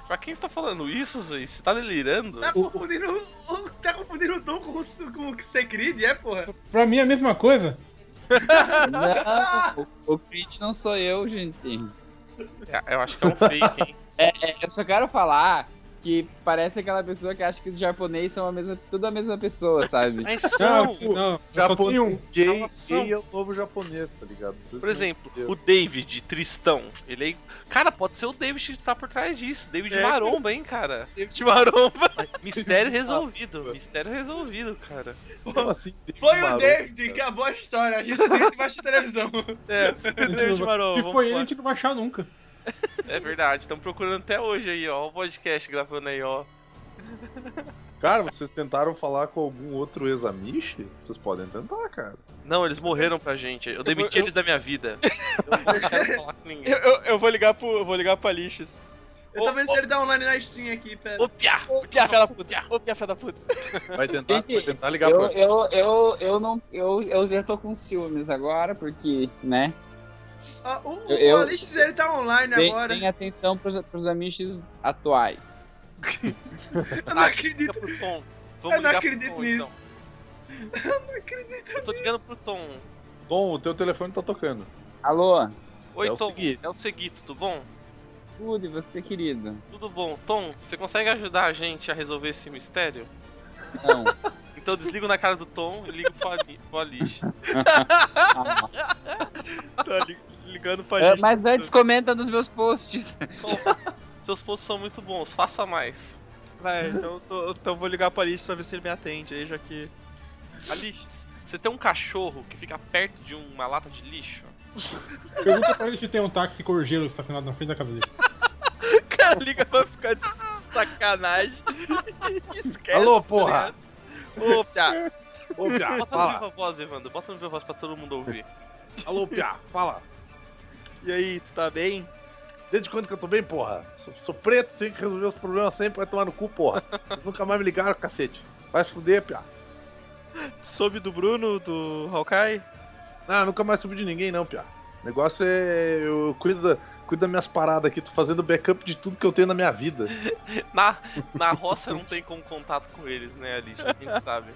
Speaker 4: Pra quem você tá falando isso, Zui? Você tá delirando?
Speaker 10: Tá confundindo, o- tá confundindo o Tom com o, Su- com o Segrid, é, porra?
Speaker 8: Pra mim é a mesma coisa.
Speaker 7: Não, o, o Crit não sou eu, gente.
Speaker 4: É, eu acho que é um fake, hein?
Speaker 7: É, é, eu só quero falar que parece aquela pessoa que acha que os japoneses são a mesma, tudo a mesma pessoa, sabe?
Speaker 4: Mas são.
Speaker 8: tipo, não, eu só
Speaker 3: Japonês,
Speaker 8: tenho um.
Speaker 3: gay, gay é o novo japonês, tá ligado? Vocês
Speaker 4: Por
Speaker 3: não
Speaker 4: exemplo,
Speaker 3: entenderam.
Speaker 4: o David Tristão. Ele é. Cara, pode ser o David que tá por trás disso. David
Speaker 11: É.
Speaker 4: Maromba, hein,
Speaker 10: *laughs*
Speaker 4: cara?
Speaker 11: De maromba.
Speaker 4: *laughs* Mistério resolvido. Mistério resolvido, cara.
Speaker 3: *laughs* Como assim, David
Speaker 10: Foi o
Speaker 3: Maromba,
Speaker 10: David,
Speaker 3: cara?
Speaker 10: acabou a história. A gente sempre baixa a televisão.
Speaker 4: *laughs*
Speaker 11: É,
Speaker 8: A gente não
Speaker 11: Deus de
Speaker 8: vai-
Speaker 11: maromba.
Speaker 8: Se
Speaker 11: vamos
Speaker 8: foi ele, a
Speaker 11: lá.
Speaker 8: gente não vai achar nunca.
Speaker 4: É verdade. Estão procurando até hoje aí, ó. O podcast gravando aí, ó.
Speaker 3: Cara, vocês tentaram falar com algum outro ex-amiche? Vocês podem tentar, cara.
Speaker 4: Não, eles morreram pra gente. Eu demiti
Speaker 11: eu-
Speaker 4: eles da minha
Speaker 10: *laughs*
Speaker 4: vida. Eu não quero falar com ninguém.
Speaker 11: Eu, eu- eu vou ligar pro. Eu vou ligar pra lixos.
Speaker 10: Eu tô vendo se ele dá online na Steam aqui, pera.
Speaker 4: Ô, piá!
Speaker 11: Ô, piá, fé da puta. Ô, piá, fé da puta.
Speaker 3: Vai tentar, vai
Speaker 8: *laughs*
Speaker 3: tentar ligar
Speaker 7: eu,
Speaker 3: pra
Speaker 7: eu, eu, eu não. Eu, eu já tô com ciúmes agora, porque, né?
Speaker 10: Ah, o o
Speaker 7: Eu- eu-
Speaker 10: Alix, ele tá online
Speaker 7: Tem,
Speaker 10: agora.
Speaker 7: tem atenção pros, pros amiches atuais.
Speaker 10: Eu não acredito,
Speaker 4: Liga pro Tom. Vamos
Speaker 10: eu não
Speaker 4: ligar
Speaker 10: acredito
Speaker 4: pro Tom, então.
Speaker 10: nisso. Eu não acredito.
Speaker 4: Eu tô ligando pro Tom.
Speaker 3: Tom, o teu telefone tá tocando.
Speaker 7: Alô,
Speaker 4: Oi,
Speaker 3: É o
Speaker 4: Tom.
Speaker 3: Segui.
Speaker 4: É o Segui, tudo bom?
Speaker 7: Rude, você querido.
Speaker 4: Tudo bom. Tom, você consegue ajudar a gente a resolver esse mistério?
Speaker 10: *laughs*
Speaker 7: Não.
Speaker 4: Então eu desligo na cara do Tom e ligo pro Ali- pro Alice.
Speaker 11: Tá li- ligando pra
Speaker 7: É,
Speaker 11: lixos.
Speaker 7: mas antes comenta nos meus posts.
Speaker 4: Tom, seus, seus posts são muito bons, faça mais.
Speaker 11: Vai, então, eu tô- então eu vou ligar pra lixos pra ver se ele me atende aí, já que.
Speaker 4: Alice, você tem um cachorro que fica perto de uma lata de lixo?
Speaker 8: Pergunta pra ele se tem um táxi cor gelo estacionado na frente da casa dele.
Speaker 11: O cara liga pra ficar de sacanagem. Esquece.
Speaker 3: Alô,
Speaker 11: tá
Speaker 3: porra!
Speaker 11: ligado? Ô, piá.
Speaker 3: Ô, Piá,
Speaker 4: Bota tá no
Speaker 3: fala! *laughs*
Speaker 4: viva voz, Evandro, bota no viva voz pra todo mundo ouvir.
Speaker 3: Alô, Piá, fala!
Speaker 11: E aí, tu tá bem?
Speaker 3: Desde quando que eu tô bem, porra? Sou, sou preto, tenho que resolver os problemas sempre, vai tomar no cu, porra. Vocês nunca mais me ligaram, cacete. Vai se fuder, Piá.
Speaker 11: Tu soube do Bruno, do Hawkeye?
Speaker 3: Ah, nunca mais subi de ninguém, não, Piá. O negócio é. Eu cuido, da, cuido das minhas paradas aqui, tô fazendo backup de tudo que eu tenho na minha vida.
Speaker 4: Na, na roça não tem como contato com eles, né, Alice? A gente sabe.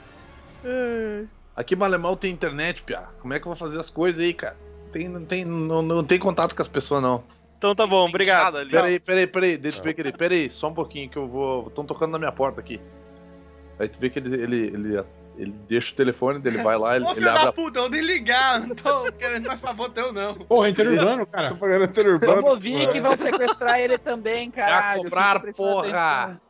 Speaker 3: Aqui Malemal tem internet, Piá. Como é que eu vou fazer as coisas aí, cara? Tem, não, tem, não, não tem contato com as pessoas, não.
Speaker 11: Então tá bom,
Speaker 4: Tem
Speaker 11: obrigado.
Speaker 4: nada ali.
Speaker 3: Peraí, peraí, peraí, deixa eu ver que ele. Peraí, só um pouquinho que eu vou. Estão tocando na minha porta aqui. Aí tu vê que ele, ele, ele Ele deixa o telefone dele, vai lá, ele,
Speaker 10: Ô,
Speaker 3: ele
Speaker 10: filho
Speaker 3: abre
Speaker 10: da
Speaker 3: a
Speaker 10: puta, eu desligar, não tô querendo mais favor teu, não.
Speaker 8: Porra, interurbano, cara.
Speaker 3: Tô pagando interurbano.
Speaker 10: Vamos
Speaker 12: Vi que vão sequestrar ele também, caralho.
Speaker 4: cobrar,
Speaker 12: Fica prestando
Speaker 4: porra!
Speaker 12: atenção.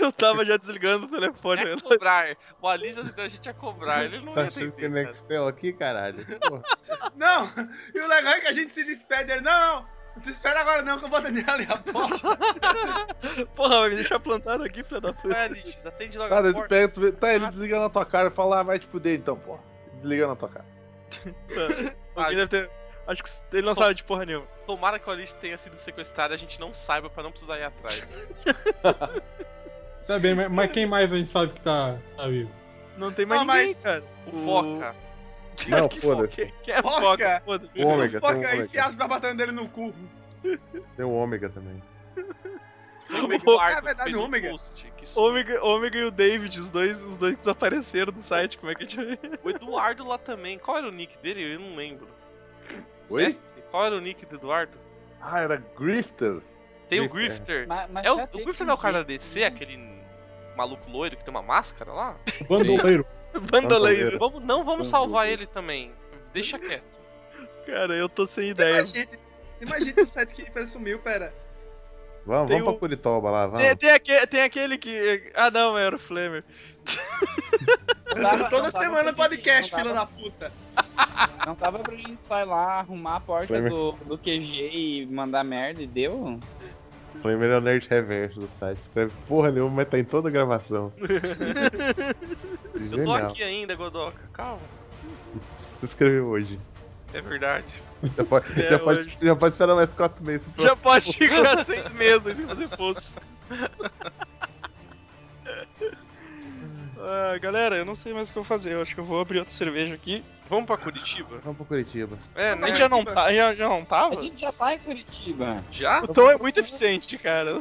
Speaker 11: Eu tava já desligando o telefone.
Speaker 4: Ia cobrar. O Alice ajudou a gente a cobrar. Ele não
Speaker 5: Tá
Speaker 4: ia
Speaker 5: achando
Speaker 4: atender.
Speaker 5: que é Nextel aqui, caralho? Porra.
Speaker 10: Não, e o legal é que a gente se despede dele. Não, não, não te espera agora não, que eu vou atender ali a porta.
Speaker 11: *laughs* Porra, vai me deixar plantado aqui, filha da puta.
Speaker 4: É, Liches, atende logo
Speaker 3: Tá,
Speaker 4: a
Speaker 3: daí tu
Speaker 4: porta.
Speaker 3: pega, tu vê- tá, ele desliga na tua cara e fala, ah, vai te fuder então, pô. Desliga na tua cara.
Speaker 11: Alguém deve ter- Acho que ele não sabe de porra nenhuma.
Speaker 4: Tomara que o Alice tenha sido sequestrado e a gente não saiba pra não precisar ir atrás.
Speaker 8: Tá bem, mas, mas quem mais a gente sabe que tá, tá vivo?
Speaker 11: Não tem mais
Speaker 10: Ah,
Speaker 11: ninguém,
Speaker 10: mas-
Speaker 11: cara.
Speaker 4: O Foca.
Speaker 3: Não,
Speaker 11: *laughs* Que
Speaker 3: foda-se.
Speaker 11: Foca? Que é
Speaker 10: Foca.
Speaker 11: Foca? Foda-se.
Speaker 5: O ômega, tem um
Speaker 10: Foca aí, que
Speaker 5: ômega.
Speaker 10: as batendo dele no cu.
Speaker 5: Tem o ômega também.
Speaker 4: O Ômega e o Arthur
Speaker 10: É verdade,
Speaker 4: fez um
Speaker 10: Ômega.
Speaker 4: post que isso-
Speaker 11: Ômega, Ômega e o David, os dois, os dois que desapareceram do site, como é que a gente vai?
Speaker 4: O Eduardo lá também. Qual era o nick dele? Eu não lembro.
Speaker 3: Oi?
Speaker 4: Mestre, Qual era o nick do Eduardo?
Speaker 3: Ah, era Grifter.
Speaker 4: Tem o
Speaker 3: Grifter.
Speaker 4: Grifter.
Speaker 12: Ma- mas
Speaker 4: É o,
Speaker 12: já
Speaker 4: o
Speaker 12: tem
Speaker 4: Grifter
Speaker 12: que
Speaker 4: não é o cara
Speaker 12: ver.
Speaker 4: da DC, aquele maluco loiro que tem uma máscara lá? *laughs*
Speaker 8: Bandoleiro.
Speaker 11: Bandoleiro.
Speaker 4: Vamos, não vamos salvar ele também. Deixa quieto.
Speaker 11: Cara, eu tô sem
Speaker 10: Imagina,
Speaker 11: ideias.
Speaker 10: gente- imagina o site que sumiu, pera.
Speaker 5: Vamos,
Speaker 11: Tem
Speaker 5: vamos
Speaker 3: um-
Speaker 11: o-
Speaker 5: pra Curitoba lá, vamos.
Speaker 11: Tem, tem aque- tem aquele, que. Ah, não, era o Flamer.
Speaker 12: Tava-
Speaker 10: Toda
Speaker 12: não tava
Speaker 10: semana
Speaker 12: pra
Speaker 10: podcast,
Speaker 12: ninguém, não
Speaker 10: fila da
Speaker 12: dava-
Speaker 10: puta.
Speaker 7: Não tava pra gente vai lá arrumar a porta
Speaker 5: Foi,
Speaker 7: do, do QG e mandar merda e deu?
Speaker 5: Flamer é o nerd reverso do site. Escreve porra nenhuma, mas tá em toda a gravação.
Speaker 4: Eu tô
Speaker 5: Genial.
Speaker 4: aqui ainda, Godoka. Calma.
Speaker 5: Você escreveu hoje.
Speaker 4: É verdade.
Speaker 5: Já
Speaker 11: *laughs*
Speaker 5: pode,
Speaker 11: É,
Speaker 5: já pode-
Speaker 11: hoje.
Speaker 5: já pode esperar mais quatro meses. pro
Speaker 11: Já
Speaker 5: próximo.
Speaker 11: pode ficar seis meses sem fazer posts. Ah, galera, eu não sei mais o que eu vou fazer. Eu acho que eu vou abrir outra cerveja aqui.
Speaker 4: Vamos pra Curitiba?
Speaker 5: Vamos pra Curitiba.
Speaker 4: É,
Speaker 11: A
Speaker 4: né?
Speaker 11: gente já não, tá, já, já não
Speaker 7: A
Speaker 11: tava?
Speaker 7: gente já tá em Curitiba.
Speaker 4: Já?
Speaker 11: O Tom é muito eficiente, cara.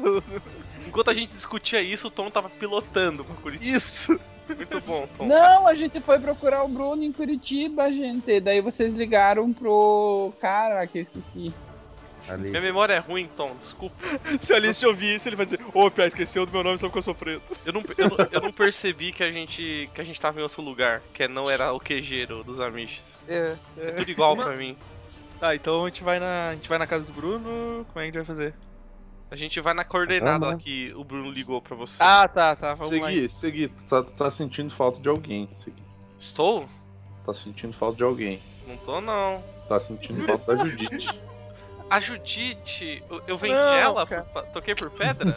Speaker 4: Enquanto a gente discutia isso, o Tom tava pilotando pra Curitiba.
Speaker 11: Isso.
Speaker 4: Muito bom, Tom.
Speaker 7: Não, a gente foi procurar o Bruno em Curitiba, gente. Daí vocês ligaram pro cara que eu esqueci.
Speaker 5: Ali.
Speaker 4: Minha memória é ruim, Tom, desculpa.
Speaker 11: *laughs* Se o Alice ouvir isso, ele vai dizer: Ô, Pia, esqueceu do meu nome, só ficou sofrendo.
Speaker 4: Eu não, eu não, eu não percebi que a gente que a gente tava em outro lugar, que não era o quejeiro dos amiches.
Speaker 11: É.
Speaker 4: É tudo igual pra mim.
Speaker 11: Tá, então a gente vai na, a gente vai na casa do Bruno. Como é que a gente vai fazer?
Speaker 4: A gente vai na coordenada
Speaker 5: Vamos,
Speaker 4: lá
Speaker 5: né?
Speaker 4: que o Bruno ligou pra você.
Speaker 11: Ah, tá, tá. Vamos lá.
Speaker 3: Segui, segui. Tu tá, tu tá sentindo falta de alguém. Segui.
Speaker 4: Estou?
Speaker 3: Tá sentindo falta de alguém.
Speaker 4: Não tô, não.
Speaker 3: Tá sentindo falta da Judite.
Speaker 4: A Judite, eu, eu vendi
Speaker 11: Não,
Speaker 4: ela?
Speaker 11: cara.
Speaker 4: por- toquei por pedra?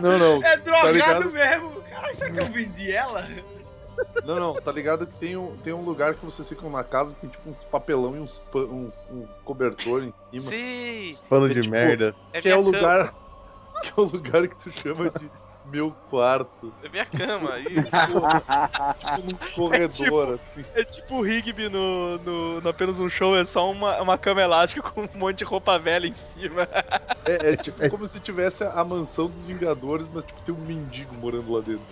Speaker 3: Não, não.
Speaker 10: É
Speaker 5: tá
Speaker 10: drogado
Speaker 3: ligado?
Speaker 10: mesmo. Caralho, será que eu vendi ela?
Speaker 3: Não, não. Tá ligado que tem um, tem um lugar que vocês ficam na casa que tem tipo uns papelão e uns, pa- uns, uns cobertor em cima.
Speaker 4: Sim!
Speaker 5: Pano
Speaker 3: É
Speaker 5: de
Speaker 3: tipo-
Speaker 5: merda.
Speaker 4: É
Speaker 3: Que é
Speaker 4: minha
Speaker 3: o
Speaker 4: cama.
Speaker 3: lugar. Que é o lugar que tu chama de meu quarto.
Speaker 4: É minha cama. Isso.
Speaker 3: Tipo num corredor, assim.
Speaker 11: É *laughs* tipo o Rigby no, no, no Apenas um Show, é só uma, uma cama elástica com um monte de roupa velha em cima.
Speaker 3: É, é tipo como se tivesse a mansão dos Vingadores, mas tipo, tem um mendigo morando lá dentro.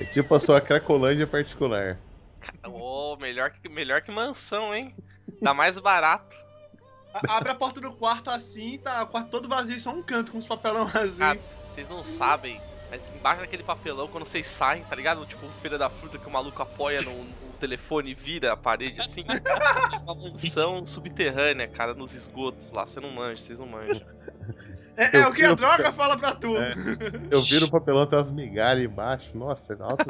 Speaker 5: É tipo a sua Cracolândia particular.
Speaker 4: Ô, melhor, que, melhor que mansão, hein? Tá mais barato.
Speaker 10: A- Abre a porta do quarto assim, tá o quarto todo vazio, só um canto com os papelão *laughs* vazio.
Speaker 4: Ah, Vocês não sabem, mas embaixo daquele papelão, quando vocês saem, tá ligado? Tipo, feira da fruta que o maluco apoia no, no telefone e vira a
Speaker 10: *laughs*
Speaker 4: parede assim. É uma mansão subterrânea, cara, nos esgotos lá. Você não manja, vocês não manjam.
Speaker 10: é, é
Speaker 5: eu
Speaker 10: o que a
Speaker 5: vi-
Speaker 10: droga fala pra tu.
Speaker 5: É. Eu viro o papelão, tem umas migalhas embaixo. Nossa, é alta.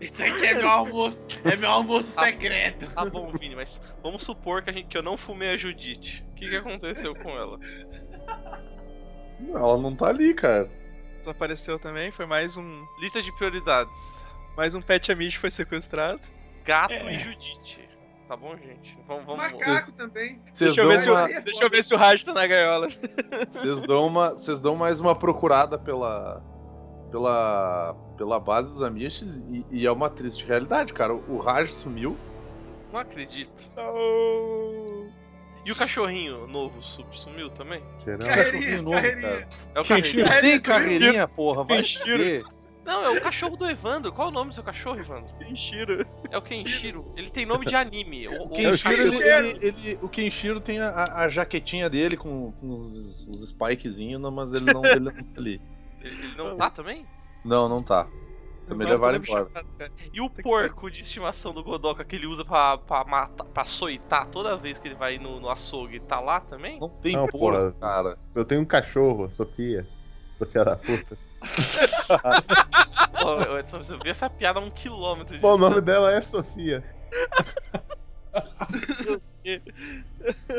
Speaker 10: Isso aqui é meu almoço. É meu almoço
Speaker 4: Tá-
Speaker 10: secreto.
Speaker 4: Tá bom, Vini, mas vamos supor que, a gente, que eu não fumei a Judite. O que, que aconteceu com ela?
Speaker 3: Não, ela não tá ali, cara.
Speaker 11: Desapareceu também, foi mais um.
Speaker 4: Lista de prioridades:
Speaker 11: Mais um Pet Amish foi sequestrado.
Speaker 4: Gato
Speaker 10: É.
Speaker 4: e Judite. Tá bom, gente? Vamos, vamos.
Speaker 10: Macaco também.
Speaker 3: Vocês
Speaker 11: Deixa eu,
Speaker 3: dão
Speaker 11: ver se o,
Speaker 3: uma-
Speaker 11: deixa eu ver se o Raj tá na gaiola.
Speaker 3: Vocês dão uma, vocês dão mais uma procurada pela pela pela base dos Amishes e, e é uma triste realidade, cara. O Raj sumiu.
Speaker 4: Não acredito. E o cachorrinho novo sub- sumiu também?
Speaker 5: Geral.
Speaker 10: Carreirinha,
Speaker 3: cachorrinho novo,
Speaker 10: carreirinha.
Speaker 4: É o
Speaker 3: Quem
Speaker 4: carreirinho.
Speaker 3: tira-
Speaker 10: Carreirinha,
Speaker 3: tem carreirinha, porra, vai
Speaker 11: Quem
Speaker 3: ver.
Speaker 4: Não, é o cachorro do Evandro. Qual o nome do seu cachorro, Evandro?
Speaker 11: Enchiro.
Speaker 4: É o Kenshiro. Ele tem nome de anime. O, o-
Speaker 3: O Kenshiro, ele,
Speaker 10: Kenshiro.
Speaker 3: ele- ele- o Kenshiro tem a, a jaquetinha dele com, com os, os spikezinhos, não, mas ele não, ele não tá ali.
Speaker 4: Ele, ele não tá também?
Speaker 3: Não, não tá. Também levaram embora.
Speaker 4: E o porco de estimação do Godoka que ele usa pra, pra, matar, pra açoitar toda vez que ele vai no, no açougue, tá lá também?
Speaker 3: Não tem
Speaker 5: Não,
Speaker 3: porco,
Speaker 5: porra.
Speaker 3: cara.
Speaker 5: Eu tenho um cachorro, Sofia. Sofia da puta.
Speaker 4: *laughs* Ô, Edson, você viu essa piada a um quilômetro de
Speaker 5: Bom, o nome
Speaker 4: distância.
Speaker 5: dela é Sofia.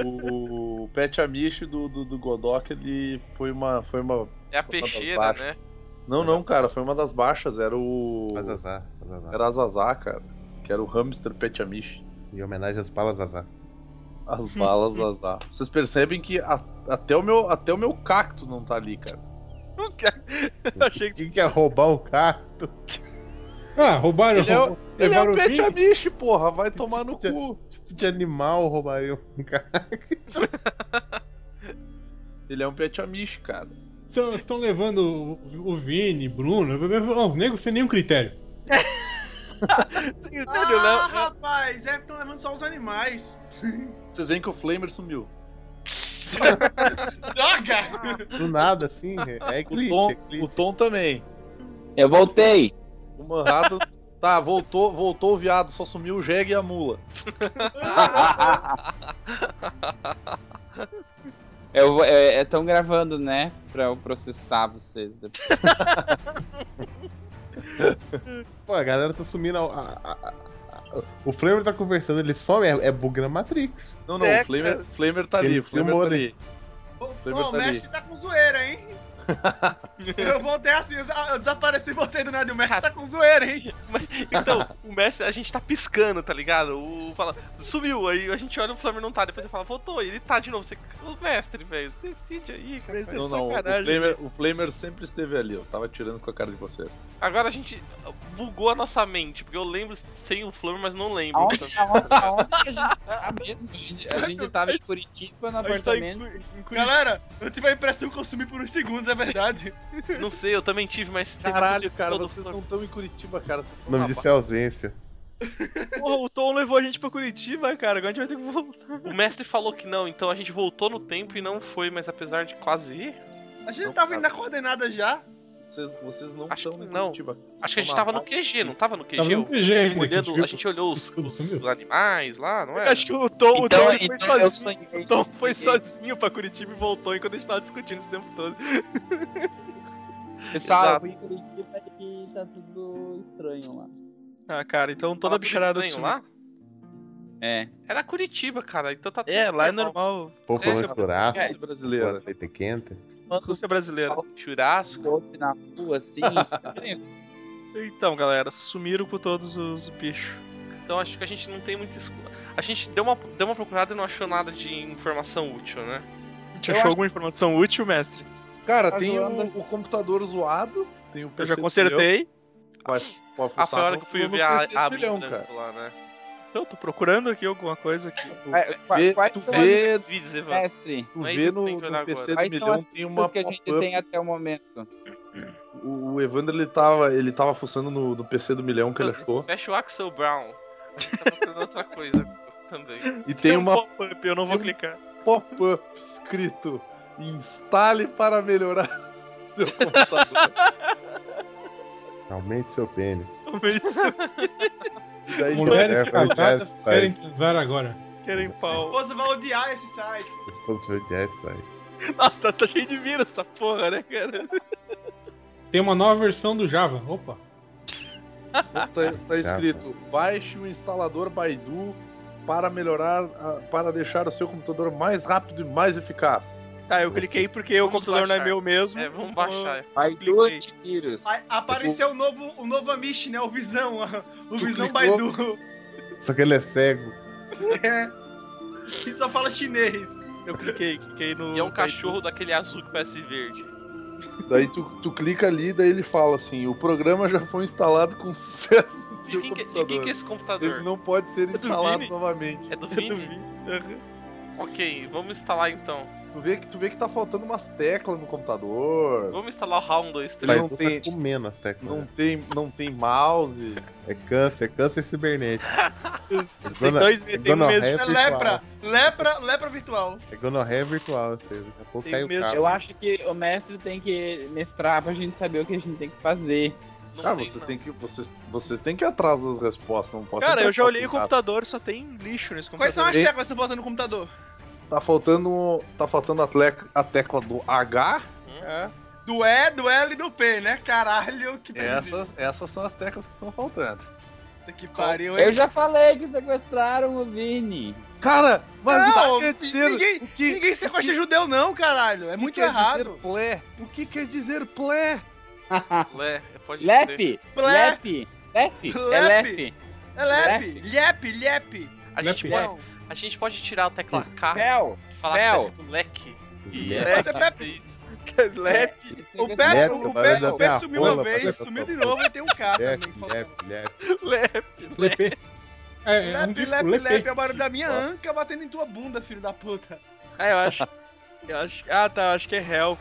Speaker 3: O Pet Amish do, do, do Godok, ele foi uma. Foi uma
Speaker 4: É a
Speaker 3: foi uma das
Speaker 4: peixeira,
Speaker 3: baixas.
Speaker 4: né?
Speaker 3: Não, não, cara, foi uma das baixas, era o.
Speaker 5: Azazá. Azazá.
Speaker 3: Era Azazá, cara. Que era o hamster Pet Amish.
Speaker 5: Em homenagem às balas Azazá.
Speaker 3: As balas Azazá. Vocês percebem que a- até, o meu, até o meu cacto não tá ali, cara.
Speaker 11: Eu achei que.
Speaker 5: Quem quer roubar um cacto?
Speaker 8: Ah, roubaram
Speaker 3: Ele é o,
Speaker 8: roubaram-
Speaker 3: ele é
Speaker 8: levaram
Speaker 3: o é
Speaker 8: o
Speaker 3: Pet
Speaker 8: vinho?
Speaker 3: Amish, porra, vai tomar no cu.
Speaker 5: Tipo de animal roubaria um cacto.
Speaker 3: Ele é um Pet Amish, cara.
Speaker 8: Estão, estão levando o, o Vini, Bruno. Ó, Os negros sem nenhum critério.
Speaker 10: Ah, rapaz, é, estão levando só os animais.
Speaker 3: Vocês veem que o Flamer sumiu.
Speaker 10: *laughs* Droga!
Speaker 5: Do nada, assim. É,
Speaker 3: *laughs*
Speaker 5: é
Speaker 3: O
Speaker 5: clique.
Speaker 3: Tom,
Speaker 5: é clique.
Speaker 3: o Tom também.
Speaker 11: *laughs*
Speaker 7: Eu voltei.
Speaker 3: O *laughs* Manhattan. tá, voltou, voltou o viado, só sumiu o jegue e a mula.
Speaker 7: Eu vou- é, estão gravando, né? Pra eu processar vocês. depois.
Speaker 5: Pô, a galera tá sumindo. a- a- a- a- o Flamer tá conversando, ele some, é, é bug na Matrix.
Speaker 3: Não, não,
Speaker 10: É,
Speaker 3: o Flamer,
Speaker 10: cara.
Speaker 3: Flamer tá ali,
Speaker 5: Ele
Speaker 3: o Flamer tá
Speaker 5: filmou, né?
Speaker 3: ali.
Speaker 10: Ô,
Speaker 3: Kleber
Speaker 10: ô,
Speaker 3: tá
Speaker 10: o mestre tá com zoeira,
Speaker 4: *laughs*
Speaker 10: hein? eu voltei assim, eu eu desapareci e voltei do nada. O mestre tá com zoeira, hein?
Speaker 4: Então, o mestre, a gente tá piscando, tá ligado? O fala, sumiu, aí a gente olha o Flamengo não tá, depois ele fala, voltou, e ele tá de novo. Você, ô mestre, velho, decide aí, cara.
Speaker 11: Mestre,
Speaker 3: Não, não, o
Speaker 11: sacanagem.
Speaker 3: Flamer, o Flamer sempre esteve ali, eu tava tirando com a cara de você.
Speaker 4: Agora a gente bugou a nossa mente, porque eu lembro sem o Flamengo, mas não lembro. Então,
Speaker 7: Aonde, aonde, aonde que a gente tá mesmo? A gente, a gente tava em Curitiba, no
Speaker 11: A gente tá em,
Speaker 7: apartamento.
Speaker 11: Cu- em Curitiba.
Speaker 10: Galera, eu tive a impressão que eu sumi por uns segundos, é verdade.
Speaker 4: Não sei, eu também tive, mas teve
Speaker 3: Caralho,
Speaker 4: todo-
Speaker 3: cara,
Speaker 4: todo
Speaker 3: vocês não estão em Curitiba, cara. vocês
Speaker 5: O
Speaker 3: tão
Speaker 5: nome
Speaker 3: na
Speaker 5: disso é ausência.
Speaker 11: Porra, o Tom levou a gente pra Curitiba, cara. Agora a gente vai ter que voltar.
Speaker 4: O mestre falou que não, então a gente voltou no tempo e não foi, mas apesar de quase ir.
Speaker 10: A gente tava indo na coordenada já.
Speaker 3: Ba- Vocês, vocês não
Speaker 4: Acho
Speaker 3: estão
Speaker 4: que
Speaker 3: em
Speaker 4: não.
Speaker 3: Curitiba.
Speaker 4: Acho que a gente
Speaker 3: Toma
Speaker 4: tava no
Speaker 3: lá.
Speaker 4: QG, não tava no QG?
Speaker 8: Tava no QG ainda, que a
Speaker 4: olhando,
Speaker 8: gente viu-
Speaker 4: a gente olhou os,
Speaker 8: tudo
Speaker 4: os
Speaker 8: sumiu.
Speaker 4: animais lá, não é?
Speaker 11: Acho que o Tom, o Tom
Speaker 7: Então,
Speaker 11: ele foi
Speaker 7: então
Speaker 11: sozinho.
Speaker 7: eu sonhei.
Speaker 11: O Tom foi
Speaker 7: sonhei.
Speaker 11: sozinho pra Curitiba e voltou enquanto a gente tava discutindo esse tempo todo.
Speaker 7: Pessoal, eu
Speaker 4: Exato.
Speaker 7: fui em Curitiba e tá tudo estranho lá.
Speaker 11: Ah, cara, então
Speaker 4: Tava
Speaker 11: toda
Speaker 4: tudo
Speaker 11: bicharada
Speaker 4: estranho
Speaker 11: sumiu.
Speaker 4: lá?
Speaker 7: É.
Speaker 4: Era Curitiba, cara, então tá tudo
Speaker 11: É, lá é normal.
Speaker 5: Pô,
Speaker 4: É, isso é-
Speaker 5: falando churaço,
Speaker 3: Esse brasileiro.
Speaker 5: leite quente.
Speaker 11: Rússia brasileira.
Speaker 4: Churrasco.
Speaker 7: Doce na rua, assim, estranho.
Speaker 11: Então, galera, sumiram com todos os bichos.
Speaker 4: Então acho que a gente não tem muito escu... A gente deu uma, deu uma procurada e não achou nada de informação útil, né?
Speaker 11: A gente achou alguma informação útil, mestre?
Speaker 3: Cara,
Speaker 7: Tá
Speaker 3: tem o,
Speaker 7: zoando.
Speaker 3: o computador zoado, tem o
Speaker 11: Eu
Speaker 3: PC
Speaker 11: já
Speaker 3: do
Speaker 11: consertei.
Speaker 3: milhão, pode- pode
Speaker 4: Ah, foi a
Speaker 3: fuçar
Speaker 4: hora que eu fui ver a,
Speaker 3: PC do
Speaker 4: a
Speaker 3: milhão,
Speaker 4: Bíblia
Speaker 3: cara.
Speaker 4: lá, né?
Speaker 11: um Então, eu tô procurando aqui alguma coisa aqui.
Speaker 7: É, qua-
Speaker 3: vê-
Speaker 7: quais
Speaker 3: tu
Speaker 7: são
Speaker 3: vê-
Speaker 7: as-
Speaker 4: Esses vídeos, Evan.
Speaker 7: Mestre,
Speaker 3: Tu
Speaker 4: Não é
Speaker 3: vê
Speaker 4: isso que
Speaker 3: no,
Speaker 4: tem que olhar
Speaker 3: no PC do
Speaker 7: quais são
Speaker 3: milhão
Speaker 7: as
Speaker 3: tem uma
Speaker 7: pistas que a gente
Speaker 3: pop-up
Speaker 7: tem até o momento?
Speaker 3: O, o Evandro ele tava, ele tava fuçando no, no PC do milhão que ele achou.
Speaker 4: Fecha o Axel Brown. Tá procurando outra coisa *laughs* também.
Speaker 3: E tem
Speaker 11: um
Speaker 3: uma
Speaker 11: pop-up, eu não vou clicar. *laughs*
Speaker 3: pop-up escrito: instale para melhorar *laughs* seu computador.
Speaker 5: Aumente seu pênis.
Speaker 11: Realmente, se
Speaker 3: E daí,
Speaker 8: Mulheres
Speaker 5: É, foi o
Speaker 8: casadas
Speaker 5: Jazz
Speaker 8: querem transar agora.
Speaker 11: querem pau.
Speaker 10: Você vai odiar esse site.
Speaker 5: Todos os dias sai.
Speaker 11: Nossa, tá, tá cheio de vírus essa porra, né, cara?
Speaker 8: Tem uma nova versão do Java. Opa.
Speaker 3: tá, tá escrito: baixe o instalador Baidu para melhorar, a- para deixar o seu computador mais rápido e mais eficaz.
Speaker 11: Tá, eu cliquei porque o
Speaker 4: Vamos
Speaker 11: computador não é
Speaker 4: baixar.
Speaker 11: meu mesmo.
Speaker 4: É, vamos baixar.
Speaker 7: Vai
Speaker 11: Cliquei.
Speaker 7: dois tiros.
Speaker 10: Aí apareceu o novo, o novo Amish, né? O Visão. O
Speaker 5: Tu
Speaker 10: Visão
Speaker 5: clicou?
Speaker 10: Baidu. *laughs* É.
Speaker 5: Só que ele é cego.
Speaker 10: Que só fala chinês.
Speaker 11: Eu cliquei, cliquei no.
Speaker 4: E é um cachorro
Speaker 11: então.
Speaker 4: daquele azul que parece verde.
Speaker 3: Daí tu, tu clica ali, daí ele fala assim: o programa já foi instalado com *laughs* sucesso. no
Speaker 4: De
Speaker 3: seu
Speaker 11: um
Speaker 4: quem, que, de
Speaker 3: computador.
Speaker 4: quem que é esse computador?
Speaker 3: Ele não pode ser
Speaker 11: do
Speaker 3: instalado
Speaker 11: Vini? *laughs*
Speaker 3: novamente.
Speaker 4: É do
Speaker 11: Eu
Speaker 4: Vini?
Speaker 11: vi. Aham.
Speaker 4: Ok, vamos instalar então.
Speaker 3: Tu vê que, tu vê que tá faltando umas teclas no computador.
Speaker 4: Vamos instalar o HAL 1, 2,
Speaker 3: Ele
Speaker 4: 3.
Speaker 3: não tem,
Speaker 5: Tá comendo as teclas.
Speaker 3: não tem, não tem mouse.
Speaker 5: É câncer, é câncer cibernético.
Speaker 11: Tem dois meses, tem um mês.
Speaker 5: É
Speaker 10: É lepra, lepra, lepra virtual.
Speaker 5: É gonorreia virtual, ou seja, daqui a pouco
Speaker 11: Tem
Speaker 5: cai o
Speaker 11: mesmo.
Speaker 5: carro.
Speaker 7: Eu acho que o mestre tem que mestrar pra gente saber o que a gente tem que fazer.
Speaker 11: Ah,
Speaker 3: Cara, vocês têm Ah, que, vocês, vocês têm que ir atrás das respostas, não posso.
Speaker 11: Cara, eu já
Speaker 3: entrar
Speaker 11: olhei o
Speaker 3: com nada.
Speaker 11: computador, só tem lixo nesse computador.
Speaker 10: Quais são as
Speaker 3: Ei.
Speaker 10: teclas que você bota no computador?
Speaker 3: Tá faltando, tá faltando a, tecla, a tecla do H.
Speaker 10: Do E, do L e do P, né? Caralho, que
Speaker 3: É Essas, essas são as teclas que estão faltando.
Speaker 10: Puta que pariu, hein?
Speaker 7: Eu já falei que sequestraram o Vini. *laughs*
Speaker 3: Cara, mas
Speaker 10: Não,
Speaker 3: isso quer dizer.
Speaker 10: ninguém-
Speaker 3: o que,
Speaker 10: Ninguém sequestra judeu não, caralho. É
Speaker 3: o que
Speaker 10: muito
Speaker 3: quer
Speaker 10: errado.
Speaker 3: Dizer plé? O que quer dizer plé?
Speaker 4: Lé, é, pode crer.
Speaker 7: Lepe!
Speaker 10: Plé.
Speaker 7: Lepe! Lepe! É
Speaker 10: Lepe.
Speaker 7: Lepe!
Speaker 10: É lep, lep, lep.
Speaker 4: A gente,
Speaker 7: Lep.
Speaker 4: pode, a gente pode tirar a tecla K
Speaker 7: Fel!
Speaker 4: e falar que
Speaker 7: Fel.
Speaker 4: tá escrito leque. E
Speaker 5: Leque.
Speaker 4: é isso, é isso.
Speaker 5: É,
Speaker 11: Lep,
Speaker 10: O Pé,
Speaker 5: Lep,
Speaker 10: o
Speaker 5: barulho
Speaker 10: Pé,
Speaker 5: da
Speaker 10: o Pé
Speaker 5: minha
Speaker 10: sumiu uma
Speaker 5: rola,
Speaker 10: vez,
Speaker 5: parece
Speaker 10: sumiu
Speaker 5: que
Speaker 10: de
Speaker 5: eu
Speaker 10: novo e tem um
Speaker 11: é
Speaker 10: K
Speaker 5: Lep,
Speaker 10: também.
Speaker 5: lep, lep.
Speaker 4: Lep.
Speaker 8: Lepê. É, é um
Speaker 10: Lep,
Speaker 8: disco,
Speaker 10: lep,
Speaker 8: lepê.
Speaker 10: lep, é o barulho da minha
Speaker 5: Ó.
Speaker 10: anca batendo em tua bunda, filho da puta.
Speaker 11: Ah, eu acho. Eu acho. Ah, tá, eu acho que é help.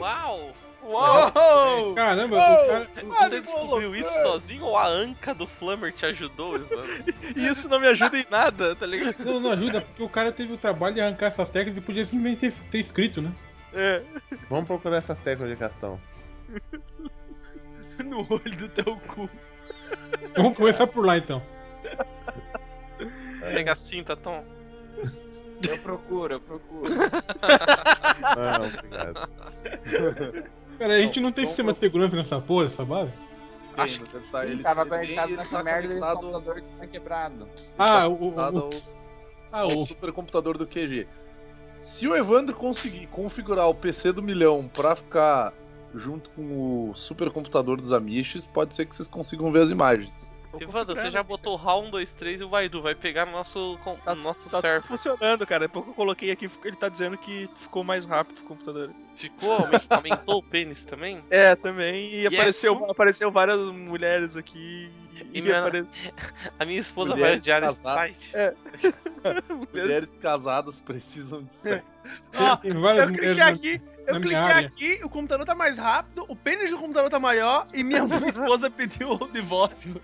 Speaker 4: Uau!
Speaker 10: Uou!
Speaker 8: Caramba,
Speaker 11: Oh!
Speaker 8: o cara...
Speaker 4: Você descobriu isso sozinho ou a anca do Flammer te ajudou, Evandro?
Speaker 11: *laughs* E isso não me ajuda em nada, tá ligado?
Speaker 8: Não, não ajuda, porque o cara teve o trabalho de arrancar essas teclas e podia simplesmente ter, ter escrito, né?
Speaker 11: É.
Speaker 5: Vamos procurar essas teclas de cartão.
Speaker 10: *laughs* No olho do teu cu.
Speaker 8: Vamos começar por lá então.
Speaker 4: Pega a cinta, Tom.
Speaker 7: Eu procuro, eu *laughs* procuro.
Speaker 5: Não, Ah, obrigado.
Speaker 8: Cara, a gente não tem sistema de segurança nessa porra, essa base?
Speaker 4: Acho
Speaker 3: que tá,
Speaker 7: Ele tava
Speaker 3: também,
Speaker 7: conectado
Speaker 3: ele
Speaker 7: nessa
Speaker 3: tá
Speaker 7: merda e o
Speaker 3: conectado
Speaker 7: computador tá quebrado.
Speaker 8: Ah,
Speaker 3: Tá,
Speaker 8: o, o,
Speaker 3: conectado
Speaker 8: o,
Speaker 3: ao-
Speaker 8: ah,
Speaker 3: ao
Speaker 8: o
Speaker 3: supercomputador do QG. Se o Evandro conseguir configurar o PC do milhão pra ficar junto com o supercomputador dos Amishes, pode ser que vocês consigam ver as imagens.
Speaker 4: Evandro, você já botou o HAL 1, 2, 3 e o Vaidu. Vai pegar no nosso, com- no nosso
Speaker 11: né? Tá
Speaker 4: server.
Speaker 11: funcionando, cara. Depois que eu coloquei aqui, ele tá dizendo que ficou mais rápido o computador.
Speaker 4: Ficou? Aumen- Aumentou o pênis também?
Speaker 11: É, também. E
Speaker 4: Yes.
Speaker 11: apareceu, apareceu várias mulheres aqui.
Speaker 4: E
Speaker 11: E,
Speaker 10: é
Speaker 4: minha-
Speaker 11: apare-
Speaker 4: A minha esposa vai
Speaker 3: Mulheres
Speaker 4: odiar esse
Speaker 3: casadas.
Speaker 4: site. É.
Speaker 3: Mulheres casadas precisam *laughs* de sexo.
Speaker 8: tem
Speaker 10: Eu
Speaker 8: várias né?
Speaker 10: cliquei
Speaker 8: mulheres
Speaker 10: aqui,
Speaker 8: na
Speaker 10: eu
Speaker 8: minha
Speaker 10: cliquei
Speaker 8: área.
Speaker 10: aqui, o computador tá mais rápido, o pênis do computador tá maior e minha *laughs* esposa pediu o divórcio.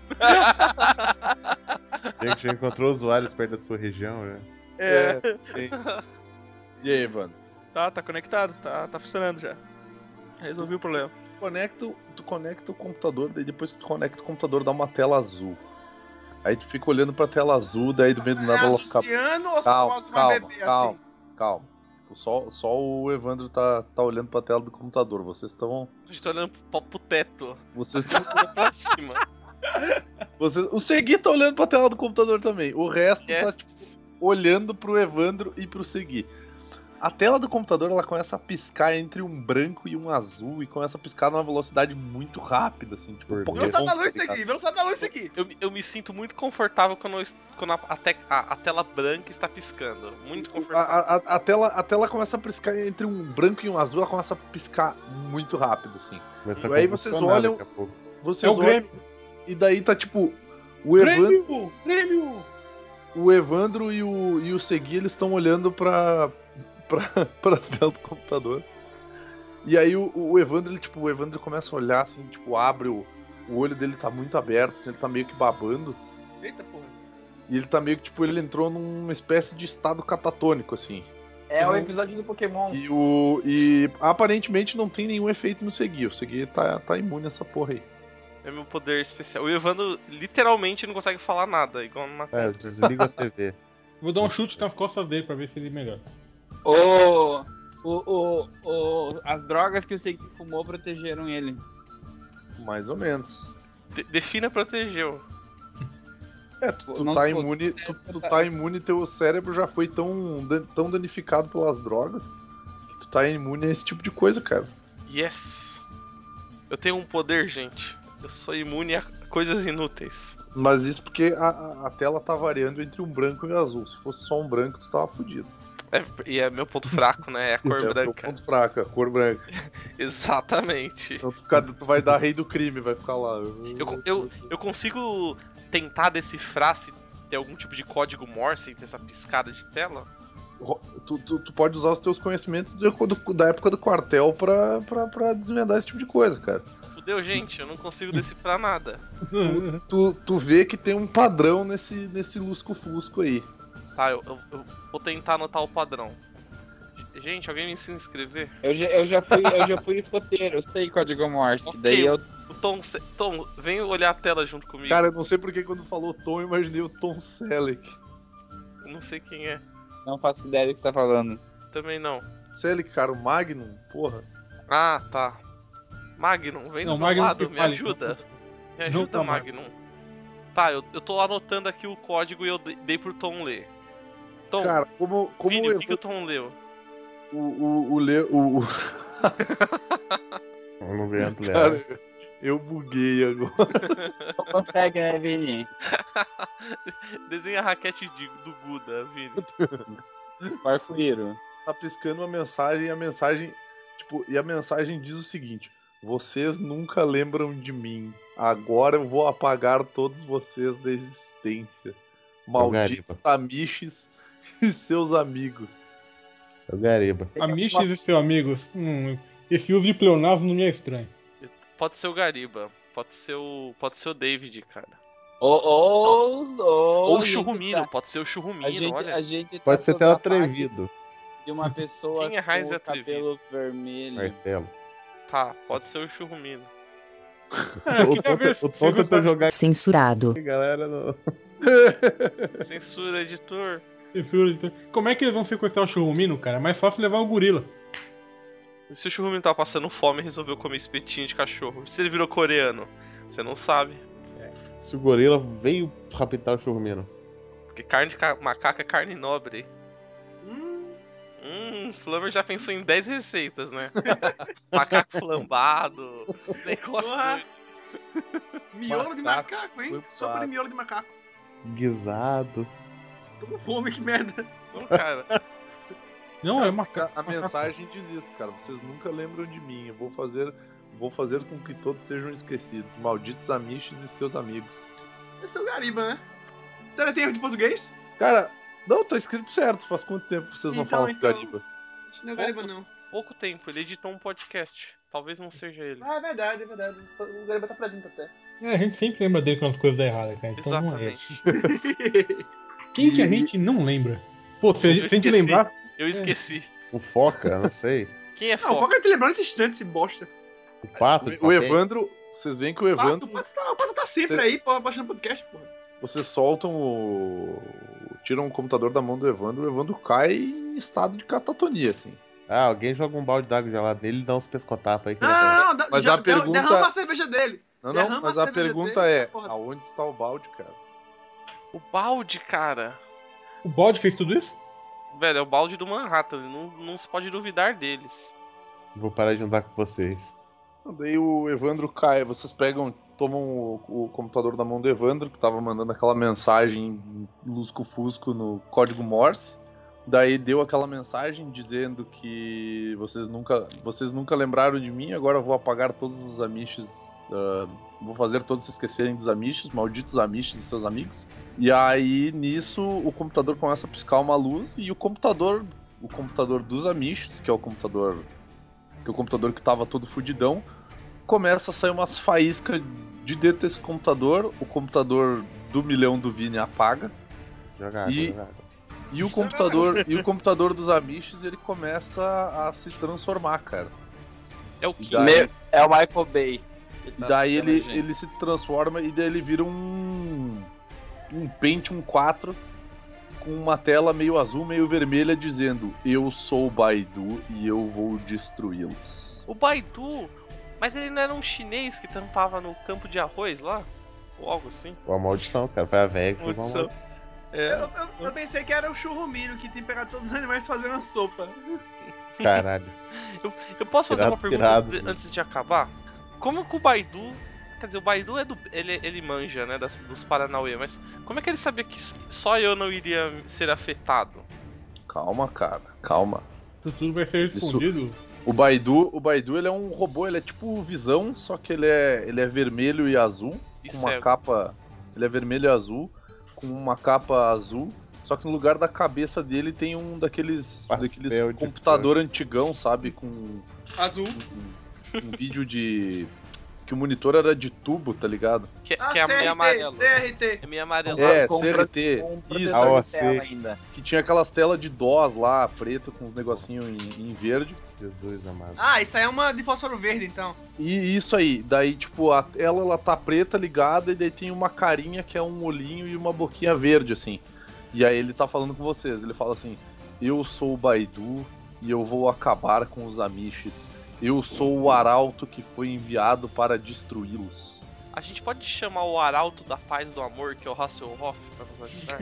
Speaker 5: Já, já encontrou usuários perto da sua região, né? já.
Speaker 11: É.
Speaker 3: sim. E aí, Evandro?
Speaker 11: Tá, tá conectado, tá, tá funcionando já. Resolvi o problema.
Speaker 3: Tu Conecta, o- tu conecta o computador, daí depois que tu conecta o computador dá uma tela azul. Aí tu fica olhando pra tela azul, daí do meio do nada ela fica
Speaker 10: Luciano Tá ou só
Speaker 3: Calma,
Speaker 10: posso uma
Speaker 3: calma,
Speaker 10: bebê
Speaker 3: calma,
Speaker 10: assim?
Speaker 3: calma. Tipo, Só, só o Evandro tá, tá olhando pra tela do computador. Vocês estão.
Speaker 4: A gente tá olhando pro, pro teto.
Speaker 3: Vocês,
Speaker 4: Pra cima.
Speaker 3: *laughs*
Speaker 11: *laughs*
Speaker 3: vocês, o Segui tá olhando pra tela do computador também. O resto tá
Speaker 4: Yes.
Speaker 3: olhando pro Evandro e pro Segui. A tela do computador ela começa a piscar entre um branco e um azul e começa a piscar numa velocidade muito rápida, assim, tipo,
Speaker 5: Por
Speaker 3: Pokémon,
Speaker 10: Velocidade da luz
Speaker 3: tá ligado?
Speaker 10: aqui, velocidade da luz aqui.
Speaker 4: Eu, eu me sinto muito confortável quando, eu est- quando a, a te- a- a tela branca está piscando. Muito
Speaker 11: *laughs*
Speaker 3: A,
Speaker 4: confortável.
Speaker 3: a, a- a tela, a tela começa a piscar entre um branco e um azul, ela começa a piscar muito rápido, assim.
Speaker 5: Começa a
Speaker 3: Aí vocês
Speaker 5: convulsionar
Speaker 3: olham-
Speaker 5: daqui a pouco.
Speaker 3: Vocês
Speaker 8: É o
Speaker 3: olham-
Speaker 8: Grêmio.
Speaker 3: E daí tá tipo. O Evandro,
Speaker 8: Grêmio! Grêmio!
Speaker 3: o Evandro e o, e o Segui, eles estão olhando pra, *laughs* pra, pra tela do computador. E aí o, o Evandro, ele, tipo, o Evandro começa a olhar, assim, tipo, abre o, o olho dele tá muito aberto, assim, ele tá meio que babando.
Speaker 10: Eita porra.
Speaker 3: E ele tá meio que, tipo, ele entrou numa espécie de estado catatônico, assim.
Speaker 7: É o episódio do Pokémon.
Speaker 3: E o. E aparentemente não tem nenhum efeito no Segui. O Segui tá, tá imune a essa porra aí.
Speaker 4: É meu poder especial. O Evandro literalmente não consegue falar nada, igual numa
Speaker 5: É, eu desligo a TV.
Speaker 8: Vou dar um chute nas costas dele pra ver se ele melhora.
Speaker 7: O, o, o, o- as drogas que o Seiki fumou protegeram ele.
Speaker 3: Mais ou menos.
Speaker 4: De- defina protegeu.
Speaker 3: É, tu, tu
Speaker 7: Não-
Speaker 3: tá imune, tu, tu tá imune, teu cérebro já foi tão, dan- tão danificado pelas drogas que tu tá imune a esse tipo de coisa, cara.
Speaker 4: Yes! Eu tenho um poder, gente. Eu sou imune a coisas inúteis.
Speaker 3: Mas isso porque a, a- a tela tá variando entre um branco e um azul. Se fosse só um branco, tu tava fudido.
Speaker 4: É- e é meu ponto fraco, né? É a cor
Speaker 3: é o teu
Speaker 4: branca.
Speaker 3: ponto fraco, a cor
Speaker 4: *laughs*
Speaker 3: branca.
Speaker 4: Exatamente.
Speaker 3: Então tu, fica- tu vai dar rei do crime, vai ficar lá.
Speaker 4: Eu, con- eu, eu consigo tentar decifrar se tem algum tipo de código Morse tem essa piscada de tela?
Speaker 3: Tu, tu, tu pode usar os teus conhecimentos do- do- da época do quartel pra, pra, pra desvendar esse tipo de coisa, cara.
Speaker 4: Fudeu, gente, eu não consigo decifrar nada.
Speaker 3: Tu, tu, tu vê que tem um padrão nesse, nesse lusco-fusco aí.
Speaker 4: Tá, eu, eu- eu vou tentar anotar o padrão. Gente, alguém me ensina a escrever?
Speaker 7: Eu já, eu já fui, eu já *laughs* fui escoteiro, eu sei código morte. Daí eu.
Speaker 4: O Tom, Se- Tom, vem olhar a tela junto comigo.
Speaker 3: Cara, eu não sei porque quando falou Tom, eu imaginei o Tom Selleck.
Speaker 4: Eu não sei quem é.
Speaker 7: Não faço ideia do que você tá falando.
Speaker 4: Também não.
Speaker 3: Selleck, cara, o Magnum, porra.
Speaker 4: Ah, tá. Magnum, vem
Speaker 3: Não,
Speaker 4: do meu
Speaker 3: Magnum
Speaker 4: lado,
Speaker 3: que
Speaker 4: me
Speaker 3: fale. *laughs*
Speaker 4: ajuda. Me
Speaker 3: Não
Speaker 4: ajuda,
Speaker 3: tá,
Speaker 4: Magnum. Tá, eu, eu tô anotando aqui o código e eu de- dei pro Tom ler. Tom,
Speaker 3: Cara, como, como
Speaker 4: Vini,
Speaker 3: eu-
Speaker 4: o que, que o Tom leu? *laughs*
Speaker 3: O, o, o, Le- o, *laughs* o-
Speaker 5: Vamos ver, Antônio.
Speaker 3: Cara, eu buguei agora.
Speaker 7: Não consegue, né, Vini?
Speaker 4: Desenha a raquete de- do Guda, Vini.
Speaker 7: Arco-íro.
Speaker 3: Tá piscando uma mensagem e a mensagem. Tipo, e a mensagem diz o seguinte: Vocês nunca lembram de mim. Agora eu vou apagar todos vocês da existência. Malditos Amiches *laughs* e seus amigos.
Speaker 5: Eu gariba.
Speaker 7: tá
Speaker 8: Amiches e seus amigos. Hum, esse uso de pleonasmo não me é estranho.
Speaker 4: Pode ser o Gariba, pode ser o, pode ser o David, cara.
Speaker 7: Ou, ou,
Speaker 4: Ou
Speaker 7: ou
Speaker 4: o Churrumino,
Speaker 3: tá.
Speaker 4: pode ser o Churrumino,
Speaker 7: A gente,
Speaker 4: olha.
Speaker 7: a gente tá
Speaker 5: Pode ser
Speaker 7: sob
Speaker 5: até o
Speaker 7: ataque
Speaker 5: atrevido,
Speaker 7: De uma pessoa
Speaker 4: Quem é raiz
Speaker 7: com
Speaker 4: é
Speaker 7: o cabelo
Speaker 3: *laughs*
Speaker 7: vermelho.
Speaker 5: Marcelo.
Speaker 4: Tá, pode ser o Churrumino.
Speaker 5: o ponto, o ponto é tu jogar
Speaker 1: Censurado.
Speaker 5: galera no...
Speaker 4: Censura, editor.
Speaker 8: Prefiro- então, Como é que eles vão sequestrar o Churrumino, cara? É mais fácil levar o gorila.
Speaker 4: E se o Churrumino tava passando fome e resolveu comer espetinho de cachorro? Se ele virou coreano? Você não sabe.
Speaker 5: Se o gorila veio raptar o churmino.
Speaker 4: Porque carne de ca- macaco é carne nobre. Hum, Flammer já pensou em 10 receitas, né? *laughs* macaco flambado, esse negócio.
Speaker 10: Miolo de
Speaker 5: Batata,
Speaker 10: macaco, hein?
Speaker 5: coitado.
Speaker 10: Sopa de miolo de macaco.
Speaker 5: Guisado.
Speaker 10: Tô com fome, que merda.
Speaker 4: Não, cara.
Speaker 8: Não, é uma
Speaker 3: *laughs* A mensagem diz isso, cara. Vocês nunca lembram de mim. Eu vou fazer, vou fazer com que todos sejam esquecidos. Malditos Amiches e seus amigos.
Speaker 10: Esse é o Gariba, né? Será que tem erro de português?
Speaker 3: Cara, não, tá escrito certo. Faz quanto tempo que vocês não
Speaker 10: Então,
Speaker 3: falam
Speaker 10: então.
Speaker 3: Gariba?
Speaker 10: Acho que Não é o Gariba, não.
Speaker 4: Pouco tempo, ele editou um podcast. Talvez não seja ele.
Speaker 10: Ah, é verdade, é verdade. O Gariba tá presente até.
Speaker 8: É, a gente sempre lembra dele quando as coisas dão errado, cara. Então não é.
Speaker 4: Exatamente.
Speaker 8: Quem que a gente não lembra? Pô, se a gente, se a gente
Speaker 4: esqueci.
Speaker 8: lembrar.
Speaker 4: Eu esqueci.
Speaker 5: O foca, não sei.
Speaker 4: Quem é
Speaker 10: Não, o Foca te lembrando esse instante, esse bosta.
Speaker 5: O pato. de
Speaker 3: O
Speaker 5: papel.
Speaker 3: Evandro, vocês veem que o Evandro,
Speaker 10: O Pato tá, o Pato tá sempre
Speaker 3: Cê- É.
Speaker 10: aí, pô, baixando podcast, pô.
Speaker 3: vocês soltam o. tiram o computador da mão do Evandro, o Evandro cai em estado de catatonia, assim.
Speaker 5: Ah, alguém joga um balde d'água gelado nele e dá uns pescotapas aí. Que
Speaker 10: Não, não, dá-
Speaker 3: Mas
Speaker 10: já-
Speaker 3: a
Speaker 10: derra-
Speaker 3: pergunta-
Speaker 10: derrama a cerveja dele.
Speaker 3: Não,
Speaker 10: Derrama
Speaker 3: não, mas a
Speaker 10: cerveja
Speaker 3: pergunta
Speaker 10: dele,
Speaker 3: é:
Speaker 10: porra.
Speaker 3: aonde está o balde, cara?
Speaker 4: O balde, cara.
Speaker 8: O bode fez tudo isso?
Speaker 4: Velho, é o balde do Manhattan. Não, não se pode duvidar deles.
Speaker 5: Vou parar de andar com vocês.
Speaker 3: Ah, Daí o Evandro cai, vocês pegam, tomam o, o computador da mão do Evandro, que tava mandando aquela mensagem lusco-fusco no código Morse. Daí deu aquela mensagem dizendo que vocês nunca, vocês nunca lembraram de mim, agora eu vou apagar todos os amiches. ah, vou fazer todos se esquecerem dos amiches, malditos amiches e seus amigos. E aí nisso o computador começa a piscar uma luz e o computador, o computador dos amiches, que é o computador que é o computador que tava todo fudidão, começa a sair umas faíscas de dentro desse computador, o computador do milhão do Vini apaga.
Speaker 5: Joga água,
Speaker 3: E-
Speaker 5: joga água.
Speaker 3: E o computador, e o computador dos Amish, ele começa a se transformar, cara.
Speaker 7: Tá,
Speaker 4: É o
Speaker 3: que?
Speaker 7: Meu- é o Michael Bay.
Speaker 3: E daí
Speaker 7: Tá,
Speaker 3: ele,
Speaker 7: gente.
Speaker 3: ele se transforma e daí ele vira um. Um Pentium 4 com uma tela meio azul, meio vermelha, dizendo: Eu sou o Baidu e eu vou destruí-los.
Speaker 4: O Baidu. Mas ele não era um chinês que tampava no campo de arroz lá? Ou algo assim?
Speaker 5: Uma maldição, cara. Foi a velha que foi uma
Speaker 4: Maldição.
Speaker 5: maldição.
Speaker 4: É.
Speaker 10: Eu, eu- eu pensei que era o churrumino que tinha pegado todos os animais e fazer uma sopa.
Speaker 5: Caralho.
Speaker 4: Eu, eu posso fazer
Speaker 5: Piratas,
Speaker 4: uma pergunta
Speaker 5: piratas,
Speaker 4: antes, de,
Speaker 5: né?
Speaker 4: antes de acabar? Como que o Baidu. Quer dizer, o Baidu é do. Ele, ele manja, né? das- dos Paranauê, mas como é que ele sabia que s- só eu não iria ser afetado?
Speaker 3: Calma, cara, calma.
Speaker 8: Isso tudo vai ser
Speaker 3: Isso-
Speaker 8: respondido.
Speaker 3: O Baidu, o Baidu ele é um robô, ele é tipo o visão, só que ele é, ele é vermelho e azul,
Speaker 4: E
Speaker 3: com uma é
Speaker 4: cego.
Speaker 3: capa. Ele é vermelho e azul, com uma capa azul, Só que no lugar da cabeça dele tem um daqueles, daqueles computador antigão, sabe? Com.
Speaker 10: Azul.
Speaker 3: Um, um vídeo de. Que o monitor era de tubo, tá ligado?
Speaker 4: Que, que é meio amarelo.
Speaker 10: CRT.
Speaker 4: É meio amarelo.
Speaker 3: É, CRT. Isso,
Speaker 5: Ah, ó, sei.
Speaker 12: ainda.
Speaker 3: que tinha aquelas telas de DOS lá, preto, com uns negocinhos em, em verde.
Speaker 5: Jesus amado.
Speaker 10: Ah, isso aí é uma de fósforo verde, então.
Speaker 3: E isso aí, daí, tipo, a tela ela tá preta ligada e daí tem uma carinha que é um olhinho e uma boquinha verde, assim. E aí ele tá falando com vocês, ele fala assim: Eu sou o Baidu e eu vou acabar com os Amishes. Eu sou o arauto que foi enviado para destruí-los.
Speaker 4: A gente pode chamar o Arauto da Paz do Amor, que é o Hasselhoff, pra nos
Speaker 5: *laughs*
Speaker 4: ajudar?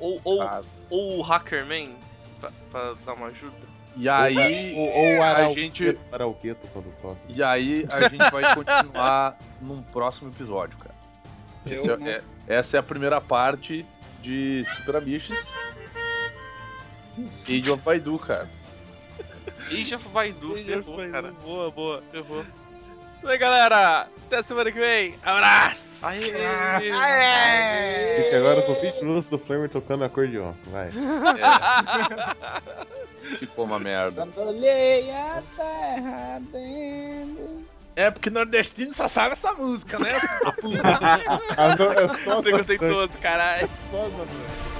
Speaker 4: ou, ou,
Speaker 3: Ah.
Speaker 4: ou o Hackerman, pra, pra dar uma ajuda?
Speaker 3: E aí
Speaker 5: Ou, ou o
Speaker 3: a
Speaker 5: arauqueto,
Speaker 3: gente
Speaker 5: arauqueto quando toca.
Speaker 3: e aí a gente vai
Speaker 12: *laughs*
Speaker 3: continuar num próximo episódio, cara. Esse
Speaker 10: Eu não-
Speaker 3: é- é- essa é a primeira parte de Super Amishes. Age of Baidu, cara.
Speaker 4: Age of Baidu, ferrou, cara.
Speaker 11: Boa, boa.
Speaker 4: Ferrou.
Speaker 11: Isso aí, galera. Até semana que vem. Abraço.
Speaker 4: Aê!
Speaker 5: Fica agora com o Pete Lúcio do Flamer tocando acordeon. Vai.
Speaker 3: É.
Speaker 12: *laughs*
Speaker 3: Ficou uma merda.
Speaker 12: Olhei a terra dentro.
Speaker 16: É porque nordestino só sabe essa música, né?
Speaker 5: Ah, não, eu só-
Speaker 4: Preconceituoso, caralho.
Speaker 5: só-